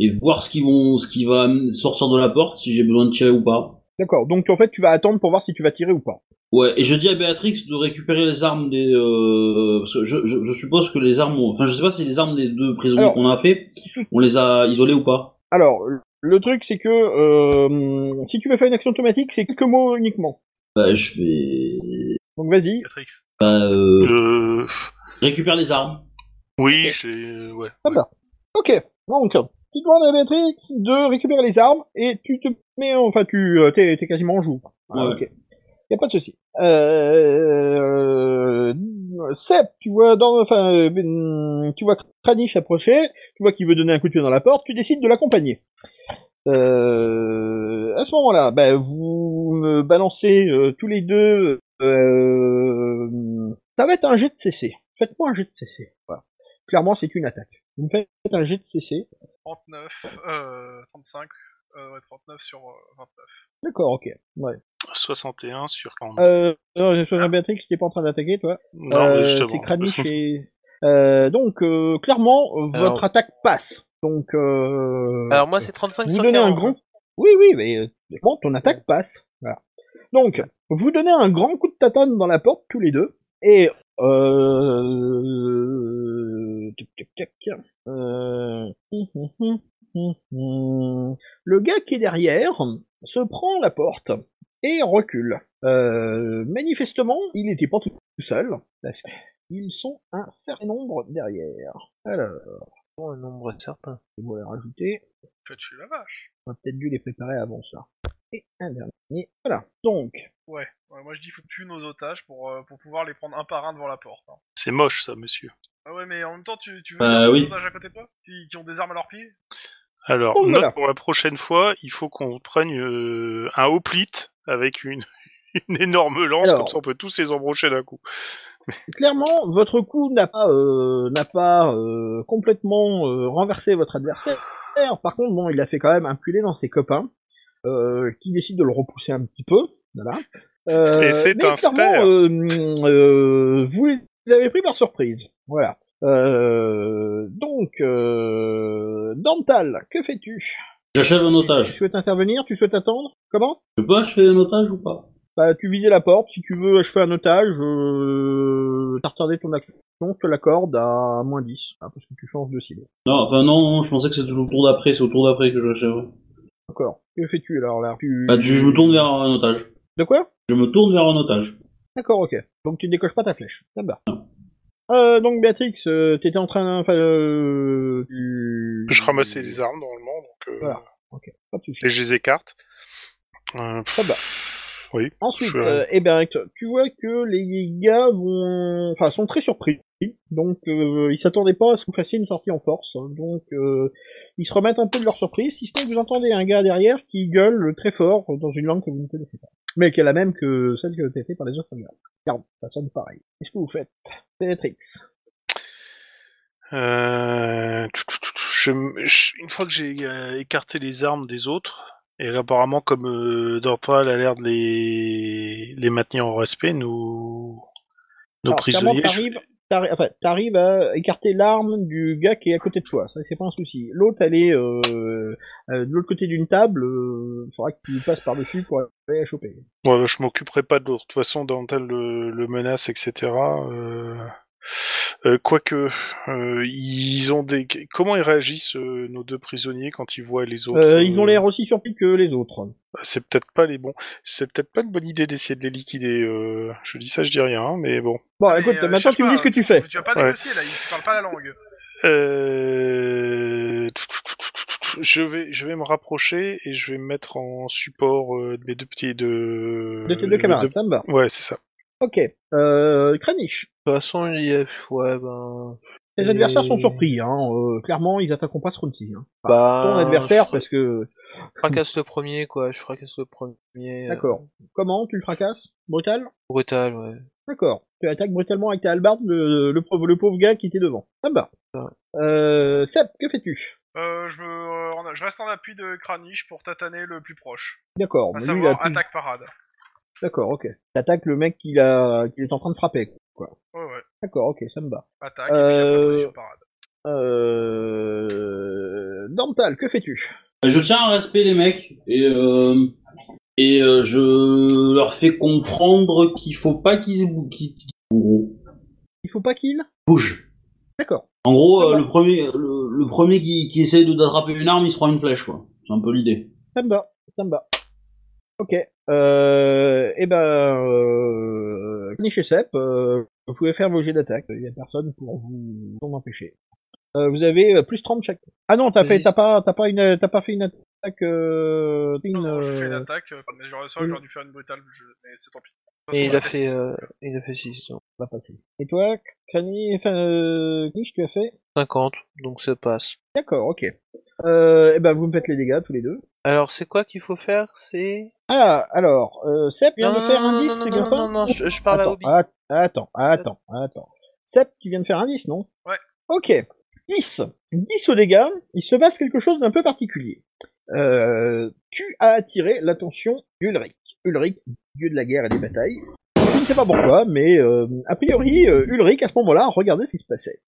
et voir ce qui vont, ce qui va sortir de la porte, si j'ai besoin de tirer ou pas. D'accord, donc en fait tu vas attendre pour voir si tu vas tirer ou pas. Ouais. Et je dis à Béatrix de récupérer les armes des, euh, parce que je, je, je suppose que les armes, ont- enfin, je sais pas si les armes des deux prisonniers Alors- qu'on a fait, on les a isolées ou pas. Alors, le truc c'est que euh, si tu veux faire une action automatique, c'est quelques mots uniquement. Bah, je vais, Donc vas-y, Matrix. bah, euh, Euh, récupère les armes. Oui, j'ai- ouais. ok, donc tu demandes à Béatrix de récupérer les armes et tu te mets, enfin tu euh, t'es t'es quasiment en joue. Ah, Ouais. ok, y a pas de souci. Euh, Sep, tu vois dans, enfin, euh, ben, tu vois Kranich approcher, tu vois qu'il veut donner un coup de pied dans la porte, tu décides de l'accompagner. Euh, à ce moment-là, bah, vous me balancez euh, tous les deux. euh, ça va être un jet de CC. Faites-moi un jet de CC. Voilà. Clairement, c'est une attaque. Vous me faites un jet de CC. 39, euh, 35, euh, ouais, 39 sur euh, 29. D'accord, ok. Ouais. 61 sur 40. Euh, non, j'ai choisi Béatrix qui est pas en train d'attaquer, toi. non, Euh, justement. c'est Kranich et. Euh, donc, euh, clairement, euh, Alors- votre attaque passe. Donc, euh... Alors moi c'est 35 vous sur donnez un 40, grand. hein. Oui, oui, mais euh, bon, ton attaque passe. Voilà. Donc, vous donnez un grand coup de tatane dans la porte tous les deux et euh... tic, tic, tic, euh, hum, hum, hum, hum, hum. le gars qui est derrière se prend la porte et recule. Euh, manifestement, il n'était pas tout seul parce qu'ils sont un certain nombre derrière. Alors, Bon, Oh, un nombre certain. je vais les rajouter. Faites chez la vache. On a peut-être dû les préparer avant ça. Et un dernier. Voilà. Donc, Ouais, moi je dis faut tuer nos otages pour, euh, pour pouvoir les prendre un par un devant la porte. hein. C'est moche, ça, monsieur. Ah ouais, mais en même temps, tu, tu veux Bah garder les oui. otages à côté de toi qui, qui ont des armes à leurs pieds Alors, Donc, note voilà. pour la prochaine fois, il faut qu'on prenne euh, un haut plit avec une, une énorme lance, Alors. comme ça on peut tous les embrocher d'un coup. clairement, votre coup n'a pas, euh, n'a pas euh, complètement euh, renversé votre adversaire. Par contre, bon, il l'a fait quand même inculer dans ses copains, euh, qui décident de le repousser un petit peu. Voilà. Euh, Et c'est mais un clairement, spare. euh, euh, vous les avez pris par surprise. Voilà. Euh, donc, euh, Dental, que fais-tu J'achève un Tu otage. souhaites intervenir Tu souhaites attendre Comment Je peux achever un otage ou pas Bah, tu visais la porte, si tu veux achever un otage, euh, t'as retardé ton action, je te l'accorde à moins 10, hein, parce que tu changes de cible. Non, enfin non, non, je pensais que c'était le tour d'après, c'est au tour d'après que je l'achève. D'accord. Que fais-tu alors là tu... Bah, tu- je me tourne vers un otage. De quoi Je me tourne vers un otage. D'accord, ok. Donc tu décoches pas ta flèche. Ça me va. Euh, donc Béatrix, euh, t'étais en train... Enfin, euh, tu- Je ramassais les armes normalement, donc euh, Voilà. Ok, pas de soucis. et je les écarte. Euh, pff, Ça me va. oui. Ensuite, Je- euh, eh ben, tu vois que les gars vont, enfin, sont très surpris. Donc, euh, ils s'attendaient pas à ce que vous fassiez une sortie en force. Donc, euh, ils se remettent un peu de leur surprise, si ce n'est que vous entendez un gars derrière qui gueule très fort dans une langue que vous ne connaissez pas, mais qui est la même que celle que t'as fait par les autres gars. Car ça sonne pareil. Qu'est-ce que vous faites, Béatrix Euh, je me- je- une fois que j'ai euh, écarté les armes des autres, et apparemment comme euh, Dortal a l'air de les, les maintenir en respect, nous nos Alors, clairement, prisonniers. je- T'arrives, t'arri- enfin, t'arrives à écarter l'arme du gars qui est à côté de toi, ça c'est pas un souci. L'autre, elle est euh, euh, de l'autre côté d'une table, euh, faudra que tu passes par-dessus pour aller la choper. Ouais, je m'occuperai pas de l'autre. De toute façon, Dortal le, le menace, etc. Euh, euh, Quoique, euh, ils ont des. Comment ils réagissent euh, nos deux prisonniers quand ils voient les autres Euh, ils ont euh, l'air aussi surpris que les autres. C'est peut-être pas les bons. C'est peut-être pas une bonne idée d'essayer de les liquider. euh, Je dis ça, je dis rien, hein, mais bon. Bon, Mais, écoute, euh, maintenant cherche tu me pas, dis ce que tu fais. Tu vas pas Ouais. négocier là, il parle pas la langue. Euh, Je vais, je vais me rapprocher et je vais me mettre en support euh, de mes deux petits de. De tes deux camarades, ça me va. Ouais, c'est ça. Ok. Euh, Kranich, toute façon, il y a... Ouais, ben... tes Et- adversaires sont surpris, hein. euh, clairement, ils attaqueront pas ce round-ci. Hein. Bah, Ton adversaire, je, parce que... je fracasse le premier, quoi. Je fracasse le premier. euh, D'accord. Comment Tu le fracasses Brutal Brutal, ouais. D'accord. Tu attaques brutalement avec ta hallebarde le, le, pauvre, le pauvre gars qui était devant. Ça me va. Euh, Seb, que fais-tu Euh, je, me- en- je reste en appui de Kranich pour tataner le plus proche. D'accord. À mais lui, il a savoir, plus- attaque parade. D'accord, ok. T'attaques le mec qui, a... qui est en train de frapper. quoi. Ouais, ouais. D'accord, ok, ça me va. Attaque, et puis après, Euh, position parade. Euh... Dental, que fais-tu Bah, Je tiens à respect les mecs et euh, et euh, je leur fais comprendre qu'il faut pas qu'ils bou- qu'ils- qu'ils- en gros, Il faut pas qu'il bougent. D'accord. En gros, euh, le premier le, le premier qui, qui essaye de d'attraper une arme, il se prend une flèche quoi. C'est un peu l'idée. Ça me va, ça me va. Ok. Euh... Eh ben... Euh... Niche et Sep, euh, vous pouvez faire vos jets d'attaque. Il y a personne pour vous pour m'empêcher. Euh, vous avez euh, plus 30 chacun. Ah non, t'as Vas-y. fait, t'as pas, t'as pas une, t'as pas fait une attaque. Euh, une, Non, non, je fais une euh, attaque, euh, mais j'aurais ça, oui. j'aurais dû faire une brutale, je- mais c'est tant pis. De toute Et façon, il a je fait... teste. euh, il a fait 6, donc. on va passer. Et toi, Crani, enfin, euh, Niche, tu as fait 50, donc ça passe. D'accord, ok. Euh, et ben, vous me faites les dégâts tous les deux. Alors, c'est quoi qu'il faut faire C'est... Ah, alors, euh, Sep vient Non, de non, faire non, un non, 10, non, c'est non, bien non, ça non, non, je- je parle à attends, Ah, Obi. att- attends, attends, attends. Sep, tu viens de faire un 10, non Ouais. Ok. 10. 10 au dégât, il se passe quelque chose d'un peu particulier. Euh, tu as attiré l'attention d'Ulrich. Ulrich, dieu de la guerre et des batailles. Je ne sais pas pourquoi, mais euh, a priori, euh, Ulrich, à ce moment-là, regardait ce qui se passait.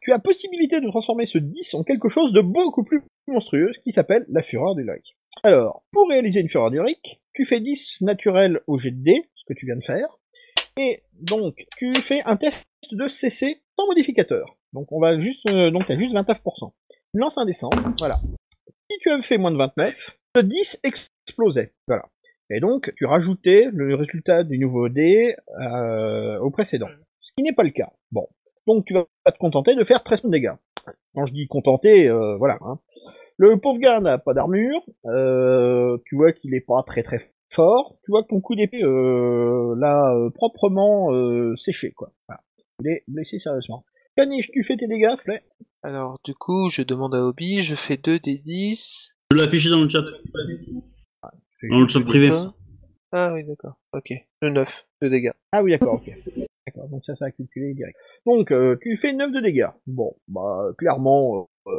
Tu as possibilité de transformer ce 10 en quelque chose de beaucoup plus monstrueux, qui s'appelle la fureur d'Ulrich. Alors, pour réaliser une fureur d'Ulrich, tu fais 10 naturel au jet de dés, ce que tu viens de faire, et donc, tu fais un test de CC sans modificateur. Donc, on va juste, euh, donc t'as juste 29%. Tu lances un dessin, voilà. Si tu avais fait moins de 29, ce 10 explosait, voilà. Et donc, tu rajoutais le résultat du nouveau dé euh, au précédent. Ce qui n'est pas le cas. Bon. Donc, tu vas te contenter de faire 13 points de dégâts. Quand je dis contenter, euh, voilà. hein. Le pauvre gars n'a pas d'armure, euh, tu vois qu'il est pas très très fort, tu vois que ton coup d'épée euh, l'a euh, proprement euh, séché, quoi. Voilà. Il est blessé sérieusement. Caniche, tu fais tes dégâts, s'il te plaît Alors, du coup, je demande à Obi, je fais 2 des 10... Je l'ai affiché dans le chat. Dans le chat privé. Toi Ah oui, d'accord. Ok. Le 9 de dégâts. Ah oui, d'accord, ok. D'accord, donc ça, ça a calculé direct. Donc, euh, tu fais 9 de dégâts. Bon, bah, clairement, euh,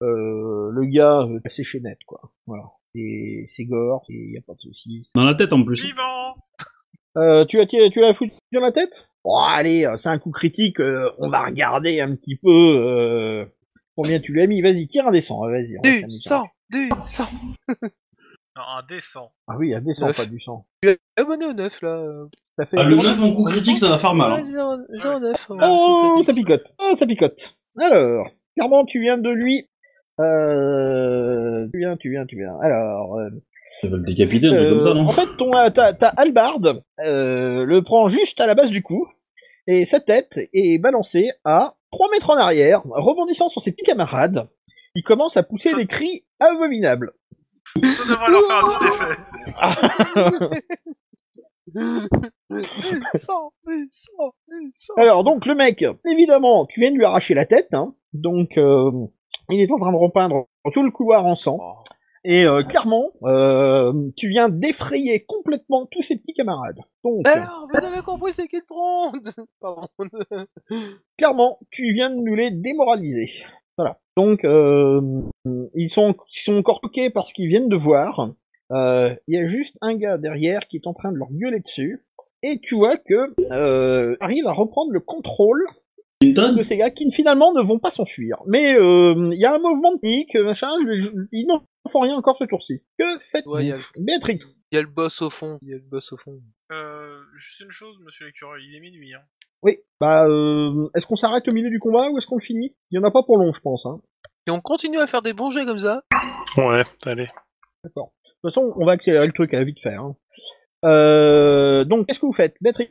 euh, euh, le gars euh, passé chez net, quoi. Voilà. Et c'est gore, et y a pas de soucis. Dans la tête en plus. Vivant Euh, tu as tiré- tu l'as foutu dans la tête Bon, allez, euh, c'est un coup critique, euh, on va regarder un petit peu euh, combien tu lui as mis. Vas-y, tire un descend, hein, vas-y. on va Du s'amuser. sang, du sang. Non, un décent. Ah oui, un descend, Neuf. pas du sang. Je suis abonné au 9 là. euh, Ça fait Ah, le 9 en coup critique, ça va faire mal. Ouais, hein. zéro- zéro neuf, ouais. Oh, ça picote. Oh, ça picote. Alors, clairement, tu viens de lui. Euh, tu viens, tu viens, tu viens. Alors, euh, Ça va le décapiter, un truc euh, comme ça, non en fait, ton euh, ta, ta hallebarde euh, le prend juste à la base du cou et sa tête est balancée à 3 mètres en arrière, rebondissant sur ses petits camarades. Il commence à pousser des cris abominables. Ça devrait leur faire un petit effet. Du sang, du sang, du sang. Ah, Alors donc le mec, évidemment, tu viens de lui arracher la tête, hein. donc euh, il est en train de repeindre tout le couloir en sang. Et euh, clairement, euh, tu viens d'effrayer complètement tous ses petits camarades. Donc Alors, vous avez compris c'est qu'il trompe Pardon. clairement, tu viens de nous les démoraliser. Voilà. Donc euh, ils sont ils sont encore toqués par ce qu'ils viennent de voir. Euh, Il y a juste un gars derrière qui est en train de leur gueuler dessus. Et tu vois que euh, arrive à reprendre le contrôle Clinton de ces gars qui finalement ne vont pas s'enfuir. Mais euh, il y a un mouvement de panique, machin, je- je- ils n'en font rien encore ce tour-ci. Que faites-vous Ouais, il y, a- Béatrix il y a le boss au fond. Il y a le boss au fond. Euh, juste une chose, monsieur l'écureuil, il est minuit. Hein. Oui, bah euh, est-ce qu'on s'arrête au milieu du combat ou est-ce qu'on le finit Il y en a pas pour long, je pense. Hein. Et on continue à faire des bons jets comme ça. Ouais, allez. D'accord. De toute façon, on va accélérer le truc à vite faire. hein. Euh, donc, qu'est-ce que vous faites Béatrix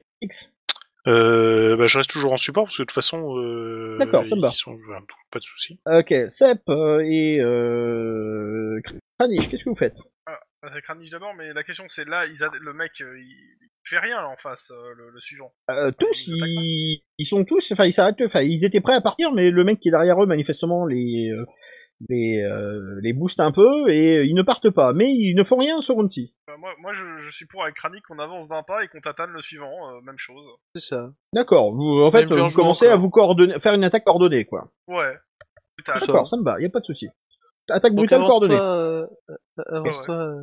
Euh, bah, je reste toujours en support parce que de toute façon. Euh, D'accord, ça me va. ils sont- voilà, Pas de soucis. Ok, Sep euh, et euh, Kranich, qu'est-ce que vous faites Ah, C'est Kranich d'abord, mais la question c'est là, ils a- le mec, euh, il... il fait rien là, en face, euh, le, le suivant. Euh, tous, hein. ils, ils sont tous, enfin ils s'arrêtent, enfin ils étaient prêts à partir, mais le mec qui est derrière eux manifestement les euh, les euh, les booste un peu et euh, ils ne partent pas, mais ils ne font rien sur Runti. Euh, moi, moi je, je suis pour avec Kranich qu'on avance d'un pas et qu'on tatane le suivant, euh, même chose. C'est ça. D'accord. Vous, en fait, Même genre vous jouant, commencez quoi. à vous coordonner, faire une attaque coordonnée, quoi. Ouais. Putain, Ça. D'accord, ça me va, y a pas de souci. Attaque Donc brutale avance-toi. coordonnée. euh, euh, avance-toi. euh.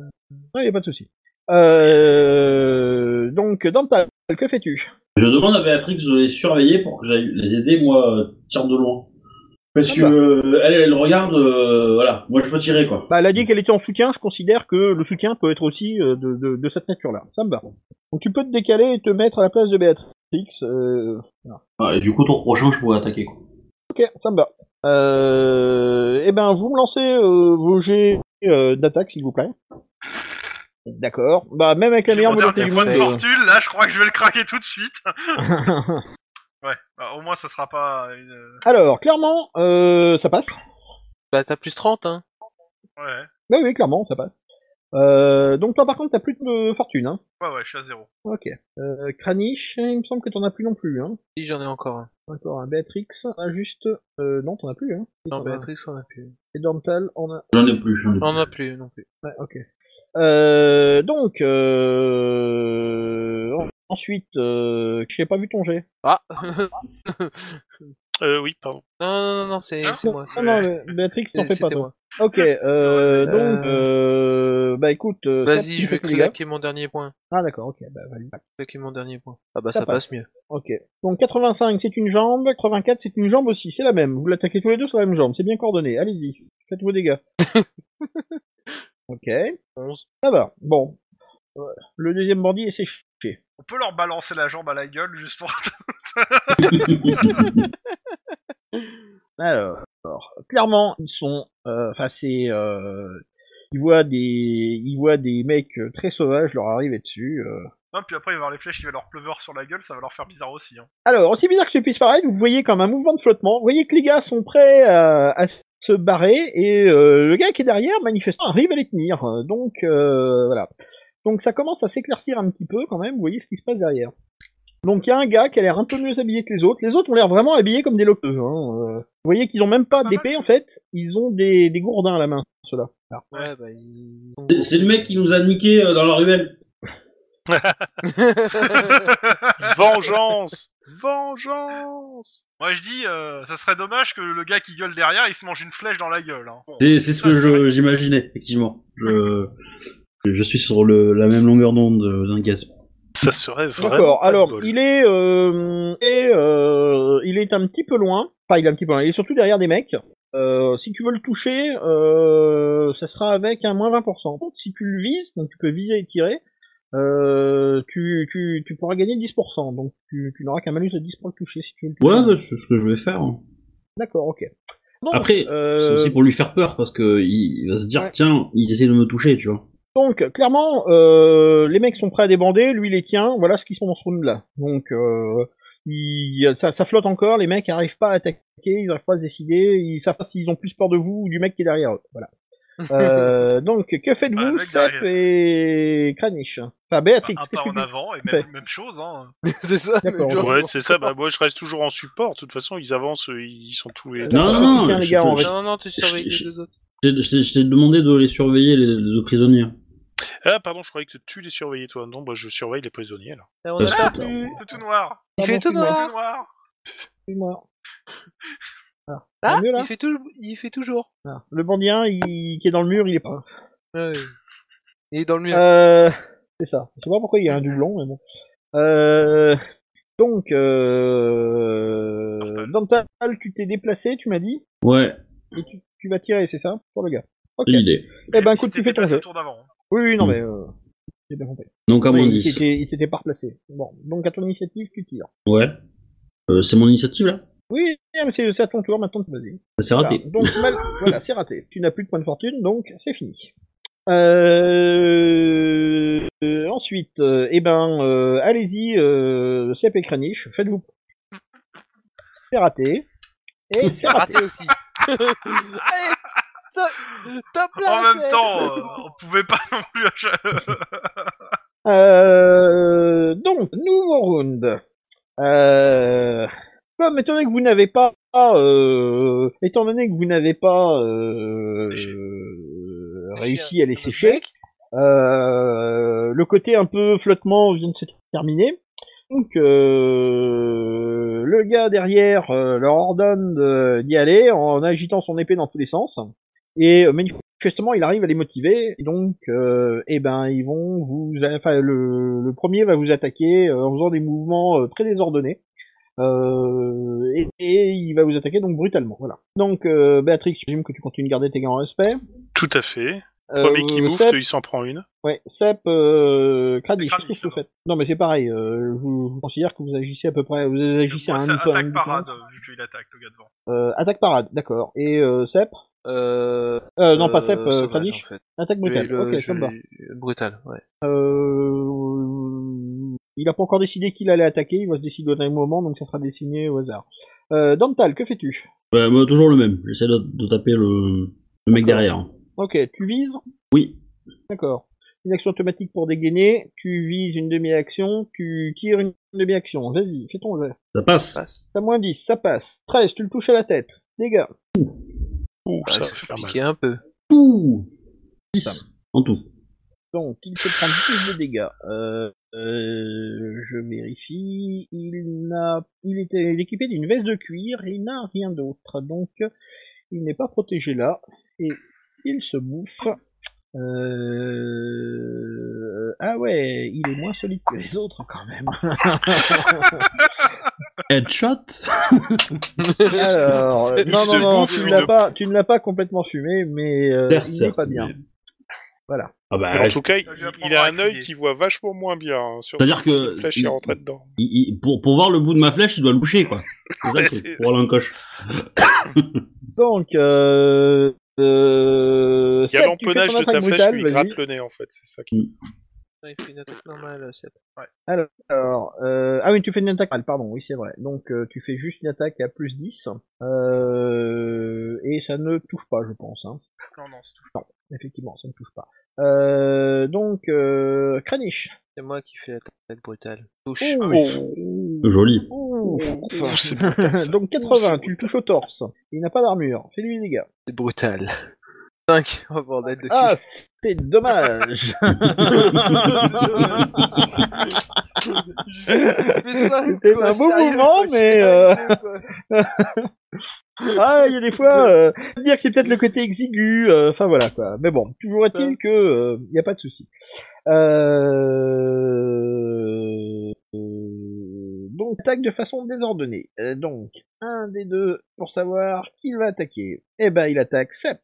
Non, y a pas de souci. Euh, donc, Dantal, que fais-tu Je demande à Béatrix de les surveiller pour que j'aille les aider, moi, euh, tire de loin. Parce que Ah bah. euh, elle, elle regarde, euh, voilà, moi je peux tirer quoi. Bah, elle a dit qu'elle était en soutien. Je considère que le soutien peut être aussi euh, de, de, de cette nature-là. Ça me va. Donc, tu peux te décaler et te mettre à la place de Béatrix. euh, Ah, et du coup, tour prochain, je pourrais attaquer quoi. Ok, ça me va. Euh, eh ben, vous me lancez euh, vos jets euh, d'attaque, s'il vous plaît. D'accord. Bah, même avec la j'ai meilleure mon volonté dernier du point monde. de euh, fortune, là, je crois que je vais le craquer tout de suite. ouais, bah, au moins ça sera pas une... Alors, clairement, euh, ça passe. Bah t'as plus 30 hein. Ouais, Oui, oui, clairement, ça passe. Euh, donc, toi, par contre, t'as plus de fortune. Hein. ouais, ouais, je suis à zéro. Ok. Euh, Kranich, il me semble que t'en as plus non plus. Hein. Si j'en ai encore un. D'accord, un Béatrix, un juste. Euh, non, t'en as plus. Hein. Non T'en as- Béatrice on a plus. Et Dormtal, on a. J'en ai plus. j'en ai plus. On a plus non plus. Ouais, ok. Euh, donc, euh... en- ensuite, euh... j'ai pas vu ton jet. Ah Euh, oui, pardon. Non non non non c'est Hein c'est moi. Non, c'est- non, mais Béatrix, t'en fais pas. C'était moi. Toi. Ok, euh, donc, euh... bah écoute. euh, ça, Vas-y tu je vais fais les gars. claquer mon dernier point. Ah d'accord, ok, bah vas-y. Claquer mon dernier point. Ah bah Ça ça, passe. passe. mieux. Ok. Donc 85 c'est une jambe, 84 c'est une jambe aussi, c'est la même. Vous l'attaquez tous les deux sur la même jambe, c'est bien coordonné. Allez-y, faites vos dégâts. ok, 11. ça va. Bon, Euh, le deuxième bandit est séché. On peut leur balancer la jambe à la gueule juste pour. Alors, clairement, ils sont, euh, enfin c'est, euh, ils voient des, ils voient des mecs euh, très sauvages leur arriver dessus. euh, non, puis après, il va y avoir les flèches, il va leur pleuvoir sur la gueule, ça va leur faire bizarre aussi. Hein. Alors, aussi bizarre que ce puisse paraître, vous voyez comme un mouvement de flottement, vous voyez que les gars sont prêts à, à se barrer, et euh, le gars qui est derrière, manifestement, arrive à les tenir. Euh, Donc, euh, voilà. Donc ça commence à s'éclaircir un petit peu quand même, vous voyez ce qui se passe derrière. Donc il y a un gars qui a l'air un peu mieux habillé que les autres, les autres ont l'air vraiment habillés comme des locaux. Vous voyez qu'ils ont même pas Pas d'épée en fait, ils ont des, des gourdins à la main, ceux-là. Alors, Ouais bah il... C'est- C'est le mec qui nous a niqué euh, dans la ruelle. Bah, Vengeance Vengeance Moi je dis, euh, ça serait dommage que le gars qui gueule derrière, il se mange une flèche dans la gueule. Hein. C'est c'est ce que je- j'imaginais, effectivement. Je, je suis sur le, la même longueur d'onde, euh, t'inquiète. Ça serait vraiment. D'accord. pas de Alors, bol. il est, euh, et, euh, il est un petit peu loin. Enfin, il est un petit peu loin. Il est surtout derrière des mecs. Euh, si tu veux le toucher, euh, ça sera avec un moins 20%. Donc, si tu le vises, donc tu peux viser et tirer, euh, tu, tu, tu pourras gagner 10%. Donc, tu, tu n'auras qu'un malus de 10 pour le toucher si tu veux le toucher. Ouais, bah, c'est ce que je vais faire. D'accord, ok. Donc, Après, euh, c'est aussi pour lui faire peur, parce que il, il va se dire, Ouais. tiens, il essaie de me toucher, tu vois. Donc, clairement, euh, les mecs sont prêts à débander, lui les tient, voilà ce qu'ils sont dans ce round-là. Donc, euh, il- ça, ça flotte encore, les mecs arrivent pas à attaquer, ils arrivent pas à se décider, ils savent pas s'ils ont plus peur de vous ou du mec qui est derrière eux. Voilà. Euh, donc, que Ah, le faites-vous, mec Sep derrière. et Kranich Enfin, Béatrix, Bah, un qu'est-ce pas que en tu- avant, et Fait. même, même chose. Hein. c'est ça. D'accord, genre- Ouais, c'est ça. Bah, moi, je reste toujours en support. De toute façon, ils avancent, ils sont tous les. Non, non, non, Tiens, hein, les je- gars, on je- va- Non, non, tu surveilles les je- deux autres. Je t'ai- je t'ai- je t'ai demandé de les surveiller, les, les deux prisonniers. Ah, pardon, je croyais que tu les surveillais, toi. Non, bah, je surveille les prisonniers, là. Là, on Parce a que- pas Ah plus. C'est tout noir. Il fait tout C'est noir. tout noir. Excuse-moi. Ah, Ah, c'est mieux, là il fait tout, il fait toujours. Ah, Le bandien il... qui est dans le mur, il est pas. Ouais. Il est dans le mur. Euh, c'est ça. Je sais pas pourquoi il y a un doublon, mais bon. Euh, donc, euh, Dental, tu t'es déplacé, tu m'as dit, Ouais, et tu, tu vas tirer, c'est ça, pour le gars. Ok. c'est l'idée. Eh ben, Et écoute, c'était tu fais ton déplacé jeu. au tour d'avant. Oui, oui, non, mais euh, j'ai bien compris. Donc à Oui, moins il 10. s'était- il s'était pas replacé. Bon, donc à ton initiative, tu tires. Ouais. Euh, c'est mon initiative, là Oui, mais c'est c'est à ton tour maintenant, vas-y. C'est raté. Voilà. Donc mal- voilà, c'est raté. Tu n'as plus de points de fortune, donc c'est fini. Euh... euh, ensuite, euh, eh ben, euh, allez-y, euh, Sep et Kranich, faites-vous. C'est raté. Et c'est C'est raté. raté aussi. Allez, top, top En là, même c'est- temps, euh, on pouvait pas non plus. Euh, donc, nouveau round. Euh, comme étant donné que vous n'avez pas, euh, étant donné que vous n'avez pas euh, euh, réussi à les sécher, euh, le côté un peu flottement vient de se terminer. Donc, euh, le gars derrière euh, leur ordonne de- d'y aller en agitant son épée dans tous les sens. Et euh, manifestement, il arrive à les motiver. Donc, euh, eh ben, ils vont vous, enfin, le, le premier va vous attaquer euh, en faisant des mouvements euh, très désordonnés. Euh, et, et il va vous attaquer donc brutalement. Voilà. Donc, euh, Béatrix, j'imagine que tu continues de garder tes gars en respect. Tout à fait. Euh, Premier qui mouffe, Seb, il s'en prend une. Ouais, Sep, euh, Kradich, Kradich, qu'est-ce que vous pardon. faites Non, mais c'est pareil, euh, je vous je vous considère que vous agissez à peu près, vous agissez à un hein. ça peu un attaque mouvement. parade, euh, vu qu'il attaque le gars devant. Euh, attaque parade, d'accord. Et euh, Sep Euh, euh, Non, pas Sep, euh, euh, sauvage, Kradich en fait. Attaque Je vais brutale, le- ok, je ça me va. vais- Brutal, ouais. Euh, il a pas encore décidé qu'il allait attaquer, il va se décider au dernier moment, donc ça sera dessiné au hasard. Euh, Dantal, que fais-tu Ouais, moi, toujours le même. J'essaie de, de taper le, le mec D'accord. derrière. hein. Ok, tu vises Oui. D'accord. Une action automatique pour dégainer, tu vises une demi-action, tu tires une demi-action. Vas-y, fais ton jet. Ça passe. Passe. T'as moins 10, ça passe. 13, tu le touches à la tête. Dégâts. Ouh, Ah, ça il va se fait faire mal. piquer un peu. Ouh 10 en tout. Donc, il se prend 10 de dégâts. Euh, euh, je vérifie. Il n'a, il était il est équipé d'une veste de cuir. Il n'a rien d'autre. Donc, il n'est pas protégé là. Et il se bouffe. Euh, Ah ouais, il est moins solide que les autres quand même. Headshot Alors, euh, Il non, se non, non, bouffe tu ne une- l'as pas, tu ne l'as pas complètement fumé, mais euh, Certes, il n'est certes, pas bien. Voilà. Ah bah, en tout cas, il, Ça lui apprendra il a à un œil crier. qui voit vachement moins bien. hein, sur C'est-à-dire si que- une flèche il- est rentrée dedans. il- il- pour, pour voir le bout de ma flèche, il doit le boucher, quoi. C'est ça le truc, Ouais, pour avoir un coche. Donc, euh, euh, Il y a Seb, tu fais l'empennage ton de ta attaque flèche brutale, qui lui vas-y. gratte le nez, en fait. C'est ça qui... Ouais, Il fait une attaque normale, Sep. Alors, euh, ah oui, tu fais une attaque, ah, pardon, oui, c'est vrai. Donc, euh, tu fais juste une attaque à plus 10, euh, et ça ne touche pas, je pense, hein. Non, non, c'est tout. Effectivement, ça ne touche pas. Euh, donc, euh, Kranich. C'est moi qui fais l'attaque brutale. Touche. Ouh. Joli. Ouh. Ouh, c'est brutal, ça. donc 80, tu le touches au torse. Il n'a pas d'armure. Fais-lui des dégâts. C'est brutal. 5. Oh bordel de cul. Ah, c'est dommage. Ah, Mais cinq, C'était quoi, un beau sérieux, mouvement, quoi, mais, je suis euh, arrivé, quoi. ah, il y a des fois, euh, faut dire que c'est peut-être le côté exigu. euh, Enfin voilà quoi. Mais bon, toujours est-il que euh, il y a pas de souci. Euh... euh, Donc attaque de façon désordonnée. Euh, donc un des deux pour savoir qui va attaquer. Eh ben il attaque Sep.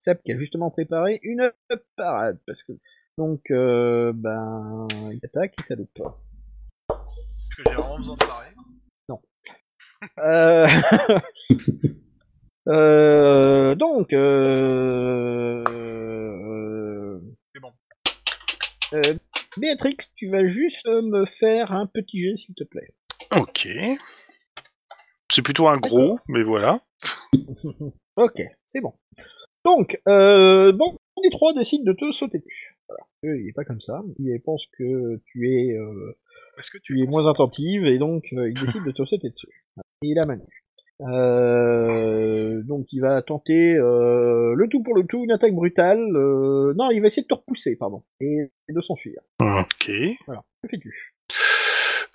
Sep qui a justement préparé une parade parce que donc euh, ben il attaque et ça loupe. Parce que j'ai vraiment besoin de parler. Euh... euh, donc, euh... C'est bon. Euh, Béatrix, tu vas juste euh, me faire un petit jet, s'il te plaît. Ok. C'est plutôt un gros, mais voilà. ok, c'est bon. Donc, euh, bon, les trois décident de te sauter dessus. Voilà. Eux, il est pas comme ça. Ils pensent que tu es, euh, Est-ce que tu tu es moins attentive et donc euh, ils décident de te sauter dessus. Et la manège. Euh, donc il va tenter euh, le tout pour le tout, une attaque brutale. euh, non, il va essayer de te repousser, pardon, et, et de s'enfuir. Ok. Que fais-tu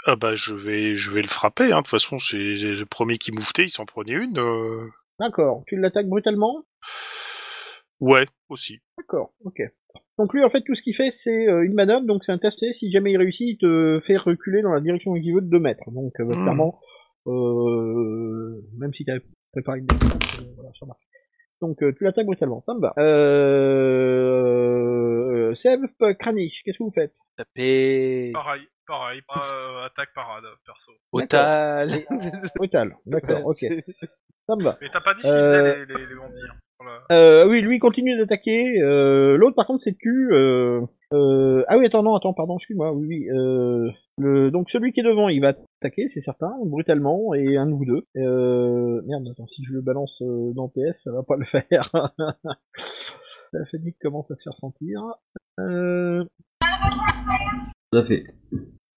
Ah bah je vais je vais le frapper. Hein. De toute façon, c'est le premier qui mouftait, il s'en prenait une. euh. D'accord, tu l'attaques brutalement Ouais, aussi. D'accord, ok. Donc lui, en fait, tout ce qu'il fait, c'est euh, une manœuvre, donc c'est un test, et si jamais il réussit, il te fait reculer dans la direction qu'il veut de 2 mètres. Donc, euh, Hmm. clairement, euh, même si t'avais préparé une défense, euh, voilà, ça marche. Donc, euh, tu l'attaques brutalement, ça me va. Euh... euh, Seb, Puck, Kranich, qu'est-ce que vous faites Tapez. Pareil, pareil, euh, attaque parade, perso. Otal. Brutal, d'accord, ok, ça me va. Mais t'as pas dit ce qu'ils faisaient, les, les, les bandits. hein. Voilà. Euh, oui, lui il continue d'attaquer. Euh, L'autre, par contre, c'est tu. Euh, euh, ah oui, attends, non, attends, pardon, excuse-moi. Oui, oui. Euh, le, donc celui qui est devant, il va attaquer, c'est certain, brutalement, et un ou deux. Euh, merde, attends, si je le balance euh, dans PS, ça va pas le faire. La fatigue commence à se faire sentir. Euh, Tout à fait.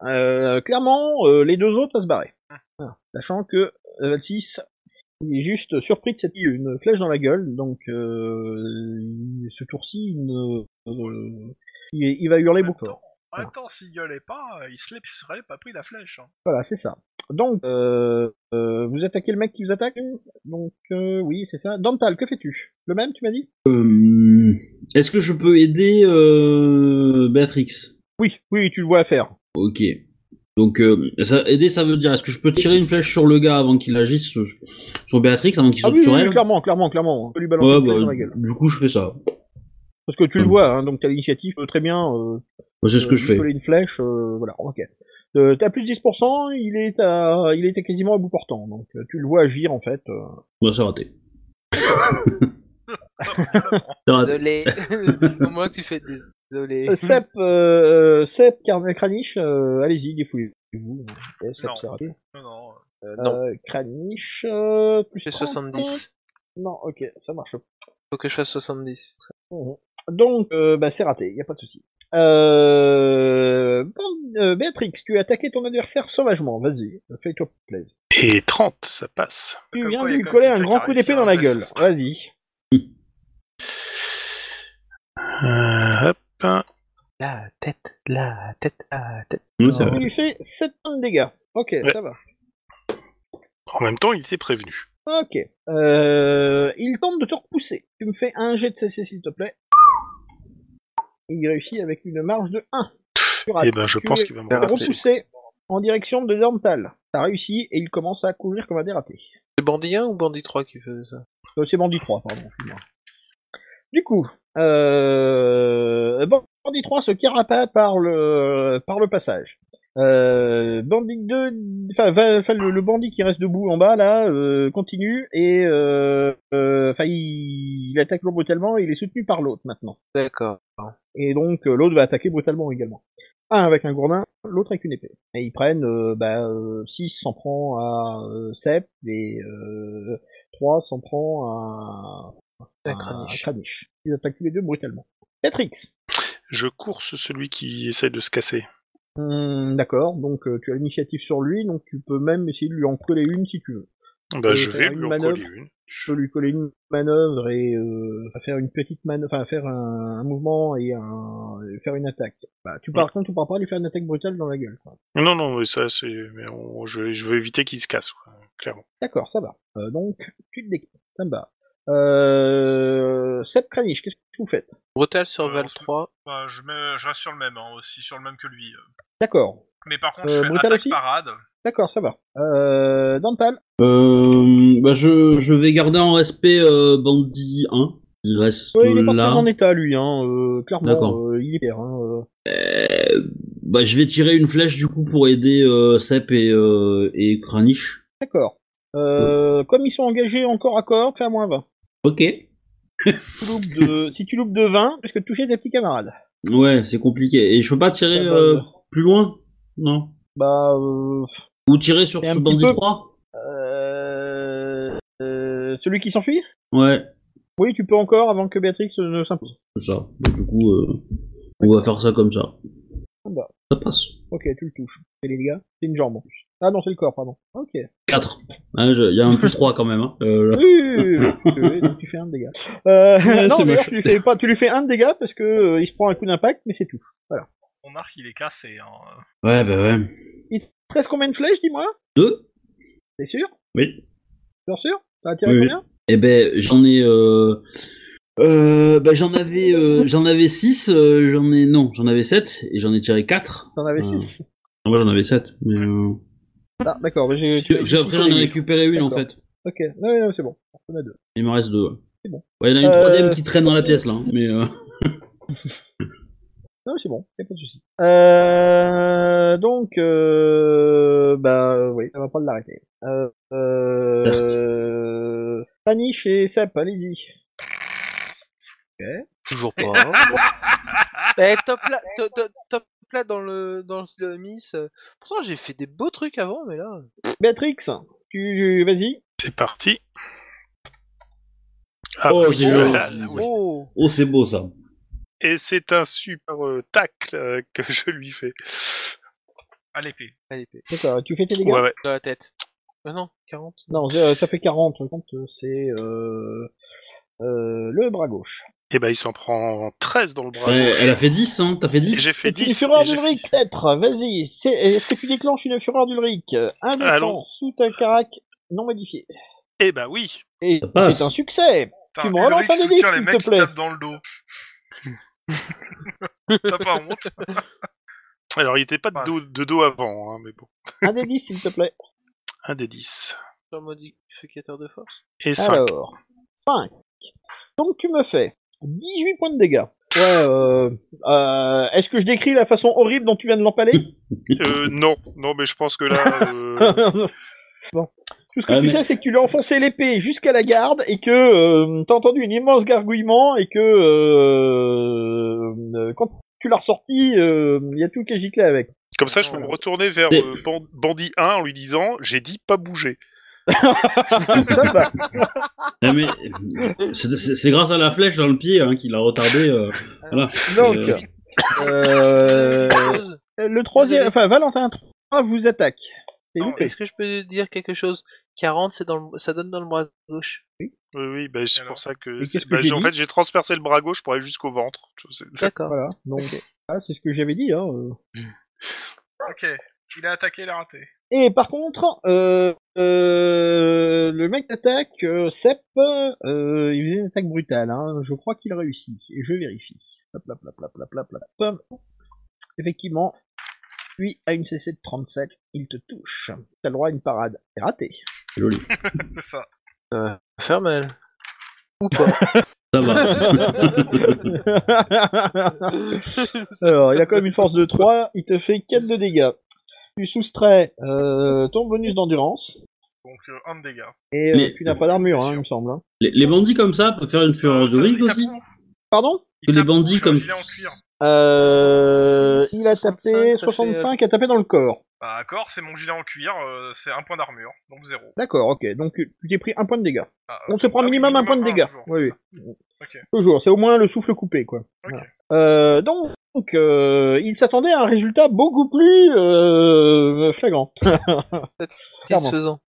euh, clairement, euh, les deux autres, à se barrer. Voilà. Sachant que euh, Valsis, il est juste surpris de cette une flèche dans la gueule, donc euh, il- ce tour-ci, il, ne- euh, il- il va hurler beaucoup. Attends, attends, s'il gueulait pas, euh, il se l'est- il se serait pas pris la flèche. hein. Voilà, c'est ça. Donc, euh, euh, vous attaquez le mec qui vous attaque Donc, euh, oui, c'est ça. Dantal, que fais-tu Le même, tu m'as dit Euh, Est-ce que je peux aider euh, Béatrix Oui, oui, tu le vois à faire. Ok. Donc, euh, ça- aider, ça veut dire, est-ce que je peux tirer une flèche sur le gars avant qu'il agisse sur, sur Béatrix, avant qu'il Ah saute oui, sur oui, elle clairement, clairement, clairement. Tu peux lui balancer Ouais, une flèche bah, euh, dans la gueule. du coup, je fais ça. Parce que tu le vois, hein, donc t'as l'initiative, euh, très bien, euh, Bah, C'est ce que Euh, je fais. lui coller une flèche, euh, voilà, ok. Euh, t'as plus de 10%, il est à, il était quasiment à bout portant, donc euh, tu le vois agir en fait. euh. Bah, c'est raté. Vraiment. C'est raté. Désolé. Au moins que tu fais désolé. Euh, Sep, euh, Sep, Karn- Kranich, euh, allez-y, défouillez-vous. Euh, Sep, Non. c'est raté. non, non. Euh, Non. Kranich, euh, plus Je fais 30. 70. Non, ok, ça marche. Faut que je fasse 70. Mhm. Donc, euh, bah, c'est raté, y a pas de souci. Euh, bon, euh, Béatrix, tu as attaqué ton adversaire sauvagement, vas-y, fais-toi plaisir. Et 30, ça passe. Tu Comme viens quoi, de y a lui quand coller même un quelqu'un grand coup qui d'épée réussit dans à hein, la gueule, rester. vas-y. Euh, hop. La tête, la tête, la tête. Ouais, c'est raté. Euh, Il lui fait 7 points de dégâts. Ok, ça va. En même temps, il était prévenu. Ok. Euh, il tente de te repousser. Tu me fais un jet de CC, s'il te plaît. Il réussit avec une marge de 1. Tu rates. Et ben, je Ah, Tu pense es qu'il va me t'as raté. repousser. repoussé en direction de Dorntal. T'as réussi et il commence à courir comme un dératé. C'est bandit 1 ou bandit 3 qui faisait ça Euh, C'est Bandit 3, pardon. excuse-moi. Du coup, euh, Bandit 3 se carapate par le, par le passage. Euh, bandit 2, enfin va- enfin, le, le bandit qui reste debout en bas là euh, continue et euh, euh, enfin il, il attaque l'autre brutalement et il est soutenu par l'autre maintenant. D'accord. Et donc euh, l'autre va attaquer brutalement également. Un avec un gourdin, l'autre avec une épée. Et ils prennent, euh, bah, 6 s'en prend à euh, Sep et 3 s'en prend à, À Kranich. à Kranich. Ils attaquent tous les deux brutalement. Patrix Je course celui qui essaye de se casser. Hmm, Hum, D'accord, donc euh, tu as l'initiative sur lui, donc tu peux même essayer de lui en coller une si tu veux. Bah, Euh, je vais faire lui une en manœuvre. coller une. je peux lui coller une manœuvre et euh, faire une petite manœuvre, enfin faire un, un mouvement et un, et faire une attaque. Bah, tu par contre, tu pourras pas lui faire une attaque brutale dans la gueule. quoi. Non, non, mais ça, c'est. mais on- Je, vais- je veux éviter qu'il se casse, quoi, clairement. D'accord, ça va. Euh, donc, tu te déquittes, ça me va. Euh, Seb Kranich, qu'est-ce que vous faites Brutal sur Val on se- 3. Bah, je, mets- je reste sur le même, hein, aussi sur le même que lui. euh. D'accord, Mais par contre, Euh, je fais brutal attaque aussi parade. d'accord, ça va. Euh, Dantal, Euh, bah je, je vais garder en respect euh, Bandit 1. Il reste ouais, il est pas très là. en état lui, hein, euh, D'accord. clairement, euh, il est fier. Hein, euh. Euh, bah je vais tirer une flèche du coup pour aider euh, Sep et, euh, et Kranich. D'accord. Euh, Comme ils sont engagés encore à corps, fais à moins 20. Ok. Tu loupes de- si tu loupes de 20, parce que toucher tes petits camarades. Ouais, c'est compliqué. Et je peux pas tirer Ça va, euh, euh. plus loin Non. Bah, euh, Ou tirer sur Et un ce petit bandit peu. 3 Euh, euh, celui qui s'enfuit Ouais, Oui, tu peux encore avant que Béatrix ne s'impose. c'est ça. Donc, du coup, euh, on va faire ça comme ça. Bah. Ça passe. Ok, tu le touches. C'est les dégâts C'est une jambe en plus. Ah non, c'est le corps, pardon. Ok. Oui, 4. Ah, Il y a un plus 3 quand même. Hein. Euh, là. oui, oui, oui, oui, donc tu fais un dégât. Euh, non, C'est d'ailleurs, moche. tu lui fais pas, tu lui fais un dégât parce que euh, il se prend un coup d'impact, mais c'est tout. Mon arc, il est cassé. Hein. Ouais, bah ouais. Il te reste combien de flèches, dis-moi 2 T'es sûr Oui. T'es sûr T'as attiré Oui, oui. combien Eh ben, j'en ai. Euh... Euh, bah, j'en avais, euh, j'en avais 6, j'en ai non, j'en avais 7 et j'en ai tiré 4. T'en avais Ah. 6 Ah ouais, j'en avais 7, mais euh... Ah, d'accord. mais j'ai- tu- j'ai- après j'en ai récupéré une en D'accord. fait. Ok, non, non, c'est bon. On a deux. Il m'en reste deux. ouais. C'est bon. Ouais, il y en a une Euh, troisième qui traîne dans la pièce là, hein, mais euh... Non, mais c'est bon, y a pas de souci. Euh, donc, euh, bah oui, ça va pas l'arrêter. Euh, euh, Paniche et Sep, allez-y. Toujours pas. hein. Eh, top là, to- to- top là dans le dans le- le miss. euh, Pourtant j'ai fait des beaux trucs avant, mais là. Béatrix, tu vas-y. C'est parti. Ah, Oh, bah, j'ai voilà. joué. Oh. oh c'est beau ça. Et c'est un super euh, tacle euh, que je lui fais. À l'épée. À l'épée. D'accord, tu fais tes dégâts. Ouais, ouais. Dans la tête. Ah non, 40. Non, euh, ça fait 40. Quand euh, c'est euh, euh, le bras gauche. Et bah, il s'en prend 13 dans le bras. Ouais, elle a fait 10, hein, t'as fait 10 J'ai fait C'est 10. une fureur et j'ai d'Ulrich, fait- peut-être. Vas-y. C'est- Est-ce que tu déclenches une fureur d'Ulrich Indécent, Allons. sous ta carac non modifié. Eh bah oui. Et Ça c'est un passe. succès. Putain, me relances Ulrich un dé, soutient s'il les te mecs qui plaît. tapent dans le dos. T'as pas honte Alors, il était pas de Ouais. dos, de dos avant, hein, mais bon. Un des 10, s'il te plaît. Un des 10. Sur le modificateur de force. Et 5. Alors, 5. Donc tu me fais 18 points de dégâts. Ouais, euh, euh, est-ce que je décris la façon horrible dont tu viens de l'empaler Euh, non, non, mais je pense que là. euh, Bon. Tout ce que Ah, tu mais- sais, c'est que tu lui as enfoncé l'épée jusqu'à la garde et que euh, t'as entendu une immense gargouillement et que euh, euh, quand tu l'as ressorti, euh, il y a tout qui est giclé avec. Comme ça, je peux me retourner vers C'est- euh, Ban- Bandit 1 en lui disant J'ai dit pas bouger. Ça va. Ah, mais c'est- c'est c'est grâce à la flèche dans le pied hein, qu'il a retardé. euh, Ah voilà. Donc, Euh, euh, Chose. le troisième, Désolé. enfin Valentin 3 vous attaque. C'est Non, loupé. Est-ce que je peux dire quelque chose 40, c'est dans le- ça donne dans le bras gauche. Oui, oui, bah, c'est Alors. pour ça que. Et c'est- qu'est-ce que bah, j'ai j'ai- en dit fait, j'ai transpercé le bras gauche pour aller jusqu'au ventre. C'est- c'est- D'accord. Voilà. Donc, ah, c'est ce que j'avais dit. Hein. euh. Ok, il a attaqué, il a raté. Et par contre, euh, euh, le mec d'attaque, euh, Sep, euh, il faisait une attaque brutale. Hein. Je crois qu'il réussit. Et je vérifie. Hop, hop, hop, hop, hop, hop, hop. Effectivement, lui a une CC de 37. Il te touche. T'as le droit à une parade. C'est raté. Joli. C'est ça. Faire mal. Ou pas. Ça va. Alors, il a quand même une force de 3. Il te fait 4 de dégâts. Tu soustrais euh, ton bonus d'endurance. Donc, euh, un de dégâts. Et euh, Mais- tu n'as pas d'armure, hein, Bien sûr. il me semble. hein. les, les bandits comme ça peuvent faire une fureur de Ça, rig il tape aussi. où Pardon Euh, Il Que les tape où bandits J'ai un comme- gilet en cuir. Euh, il a tapé 65, ça fait, 65, il a tapé dans le corps. Bah, d'accord, c'est mon gilet en cuir, euh, c'est un point d'armure, donc zéro. D'accord, ok. Donc tu t'es pris un point de dégâts. Ah, On se prend ah oui, minimum un point de dégâts. toujours. Oui, oui. Ok. Toujours, c'est au moins le souffle coupé, quoi. Voilà. Euh, donc, euh, il s'attendait à un résultat beaucoup plus euh, flagrant. Clairement. Satisfaisant.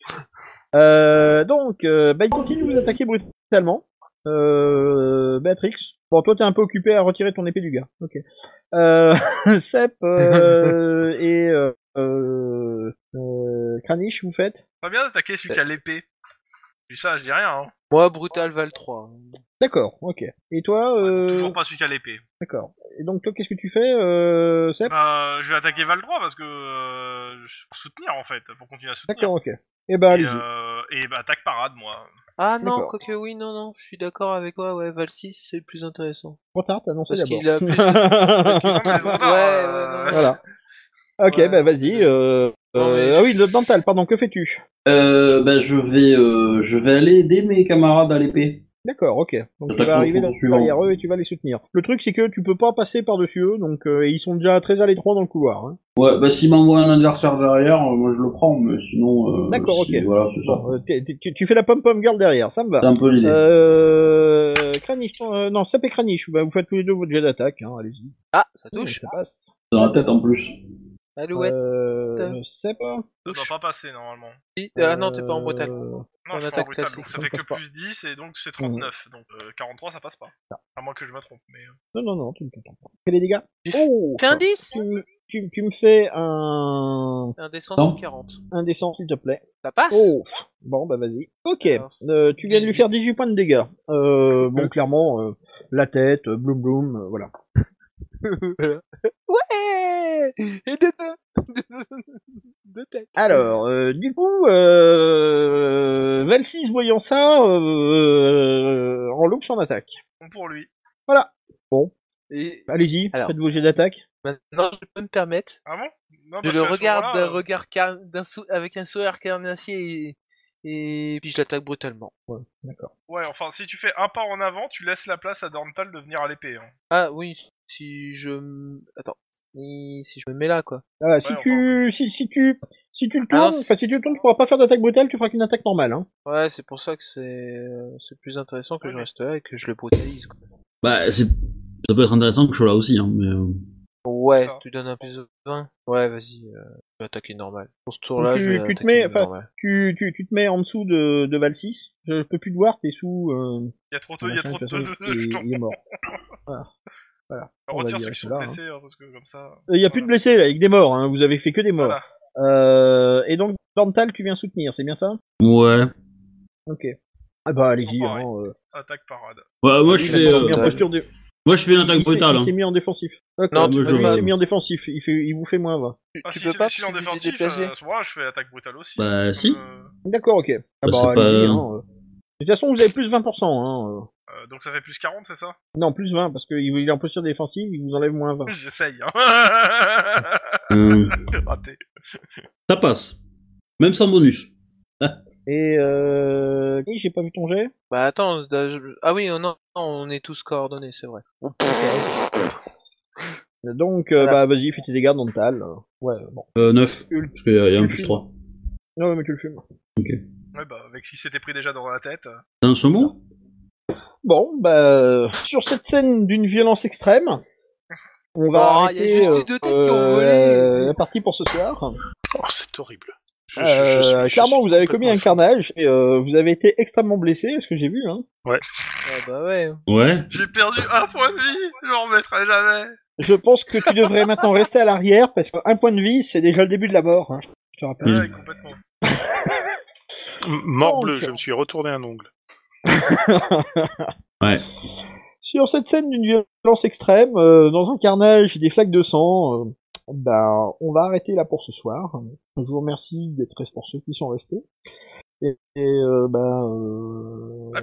Euh, donc, euh, bah, il continue de vous attaquer brutalement. Euh, Béatrix, bon, toi t'es un peu occupé à retirer ton épée du gars. Ok. Euh, Sep euh, et euh, euh, euh, Kranich, vous faites Pas bien d'attaquer celui qui Euh. a l'épée. Puis ça, je dis rien, hein. Moi, Brutal Val 3. D'accord, ok. Et toi euh... Toujours pas celui qui a l'épée. D'accord. Et donc toi, qu'est-ce que tu fais, euh, Sep Bah, je vais attaquer Val 3 parce que. euh, pour soutenir en fait, pour continuer à soutenir. D'accord, ok. Eh ben, Et, allez-y. euh, et bah, attaque parade, moi. Ah non, D'accord. quoique oui, non, non, je suis d'accord avec toi, ouais, Val 6 c'est le plus intéressant. Trop tard, t'as annoncé Parce d'abord. qu'il a plus... Non, mais c'est trop tard, Ouais, bah, euh, ouais, non, voilà. Ok, Ouais, bah vas-y. Euh... Non, mais euh, je- Ah oui, le dental, pardon, que fais-tu Euh, ben, je vais, euh, je vais aller aider mes camarades à l'épée. D'accord, ok. Donc tu Attaque vas au arriver four dans- suivant. derrière eux et tu vas les soutenir. Le truc, c'est que tu peux pas passer par-dessus eux, donc euh, et ils sont déjà très à l'étroit dans le couloir. Hein. Ouais, bah s'il m'envoie un adversaire derrière, euh, moi je le prends, mais sinon. euh, D'accord, si- ok. Voilà, c'est ça. Bon, euh, t'es- t'es- tu, tu fais la pom-pom girl derrière, ça me va. C'est un peu l'idée. Euh... Kranich, euh, non, Sap et Kranich, bah, vous faites tous les deux votre jet d'attaque, hein, allez-y. Ah, ça touche. Ça passe. Dans la tête en plus. Alouette. Euh... Sep, Ça doit pas passer normalement. Ah non, t'es pas en Brutal. euh, Non, En je suis en attaque brutal, classique, donc ça ça fait que passe pas. Mmh. plus 10 et donc c'est 39. Donc euh, 43, ça passe pas. À moins que je me trompe. Mais... euh, Non, non, non, tu ne t'entends pas. Quel est les dégâts Oh Qu'un 10 tu, me- tu, tu me fais un, Un des Non. 140. un descend, s'il te plaît. Ça passe Oh Bon, bah vas-y. Ok, Ah, Alors, euh, tu viens de lui 18. faire 18 points de dégâts. Euh, bon, clairement, euh, la tête, euh, bloum bloum, euh, voilà. Ouais Et de deux Deux têtes. Alors, euh, du coup, euh, 26 voyant ça, euh, en loupe son attaque. Bon pour lui. Et Allez-y, Alors. faites vos jets d'attaque. maintenant, je peux me permettre. Ah bon non, Je parce le qu'à ce regarde moment-là, d'un euh, regard car... d'un sou... avec un sourire carnassier et... et puis je l'attaque brutalement. D'accord. Ouais, enfin, si tu fais un pas en avant, tu laisses la place à Dorntal de venir à l'épée. hein. Ah oui, si je... m- Attends. Et Si je me mets là, quoi. Ah, si, Ouais, tu, si, si tu si tu le Alors, tournes, c'est- enfin si tu le tournes, tu pourras pas faire d'attaque brutale, tu feras qu'une attaque normale. Hein. Ouais, c'est pour ça que c'est euh, c'est plus intéressant que je reste là et que je le brutalise, quoi. Bah, c'est... ça peut être intéressant que je sois là aussi, hein, mais. euh, Ouais, Ça. tu donnes un plus de 20. Ouais, vas-y, euh, je vais attaquer normal. Pour ce tour-là, Donc tu- je vais tu te attaquer mets- enfin, normal. Tu, tu, tu te mets en dessous de, de Val 6. Je peux plus te voir, t'es sous... Euh... Il y a trop de, il y a machin, trop de, de toute façon, de- il- je t'en- il est mort. On on va retire dire ceux qui sont cela, hein. blessés, hein, parce que comme ça. Euh, Il n'y a plus de Voilà. blessés là, avec des morts, hein. vous avez fait que des morts. Voilà. Euh, et donc, Dental, tu viens soutenir, c'est bien ça Ouais. Ok. Ah bah allez-y, Oh, hein, euh. Attaque parade. Ouais, moi je Il fais. s'est euh, mis en posture de- Moi je fais une il attaque s'est- brutale. Il hein. s'est mis en défensif. Ok. Non, tu moi, peux il pas. s'est mis en défensif, il, fait, il vous fait moins 20. Tu, Ah, tu si, peux si- pas si si en tu te défensif, déplacer. euh, moi, je fais attaque brutale aussi. Bah, C'est comme, si. euh, D'accord, ok. Ah Bah, bah, c'est pas- allez-y, hein, euh. De toute façon, vous avez plus 20%. Hein. euh. euh, donc ça fait plus 40, c'est ça Non, plus 20, parce qu'il il est en posture défensive, il vous enlève moins 20. J'essaye. Hein. Ah, Euh, Raté. ça passe. Même sans bonus. Et euh... oui, j'ai pas vu ton jet. Bah attends, euh, je- ah oui, non, non, on est tous coordonnés, c'est vrai. Donc, euh, bah vas-y, fais tes dégâts, Dental. euh. Ouais, bon. Euh, 9. Parce qu'il y, a- il y a un plus 3. Non, mais tu le fumes. Ouais, bah, avec ce qui s'était pris déjà dans la tête. euh, C'est un saumon Bon, bah, sur cette scène d'une violence extrême, on va Oh, arrêter y a juste euh, les deux têtes qui ont euh, volé. la partie pour ce soir. Oh, c'est horrible. Je- je- je Euh, suis- je clairement, suis vous avez commis un complètement carnage et euh, vous avez été extrêmement blessé, ce que j'ai vu. Hein. Ah bah ouais. Ouais. J'ai perdu un point de vie, je m'en remettrai jamais. Je pense que tu devrais maintenant rester à l'arrière parce qu'un point de vie, c'est déjà le début de la mort. Hein, je te rappelle. Ouais, complètement. fou. M- Mort Donc. bleu, je me suis retourné un ongle. Sur cette scène d'une violence extrême, euh, dans un carnage et des flaques de sang, euh, ben, on va arrêter là pour ce soir. Je vous remercie d'être restés pour ceux qui sont restés. Et, et, bah, euh, ben, euh, Ah,